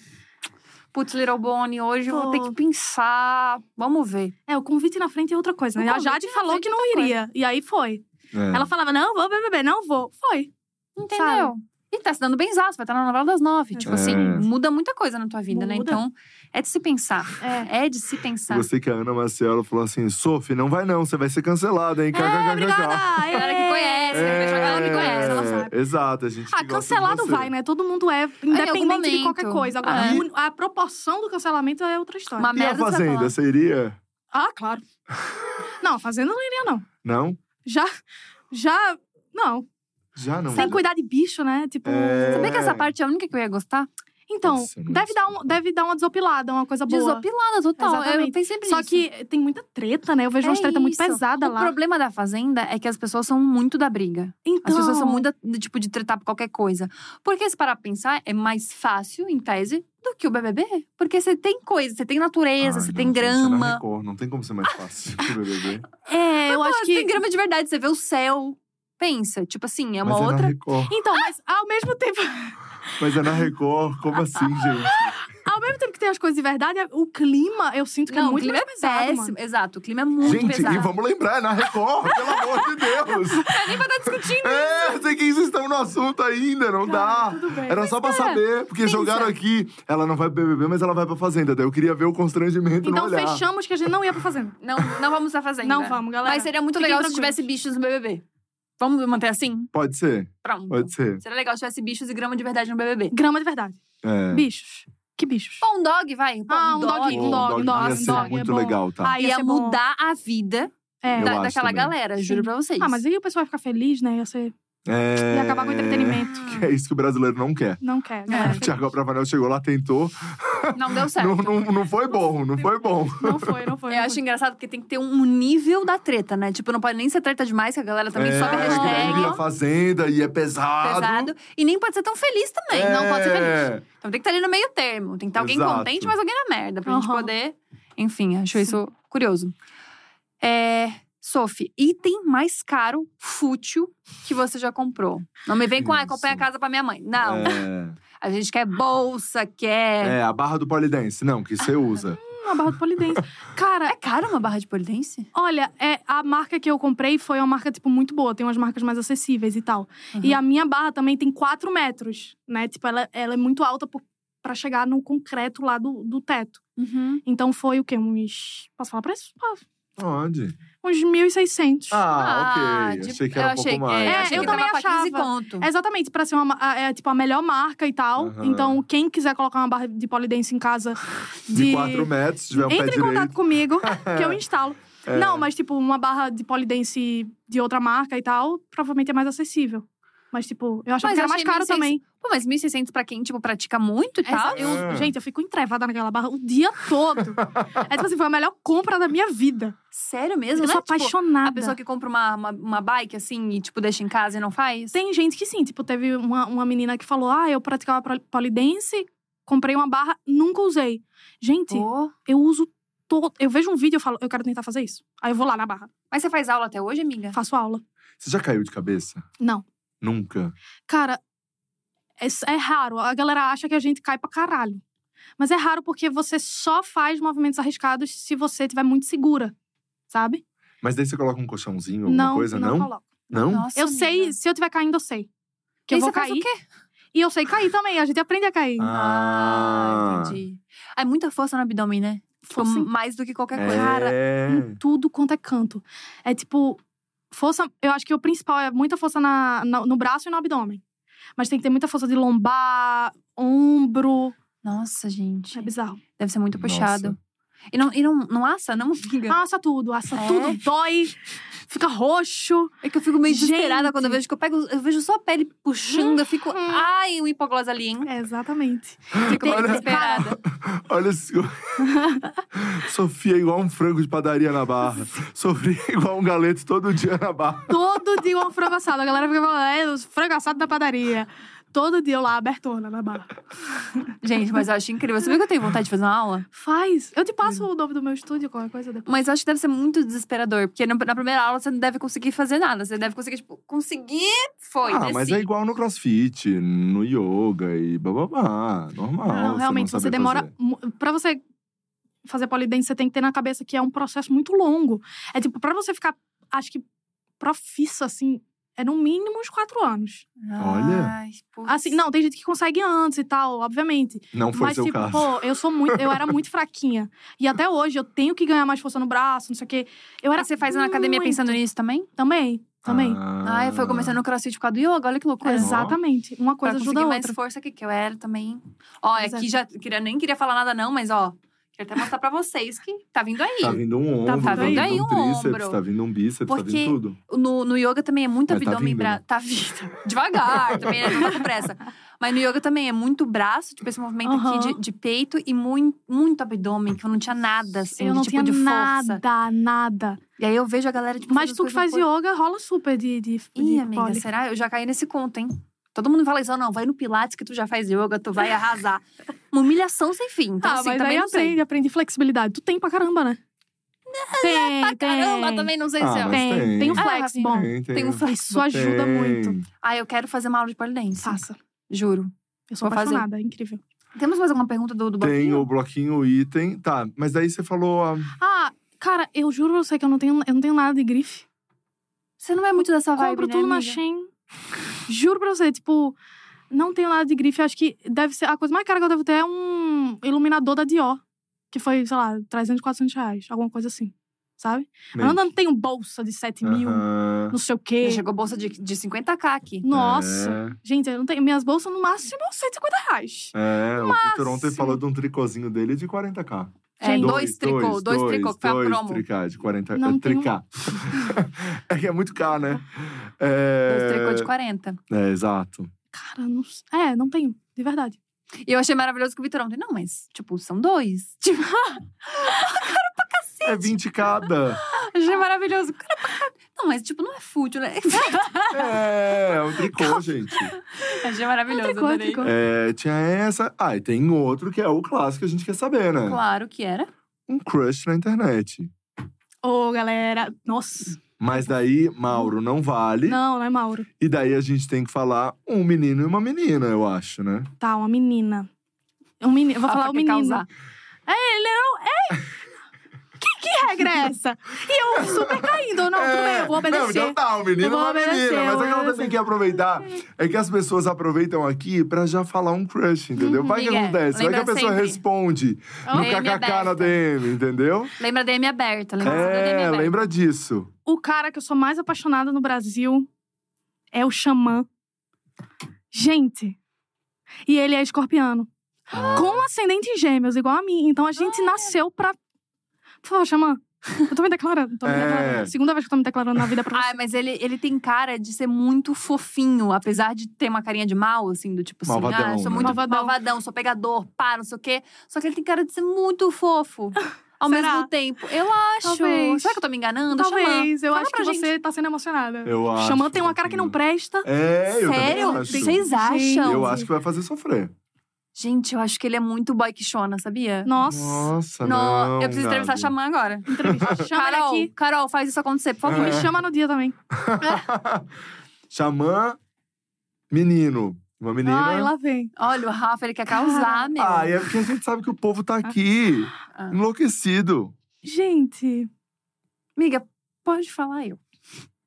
A: Putz, Little Bonnie, hoje eu vou ter
C: Pô.
A: que pensar. Vamos ver.
C: É, o convite na frente é outra coisa,
A: O
C: né? A
A: convite
C: Jade
A: na
C: falou
A: frente
C: que
A: é
C: não
A: outra coisa.
C: iria. E aí foi.
B: É.
C: Ela falava, não, vou beber, não vou. Foi.
A: Entendeu?
C: Sabe?
A: E tá se dando bem vai estar na novela das nove. Tipo
B: É.
A: assim, muda muita coisa na tua vida, né?
C: Muda.
A: Então, é de se pensar.
C: É.
A: É de se pensar.
B: Gostei que a Ana Marcela falou assim: Sophie, não vai não, você vai ser cancelada, hein?
A: É,
C: Ah,
B: KKKK.
C: obrigada!
A: A galera que
C: É.
A: conhece, né? A galera que conhece, ela sabe.
B: É, Exato, a gente.
C: Ah, cancelado vai, né? Todo mundo é independente de qualquer
A: momento.
C: coisa. Agora,
A: Ah.
C: o- a proporção do cancelamento é outra história.
A: Uma
B: E a
A: merda você
B: Fazenda,
A: fala.
B: você iria?
C: Ah, claro. não, fazenda não iria, não.
B: Não?
C: Já. Já. Não.
B: Já não.
C: Sem
B: né?
C: cuidar de bicho, né? Tipo.
B: É.
A: Sabia que essa parte é a única que eu ia gostar?
C: Então,
B: Nossa, eu não
C: deve, dar um, deve dar uma desopilada, uma coisa boa.
A: Desopilada total. Eu
C: Exatamente.
A: pensei sempre
C: Só
A: nisso.
C: que tem muita treta, né? Eu vejo
A: É
C: umas treta muito
A: isso.
C: pesada
A: o
C: lá.
A: problema da Fazenda é que as pessoas são muito da briga.
C: Então,
A: As pessoas são muito, da- tipo, de tretar por qualquer coisa. Porque se parar pra pensar, é mais fácil, em tese, do que o BBB. Porque você tem coisa, você tem natureza,
B: Ai,
A: você
B: não,
A: tem
B: gente, é na
A: grama.
B: Record, não tem como ser mais fácil que o BBB.
C: É, eu acho
A: Você tem
C: que.
A: grama de verdade, você vê o céu. Pensa, tipo assim, é uma
B: Mas É na
A: outra…
B: Record.
C: Então, mas ao mesmo tempo,
B: Mas é na Record, como assim, gente?
C: ao mesmo tempo que tem as coisas de verdade, o clima eu sinto que é
A: Não, o
C: muito
A: clima
C: mais
A: é
C: pesado,
A: péssimo.
C: mano.
A: Exato, o clima é muito
B: gente,
A: pesado.
B: e vamos lembrar, é na Record, pelo amor de Deus.
A: Nem pra tá discutindo.
B: É, sei que vocês estão no assunto ainda, não dá.
C: Cara, Tudo bem.
B: Era só pra
A: é.
B: saber, porque
A: Pensa.
B: jogaram aqui. Ela não vai pro BBB, mas ela vai pra Fazenda. Daí eu queria ver o constrangimento no
C: Então
B: olhar.
C: fechamos que a gente não ia pra fazenda.
A: Não, não vamos pra Fazenda.
C: Não vamos, galera.
A: Mas seria muito
C: Fiquem
A: legal se
C: tranquilos.
A: tivesse bichos no BBB. Vamos manter assim?
B: Pode ser,
A: Pronto.
B: pode ser.
A: Seria legal se tivesse bichos e grama de verdade no BBB.
C: Grama de verdade.
B: É.
C: Bichos. Que bichos?
A: Pô, um dog, vai. Pô,
C: Ah, um dog,
B: Pô,
C: um dog, um dog,
B: ia
C: um
B: ser
C: dog, é
B: muito
C: bom.
B: legal, tá?
C: Ah,
A: ia
C: ser bom.
A: mudar a vida
C: É.
B: Eu
A: da-
B: acho
A: daquela
B: também.
A: galera, juro
C: Sim.
A: pra vocês.
C: Ah, mas aí o pessoal vai ficar feliz, né? Ia, ser...
B: É...
C: ia acabar com o entretenimento.
B: Que é isso que o brasileiro não quer.
C: Não quer.
A: É.
C: galera.
B: O Thiago Abravanel chegou lá, tentou.
A: Não deu certo.
B: Não, não, não foi bom, não foi bom.
C: Não foi, não foi.
A: Eu acho engraçado porque tem que ter um nível da treta, né? Tipo, não pode nem ser treta demais, que a galera também
B: é,
A: sobe a
B: que daí vira
A: hashtag.
B: fazenda e é pesado. É,
A: Pesado. E nem pode ser tão feliz também. Não pode ser feliz. Então tem que estar ali no meio termo. Tem que estar alguém
B: Exato.
A: contente, mas alguém na merda. Pra gente
C: Aham.
A: poder. Enfim, acho isso curioso. É. Sophie, item mais caro, fútil, que você já comprou. Não me vem com, ai, comprei a
B: Isso.
A: casa pra minha mãe. Não.
B: É,
A: A gente quer bolsa, quer. É,
B: é, a barra do polidense. Não, que você usa.
C: Uma barra do polidense. Cara,
A: é caro uma barra de polidense?
C: olha, é, a marca que eu comprei foi uma marca, tipo, muito boa. Tem umas marcas mais acessíveis e tal. E a minha barra também tem 4 metros, né? Tipo, ela, ela é muito alta por, pra chegar no concreto lá do, do teto.
A: Uhum.
C: Então foi o quê? Uns. Posso falar preço? Posso.
B: Onde?
C: Uns 1.600.
B: Ah, ok.
A: de-
B: achei que era
A: eu É.
B: um pouco
A: achei,
B: mais.
A: É,
C: É,
A: achei
C: eu
A: que
C: também
A: dava pra 15
C: achava.
A: conto.
C: Exatamente, pra ser uma, ma- a- é, tipo, a melhor marca e tal.
B: Aham.
C: Então, quem quiser colocar uma barra de polidense em casa de.
B: De 4 metros, se tiver um pé
C: Entre em
B: direito. É.
C: contato comigo, que eu instalo. Não, mas tipo, uma barra de polidense de outra marca e tal, provavelmente é mais acessível. Mas, tipo, eu achava
A: Mas
C: que era
A: achei
C: mais caro
A: 1.600
C: também.
A: Pô, mas 1.600 pra quem, tipo, pratica muito e
C: Essa-
A: tal?
C: eu-
B: É.
C: Gente, eu fico entrevada naquela barra o dia todo. é tipo assim, foi a melhor compra da minha vida.
A: Sério mesmo,
C: Eu
A: né?
C: sou
A: Tipo,
C: apaixonada.
A: a pessoa que compra uma, uma, uma bike, assim, e, tipo, deixa em casa e não faz?
C: Tem gente que sim, tipo, teve uma, uma menina que falou: Ah, eu praticava poli- polidense, comprei uma barra, nunca usei. Gente,
A: Pô.
C: eu uso todo. Eu vejo um vídeo e eu falo, eu quero tentar fazer isso. Aí eu vou lá na barra,
A: Mas você faz aula até hoje, amiga?
C: faço aula.
B: Você já caiu de cabeça?
C: Não.
B: Nunca.
C: Cara, é, s- é raro. A galera acha que a gente cai pra caralho. Mas é raro porque você só faz movimentos arriscados se você estiver muito segura. Sabe?
B: Mas daí você coloca um colchãozinho, alguma
C: não,
B: coisa?
C: não,
B: Não?
C: coloco.
B: Não?
A: Nossa,
C: Eu
A: amiga.
C: sei, se eu estiver caindo, eu sei.
A: E
C: Que eu
A: aí
C: vou
A: você faz o
C: cair.
A: quê?
C: E eu sei cair também, a gente aprende a cair.
A: Ah, entendi. Ah, É muita força no abdômen, né? Tipo,
C: Força em
A: mais do que qualquer
B: é.
A: coisa.
C: Cara, em tudo quanto é canto. É tipo, força. Eu acho que o principal é muita força na, na- no braço e no abdômen. Mas tem que ter muita força de lombar, ombro.
A: Nossa, gente.
C: É bizarro.
A: Deve ser muito
B: Nossa.
A: puxado. E não, e não, não assa, não, amiga?
C: Assa tudo, assa
A: É?
C: tudo, dói, fica roxo.
A: É que eu fico meio
C: Gente.
A: desesperada quando eu vejo que eu pego, eu vejo só a pele puxando, eu fico, ai, o hipoglós ali, hein?
C: exatamente.
A: Fico meio
B: Olha-
A: desesperada.
B: Olha esse. Sofia é igual um frango de padaria na barra. Sofia é igual um galeto todo dia na barra.
C: Todo dia uma frango assado. A galera fica falando, é, os frango assado da padaria. Todo dia eu lá, abertona, na barra.
A: Gente, mas eu acho incrível. Você viu que eu tenho vontade de fazer uma aula?
C: Faz. Eu te passo o nome do meu estúdio, qualquer coisa depois.
A: Mas eu acho que deve ser muito desesperador, porque na na primeira aula você não deve conseguir fazer nada. Você deve conseguir, tipo, conseguir, foi,
B: ah, mas
A: desci.
B: é igual no crossfit, no yoga e bababá. Normal.
C: Não, realmente,
B: não
C: você
B: saber
C: demora.
B: fazer.
C: mu- Pra você fazer polidense, você tem que ter na cabeça que é um processo muito longo. É tipo, pra você ficar, acho que, profissa, assim, é no mínimo uns quatro anos.
B: Olha.
A: Ai, putz.
C: Assim, não, tem gente que consegue antes e tal, obviamente.
B: Não foi
C: Mas,
B: seu
C: tipo,
B: caso.
C: pô, eu sou muito. Eu era muito fraquinha. E até hoje eu tenho que ganhar mais força no braço, não sei o quê. Eu era.
A: Mas você faz na academia
C: muito-
A: pensando nisso também?
C: Também, também. é,
B: Ah,
A: Ai, foi começando no crossfit por causa do yoga, olha que loucura.
C: Exatamente. Uma
A: É. Pra
C: coisa ajuda
A: conseguir
C: a
A: mais
C: outra.
A: força que que eu era também. Ó,
C: Pois é.
A: aqui já queria, nem queria falar nada não, mas ó, queria até mostrar pra vocês que tá vindo aí.
B: Tá vindo um
C: Tá
B: ombro, tá vindo,
C: vindo
A: aí
B: um
A: um
B: tríceps,
A: ombro.
B: tá vindo um bíceps, tá
A: Porque-
B: vindo tudo.
A: No, no yoga também é muito
B: Mas tá
A: abdômen
B: vindo,
A: bra...
B: né?
A: Tá vindo. Devagar, também não tá com pressa. Mas no yoga também é muito braço, tipo esse movimento aqui
C: Aham.
A: de, de peito e muito, muito abdômen, que eu não tinha nada, assim,
C: eu
A: de
C: não
A: tipo
C: tinha
A: de força.
C: nada, nada.
A: E aí eu vejo a galera, tipo,
C: Mas
A: fazendo
C: tu que
A: as
C: faz
A: coisas
C: yoga rola super de, de,
A: no corpo. Ih,
C: de
A: amiga,
C: pole.
A: será? Eu já caí nesse conto, hein? Todo mundo fala isso, "Ah, não, vai no Pilates que tu já faz yoga, tu vai arrasar. Uma humilhação sem fim. Então,
C: ah,
A: assim,
C: mas
A: também
C: aí
A: não sei. é
C: aprende, aprende flexibilidade. Tu tem pra caramba, né? Tem, tem.
A: Ah, Caramba, também não sei
B: Ah,
A: se eu.
B: mas-
C: Tem,
B: tem.
C: tem, um
A: Ah,
C: flex
A: Rafinha.
C: bom.
B: Tem, tem.
A: Tem um flex.
C: Isso ajuda
B: Tem.
C: muito.
A: Ah, eu quero fazer uma aula de pole dance.
C: Faça.
A: Juro.
C: Eu sou
A: Vou fazer.
C: apaixonada, é incrível.
A: Temos mais alguma pergunta do, do
B: Tem
A: bloquinho?
B: o bloquinho item. Tá, mas daí você falou. ah,
C: Ah, cara, eu juro pra você que eu não tenho, eu não tenho nada de grife.
A: Você não é muito dessa vibe,
C: Compro
A: né,
C: tudo na
A: amiga?
C: Shein. Juro pra você, tipo, não tenho nada de grife. Acho que deve ser. A coisa mais cara que eu devo ter é um iluminador da Dior. Que foi, sei lá, 300, 400 reais, alguma coisa assim. Sabe?
B: meio-
C: Eu não tenho bolsa de 7 mil,
B: Aham.
C: não sei o
A: Já
C: quê.
A: chegou bolsa de, de 50k aqui.
C: Nossa.
B: É.
C: Gente, eu não tenho. Minhas bolsas no máximo 150 reais.
B: É, o Vitor ontem
C: Máximo.
B: falou de um tricôzinho dele de 40k.
A: É,
C: Gente.
A: dois tricô, dois tricô, que foi a
B: dois
A: promo. um-
B: tricá de 40
C: Não
B: é,
C: tem um-
B: tricá. é que é muito K, né? É...
A: Dois tricô de 40.
B: É, exato.
C: Cara, não. s- É, não tenho. De verdade.
A: E eu achei maravilhoso que o Vitor ontem, não, mas, tipo, são dois. Tipo,
B: É 20 cada.
C: Ah.
A: achei maravilhoso. Cara, pra caralho. não, mas, tipo, não é fútil, né?
B: É, é um tricô, gente.
A: achei maravilhoso,
C: É um tricô, é um
A: adorei.
C: tricô.
B: É, tinha essa. Ah, e tem outro que é o clássico que a gente quer saber, né?
A: Claro que era.
B: Um crush na internet.
C: Ô, galera. Nossa.
B: Mas daí, Mauro, não vale.
C: Não, não é Mauro.
B: E daí a gente tem que falar um menino e uma menina, eu acho, né?
C: Tá, uma menina. Um menino. Eu vou
A: Rafa
C: falar o
A: quer tá
C: menino.
A: causar.
C: É, ele não. É. Que, que regra é essa? E eu super caindo. É, Não, tudo bem, eu vou
B: Não, então
C: obedecer.
B: tá, um menino e
C: Eu vou
B: uma
C: obedecer,
B: menina.
C: eu
B: Mas
C: vou
B: é que ela tem
C: obedecer.
B: que aproveitar. É que as pessoas aproveitam aqui pra já falar um crush,
C: Uhum,
B: entendeu? Vai que
A: Miguel,
B: acontece, vai que a
A: lembra
B: pessoa
A: sempre.
B: responde no
C: é
A: DM
B: kkk na
A: aberta.
B: DM, entendeu?
A: Lembra DM aberta, lembra da DM
B: É,
A: aberta.
B: lembra disso.
C: O cara que eu sou mais apaixonada no Brasil é o Xamã. Gente. E ele é escorpiano. Com ascendente em gêmeos, igual a mim. Então a gente nasceu pra. Por favor, Xamã. Eu tô me declarando. Tô me
B: É.
C: declarando. Segunda vez que eu tô me declarando na vida pra você.
A: Ai, mas ele, ele tem cara de ser muito fofinho, apesar de ter uma carinha de mal, assim, do tipo assim, ah,
B: Malvadão,
A: sou
B: né?
A: muito malvadão.
C: Malvadão.
A: sou pegador, pá, não sei o quê. Só que ele tem cara de ser muito fofo. Ao
C: Será?
A: mesmo tempo. Eu acho.
C: Talvez.
A: Será que eu tô me enganando? Xamã.
C: Talvez. Eu
A: Fala
C: acho
A: pra
C: que
A: gente.
C: você tá sendo emocionada.
B: Eu acho.
C: Xamã tem uma cara que não presta.
B: É, eu também
A: Sério?
B: acho.
A: Vocês acham?
B: Eu acho que vai fazer sofrer.
A: Gente, eu acho que ele é muito boy quixona, sabia?
C: Nossa.
B: Nossa,
A: No-
B: não.
A: eu preciso entrevistar
B: Gabi.
A: Xamã agora.
C: Entrevista. Chama ele é
A: Carol,
C: aqui.
A: Carol, faz isso acontecer, por
B: É.
A: favor.
C: Me chama no dia também.
B: Xamã, menino. Uma menina.
C: Ai, lá vem.
A: Olha, o Rafa, ele quer causar, meu.
B: Ah, é porque a gente sabe que o povo tá aqui,
A: Ah.
B: enlouquecido.
C: Gente.
A: Amiga, pode falar eu.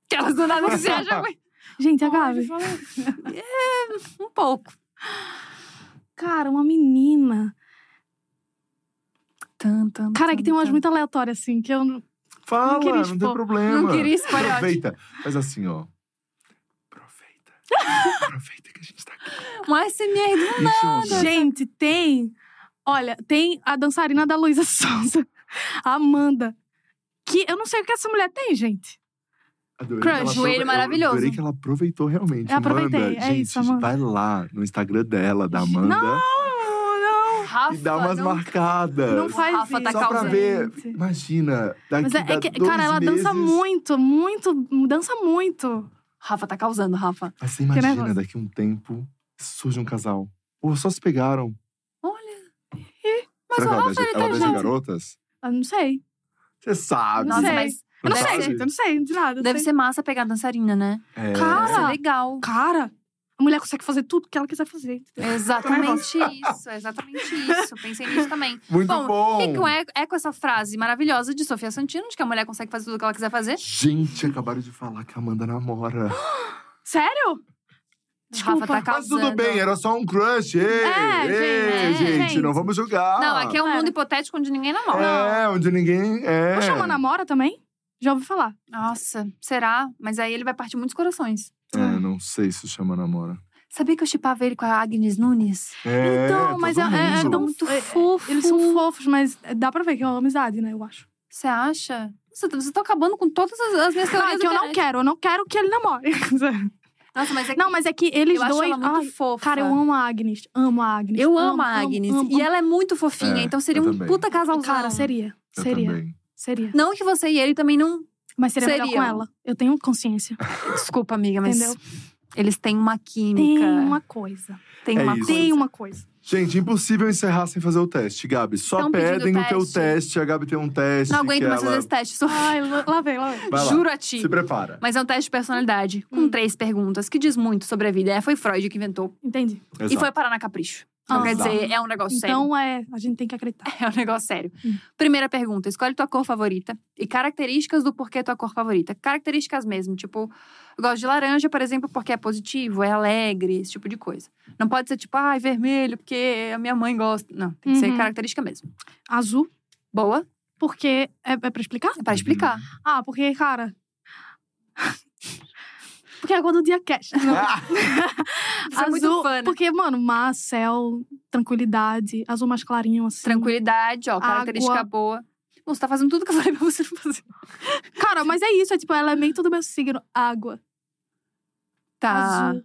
A: Que elas do nada se acham muito-
C: Gente, a
A: Pode
C: Gabi.
A: falar. É, um pouco.
C: Cara, uma menina.
A: Tan, tan,
C: Cara, é
A: tan,
C: que tem umas
A: tan.
C: muito aleatórias, assim, que eu. não-
B: Fala,
C: Não queria
B: não, tem
C: expor.
B: problema.
A: Não queria spoiler.
B: É, Aproveita. Mas assim, ó. Aproveita. Aproveita que a gente tá aqui.
A: Um ASMR do
B: Não,
C: Gente, tem. Olha, tem a dançarina da Luísa Sonza, a Amanda. Que eu não sei o que essa mulher tem, gente.
B: Adorei
A: Crush,
B: que ela
A: joelho
B: aprove- eu
A: maravilhoso.
B: Adorei que ela aproveitou realmente.
C: Eu aproveitei,
B: Amanda,
C: é
B: gente,
C: isso, Amanda.
B: vai lá no Instagram dela, da Amanda.
C: Não,
A: Rafa,
B: E dá umas
A: não-
B: marcadas.
C: não, não faz
A: Rafa tá
C: isso.
B: É. Só pra
A: causando.
B: ver.
C: gente.
B: Imagina, daqui
C: Mas é, é
B: dá
C: que,
B: dois
C: cara, ela
B: meses,
C: dança muito, muito, dança muito.
A: Rafa tá causando, Rafa.
B: Mas você
C: Fiquei
B: imagina,
C: nervosa.
B: daqui a um tempo, surge um casal. Ou só se pegaram.
A: Olha.
B: Mas
A: o
B: Será que ela
A: Rafa,
B: beija,
A: ele
B: ela
A: tem
B: beija
A: jeito.
B: garotas?
C: tá Eu não sei.
B: Você sabe.
C: Não
A: Nossa,
C: sei.
A: mas
C: Eu não
A: Deve
C: sei,
A: ser.
C: gente. Eu não sei de nada. eu não
A: deve
C: sei.
A: ser massa pegar dançarina, né?
B: É.
C: Cara,
A: Deve ser legal.
C: Cara, a mulher consegue fazer tudo que ela quiser fazer. entendeu?
A: Exatamente isso, exatamente isso. Pensei nisso também.
B: Muito
A: Bom,
B: bom.
A: E com- é, é com essa frase maravilhosa de Sofia Santino, de que a mulher consegue fazer tudo o que ela quiser fazer.
B: Gente, acabaram de falar que a Amanda namora.
C: Sério?
A: Rafa tá
B: Mas
A: causando.
B: tudo bem, era só um crush. Ei,
C: É,
B: ei,
A: gente,
B: gente,
A: é,
C: gente.
B: não vamos julgar.
A: Não, aqui é um
C: Pera.
A: mundo hipotético onde ninguém namora.
B: Ah. É, onde ninguém. É.
C: um Vou chamar namora também? Já ouvi falar.
A: Nossa, será? Mas aí ele vai partir muitos corações.
B: É, não sei se chama namora.
A: Sabia que eu chipava ele com a Agnes Nunes? Tá
B: É,
C: então,
B: todo
C: mas é, é- é
B: mundo.
C: tão
A: Muito
C: é- é-
A: fofo.
C: Eles são fofos, mas dá pra ver que é uma amizade, né? Eu acho.
A: Você acha? Você, você tá acabando com todas as, as minhas
C: Claro
A: teorias.
C: que eu
A: da
C: não
A: internet.
C: quero. Eu não quero que ele namore.
A: Nossa, mas é que
C: não, mas é que eles
A: eu acho
C: dois.
A: ela muito
C: Ai,
A: fofa.
C: cara, eu amo a Agnes. Amo a Agnes.
A: Eu amo a Agnes.
C: amo,
A: e
C: amo.
A: ela é muito fofinha,
B: É,
A: então seria
B: eu
A: um
B: também.
A: puta casalzão.
C: Cara, seria.
B: Eu
C: Seria.
B: também.
C: Seria.
A: Não que você e ele também não.
C: Mas seria, melhor
A: Seriam.
C: com ela. Eu tenho consciência.
A: Desculpa, amiga, mas.
C: Entendeu?
A: Eles têm uma
C: Tem
A: química.
C: uma coisa.
A: tem
B: É
A: uma
B: isso.
A: coisa.
C: Tem uma coisa.
B: Gente, impossível encerrar sem fazer o teste, Gabi. Só
A: Tão pedindo
B: pedem o teu
A: teste.
B: teste. A Gabi tem um teste.
A: Não aguento
B: que
A: mais fazer
B: ela...
A: esse teste. Sou...
C: Ai, lá lá vem, lá vem.
B: Vai lá,
A: Juro a ti.
B: Se prepara.
A: Mas é um teste de personalidade, com
C: Hum.
A: três perguntas, que diz muito sobre a vida. É, foi Freud que inventou.
C: Entendi.
A: E foi parar na Capricho. Então,
C: Ah.
A: quer dizer, é um negócio sério.
C: Então é. A gente tem que acreditar.
A: É um negócio sério.
C: Hum.
A: Primeira pergunta: escolhe tua cor favorita e características do porquê tua cor favorita. Características mesmo, tipo, eu gosto de laranja, por exemplo, porque é positivo, é alegre, esse tipo de coisa. Não pode ser tipo, ai, vermelho, porque a minha mãe gosta. Não, tem que ser
C: Uhum.
A: característica mesmo.
C: Azul,
A: Boa,
C: porque. É, é pra explicar?
A: é pra explicar.
C: Ah, porque, cara. porque é a cor do dia cash. Não.
B: Ah,
A: Você é muito fã, né?
C: Porque, mano, mar, céu, tranquilidade, azul mais clarinho, assim.
A: Tranquilidade, ó,
C: Água.
A: característica boa. Bom, você tá fazendo tudo que eu falei pra você não fazer.
C: Cara, mas é isso, é tipo, é elemento do meu signo. Água,
A: Tá.
C: azul.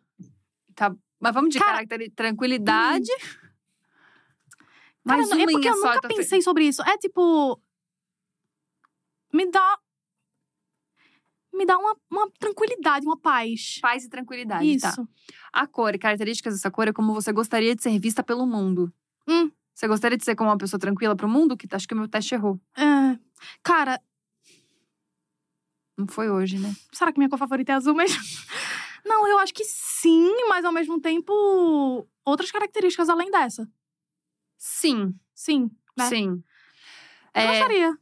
A: Mas vamos de
C: Cara-
A: caracteri- tranquilidade.
C: Cara,
A: Mais
C: não- é
A: uma
C: porque eu
A: só,
C: nunca
A: tá fe-
C: pensei sobre isso. É tipo. Me dá. Me dá uma, uma tranquilidade, uma paz.
A: Paz e tranquilidade, tá?
C: isso.
A: A cor e características dessa cor é como você gostaria de ser vista pelo mundo.
C: Hum.
A: Você gostaria de ser como uma pessoa tranquila pro mundo? Que acho que o meu teste errou.
C: É. Cara,
A: Não foi hoje, né?
C: será que minha cor favorita é azul mesmo? Não, eu acho que sim, mas ao mesmo tempo. Outras características além dessa.
A: Sim,
C: Sim. Né?
A: sim.
C: Eu
A: É
C: gostaria.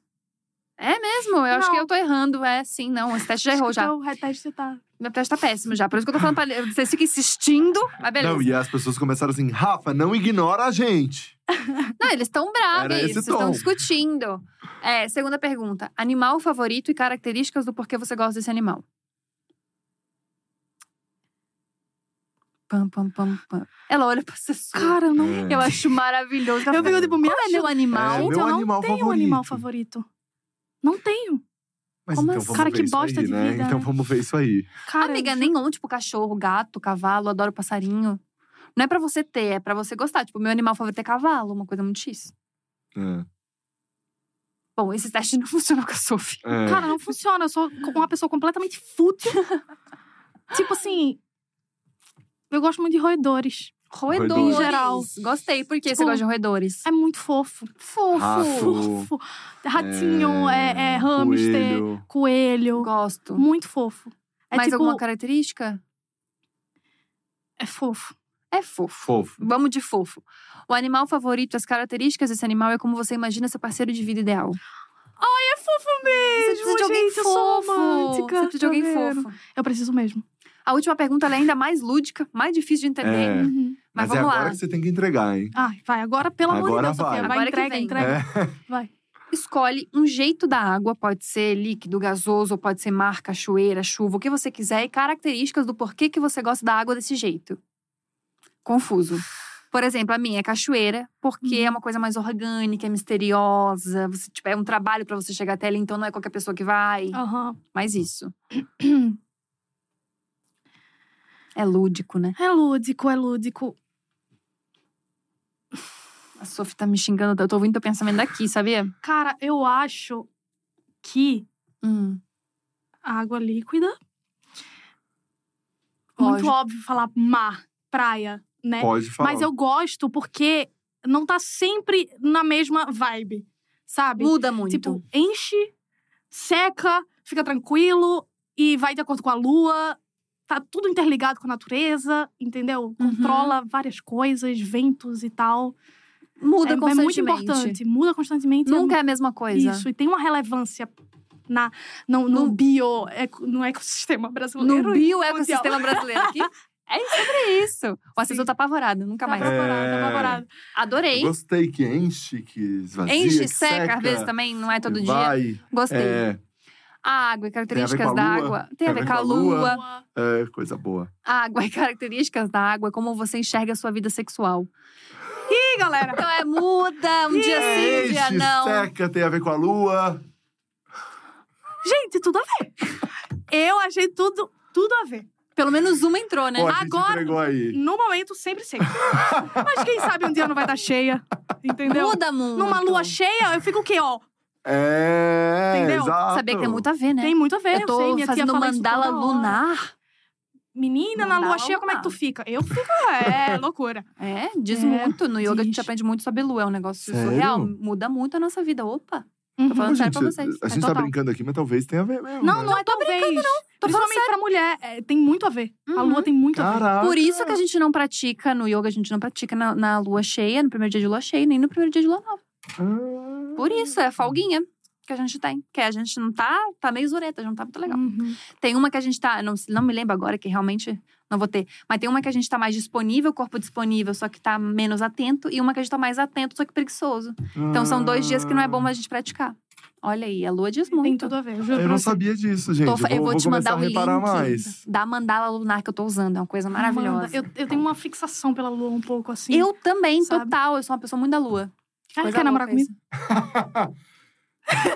A: mesmo? Eu acho
C: Não.
A: que eu tô errando. É, sim, não. Esse teste já errou já.
C: O reteste tá.
A: Meu teste tá péssimo já. Por isso que eu tô falando pra ele. Vocês ficam insistindo. Mas beleza.
B: Não, e as pessoas começaram assim, Rafa, não ignora a gente.
A: Não, eles estão
B: Era
A: bravos,
B: esse
A: eles
B: tom.
A: estão discutindo. É, segunda pergunta. Animal favorito e características do porquê você gosta desse animal? Pam, pam, pam, pam. Ela olha pra você
C: Cara, eu não.
B: É.
A: Eu acho maravilhoso.
C: Eu fico tipo, minha
A: Qual é meu animal?
B: É,
C: Gente,
B: meu
C: eu não
B: animal
C: tenho um
B: favorito.
C: animal favorito. Não tenho.
B: Mas
A: Como
B: então
A: assim?
B: vamos
C: Cara,
B: ver
C: que
B: isso
C: bosta
B: aí,
C: de
B: né?
C: vida,
B: Então
C: né?
B: vamos ver isso aí.
C: Cara,
A: Amiga,
C: eu-
A: nenhum. Tipo, cachorro, gato, cavalo. Adoro passarinho. Não é pra você ter, é pra você gostar. Tipo, meu animal favorito é cavalo. Uma coisa muito X.
B: É,
A: Bom, esse teste não funciona com a Sophie.
B: é.
C: Cara, não funciona. Eu sou co- uma pessoa completamente fútil. tipo assim. Eu gosto muito de roedores.
A: Roedores.
B: Em
C: geral.
A: Gostei. Por que
C: Tipo,
A: você gosta de roedores?
C: É muito fofo.
A: fofo.
B: Rato.
C: Fofo. Ratinho, é, é hamster,
B: coelho.
C: coelho.
A: Gosto.
C: Muito fofo. É
A: Mais
C: tipo.
A: alguma característica?
C: É fofo.
A: É fofo.
B: Fofo.
A: Vamos de fofo. O animal favorito, as características desse animal é como você imagina seu parceiro de vida ideal.
C: É fofo mesmo.
A: Você precisa de alguém
C: gente, eu sou
A: fofo. Você
C: romântica,
A: precisa de alguém
C: tá vendo?
A: fofo.
C: Eu preciso mesmo.
A: A última pergunta ela é ainda mais lúdica, mais difícil de entender.
B: É.
C: Uhum.
A: Mas,
B: Mas, é
A: vamos
B: agora
A: lá.
B: que você tem que entregar, hein?
C: Ai, vai, agora, pelo amor de
B: Agora
C: Deus, Sofia.
B: vai.
C: Vai,
A: Agora que
C: entrega,
A: vem.
C: entrega.
B: É.
C: Vai.
A: Escolhe um jeito da água, pode ser líquido, gasoso, pode ser mar, cachoeira, chuva, o que você quiser, e características do porquê que você gosta da água desse jeito. Confuso. Por exemplo, a minha é cachoeira, porque
C: Uhum.
A: é uma coisa mais orgânica, é misteriosa. Você, tipo, é um trabalho pra você chegar até ali, então não é qualquer pessoa que vai.
C: Aham.
A: Mas isso. é lúdico, né?
C: É lúdico, é lúdico.
A: A Sophie tá me xingando, eu tô ouvindo teu pensamento daqui, sabia?
C: Cara, eu acho que
A: Hum.
C: a água líquida.
A: Lógico.
C: Muito óbvio falar mar, praia,
A: É.
C: né?
B: Pode falar.
C: Mas eu gosto porque não tá sempre na mesma vibe, sabe?
A: Muda muito.
C: Tipo, enche, seca, fica tranquilo e vai de acordo com a lua. Tá tudo interligado com a natureza, entendeu?
A: Uhum.
C: Controla várias coisas, ventos e tal.
A: muda
C: é, é
A: constantemente.
C: muito importante, muda constantemente. é
A: Nunca é a mesma coisa.
C: isso, e tem uma relevância na, no, no
A: No-
C: bio, eco- no ecossistema brasileiro.
A: No bioecossistema brasileiro aqui. É sobre isso. O assessor tá apavorado, nunca
C: Tá
A: mais.
B: É.
C: apavorado, tá apavorado.
A: Adorei.
B: Gostei que enche, que esvazia,
A: Enche,
B: que
A: seca, às vezes também, não é todo
B: que
A: dia.
B: vai.
A: Gostei.
B: É,
A: A água e
B: com
A: características
B: a
A: da
B: lua.
A: água. Tem a ver com a lua.
B: é, coisa boa.
A: Água e características da água, como você enxerga a sua vida sexual.
C: Ih, galera!
A: Então é muda, um dia
B: É
A: sim, um dia
B: enche,
A: não.
B: seca, tem a ver com a lua.
C: Gente, tudo a ver. Eu achei tudo, tudo a ver.
A: Pelo menos uma entrou, né?
B: Ó, a gente
C: Agora-
B: entregou aí.
C: No momento, sempre sei. Mas quem sabe um dia não vai estar cheia, entendeu?
A: muda muito.
C: Numa lua cheia, eu fico o quê, ó?
B: É,
C: Entendeu?
B: exato.
A: Sabia que tem muito a ver, né?
C: Tem muito a ver, eu,
A: eu tô
C: sei. Minha tia
A: fazendo
C: fala isso
A: mandala
C: toda hora.
A: lunar.
C: Menina, na lua
A: Mandala
C: cheia, como é que tu
A: lunar.
C: fica? Eu fico, é, loucura.
A: É, diz
C: É,
A: muito. No yoga a gente
C: diz.
A: aprende muito sobre lua. É um negócio
B: Sério?
A: surreal. Muda muito a nossa vida. Opa.
C: Uhum.
A: falando sério pra
B: Gente,
A: vocês.
B: A
A: É
B: gente tá
A: total.
B: brincando aqui, mas talvez tenha a ver mesmo.
C: Não,
B: né?
C: não é talvez.
A: Tô falando
C: Principalmente pra mulher, é, tem muito a ver. A
A: Uhum.
C: lua tem muito a ver.
B: Caraca.
A: Por isso que a gente não pratica, no yoga a gente não pratica na, na lua cheia, no primeiro dia de lua cheia, nem no primeiro dia de lua nova.
B: Ah.
A: Por isso,
C: Uhum.
A: é a folguinha que a gente tem. Que a gente não tá, tá meio zureta, já não tá muito legal.
C: Uhum.
A: Tem uma que a gente tá, não, não me lembro agora, que realmente não vou ter. Mas tem uma que a gente tá mais disponível, corpo disponível, só que tá menos atento. E uma que a gente tá mais atento, só que preguiçoso. Então são dois dias que não é bom a gente praticar. Olha aí, a lua diz muito.
C: Tem tudo a ver, juro.
B: Ah, Eu não
C: pra você.
B: sabia disso, gente.
A: Tô
B: eu
A: fa-
B: vou,
A: eu vou te
B: começar
A: mandar
B: a
A: o link
B: reparar mais.
A: da mandala lunar que eu tô usando. É uma coisa maravilhosa.
C: Ah, Manda. Eu, eu tenho uma fixação pela lua um pouco, assim.
A: Eu também,
C: Sabe?
A: total. Eu sou uma pessoa muito da lua.
C: Ah,
A: Coisa
C: quer namorar
A: louca
C: comigo?
A: isso.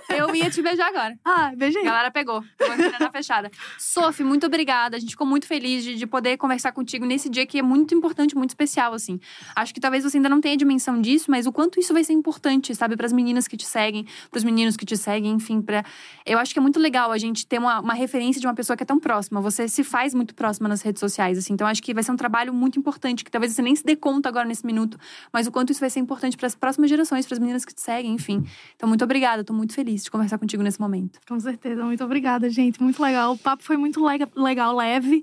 A: Eu ia te beijar agora.
C: Ah, beijei.
A: A galera pegou. Pegou a menina na fechada. Sophie, muito obrigada. A gente ficou muito feliz de, de poder conversar contigo nesse dia que é muito importante, muito especial, assim. Acho que talvez você ainda não tenha dimensão disso, mas o quanto isso vai ser importante, sabe? Para as meninas que te seguem, para os meninos que te seguem, enfim. Pra... Eu acho que é muito legal a gente ter uma, uma referência de uma pessoa que é tão próxima. Você se faz muito próxima nas redes sociais, assim. Então acho que vai ser um trabalho muito importante, que talvez você nem se dê conta agora nesse minuto, mas o quanto isso vai ser importante para as próximas gerações, para as meninas que te seguem, enfim. Então, muito obrigada. Tô muito feliz de conversar contigo nesse momento.
C: Com certeza, muito obrigada, gente. Muito legal. O papo foi muito lega- legal, leve.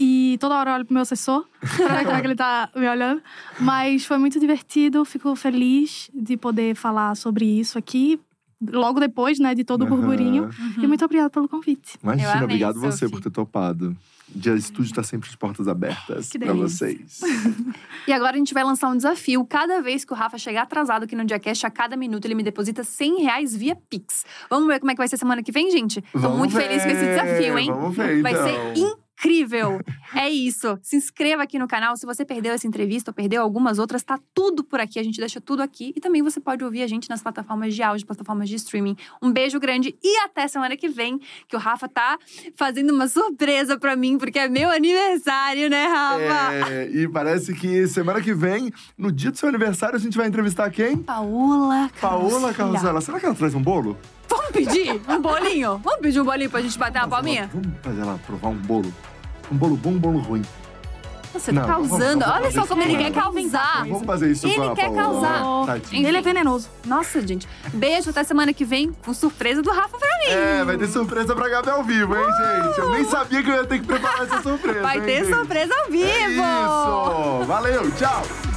C: E toda hora eu olho pro meu assessor pra ver como é que ele tá me olhando. Mas foi muito divertido, fico feliz de poder falar sobre isso aqui. Logo depois, né, de todo o burburinho.
B: Aham.
C: E muito obrigada pelo convite.
A: Eu
B: Imagina,
A: amei,
B: obrigado você
A: Sophie.
B: por ter topado. Dia Estúdio tá sempre de portas abertas
C: Que
B: pra
C: delícia.
B: vocês.
A: E agora a gente vai lançar um desafio. Cada vez que o Rafa chegar atrasado aqui no Diacast, a cada minuto ele me deposita 100 reais via Pix. Vamos ver como é que vai ser semana que vem, gente? Tô
B: Vamos
A: muito
B: ver,
A: feliz com esse desafio, hein?
B: Vamos ver,
A: Vai
B: então.
A: ser incrível. é isso. Se inscreva aqui no canal. Se você perdeu essa entrevista ou perdeu algumas outras, tá tudo por aqui. A gente deixa tudo aqui. E também você pode ouvir a gente nas plataformas de áudio, plataformas de streaming. Um beijo grande e até semana que vem, que o Rafa tá fazendo uma surpresa pra mim, porque é meu aniversário, né, Rafa?
B: É, e parece que semana que vem, no dia do seu aniversário, a gente vai entrevistar quem?
A: Paola
B: Paola
A: Carrossela.
B: Carrossela. Será que ela traz um bolo?
A: Vamos pedir um bolinho? Vamos pedir um bolinho pra gente bater uma palminha?
B: Vamos fazer ela provar um bolo. Um bolo bom, um bolo ruim.
A: Você
B: Não,
A: tá
B: vamos-
A: causando.
B: vamos
A: Olha
B: fazer
A: só como
B: isso,
A: ele quer
B: né?
A: causar.
B: Vamos fazer isso
A: Ah, Ele
B: com a
A: quer
B: Paola.
A: causar.
B: Tadinha.
C: Ele é venenoso.
A: Nossa, gente. Beijo até semana que vem com surpresa do Rafa pra mim.
B: É, vai ter surpresa pra Gabi ao vivo, hein, gente? Eu nem sabia que eu ia ter que preparar essa surpresa.
A: Uh! Vai
B: hein,
A: ter
B: gente?
A: surpresa ao
B: É
A: vivo.
B: Isso! Valeu, tchau!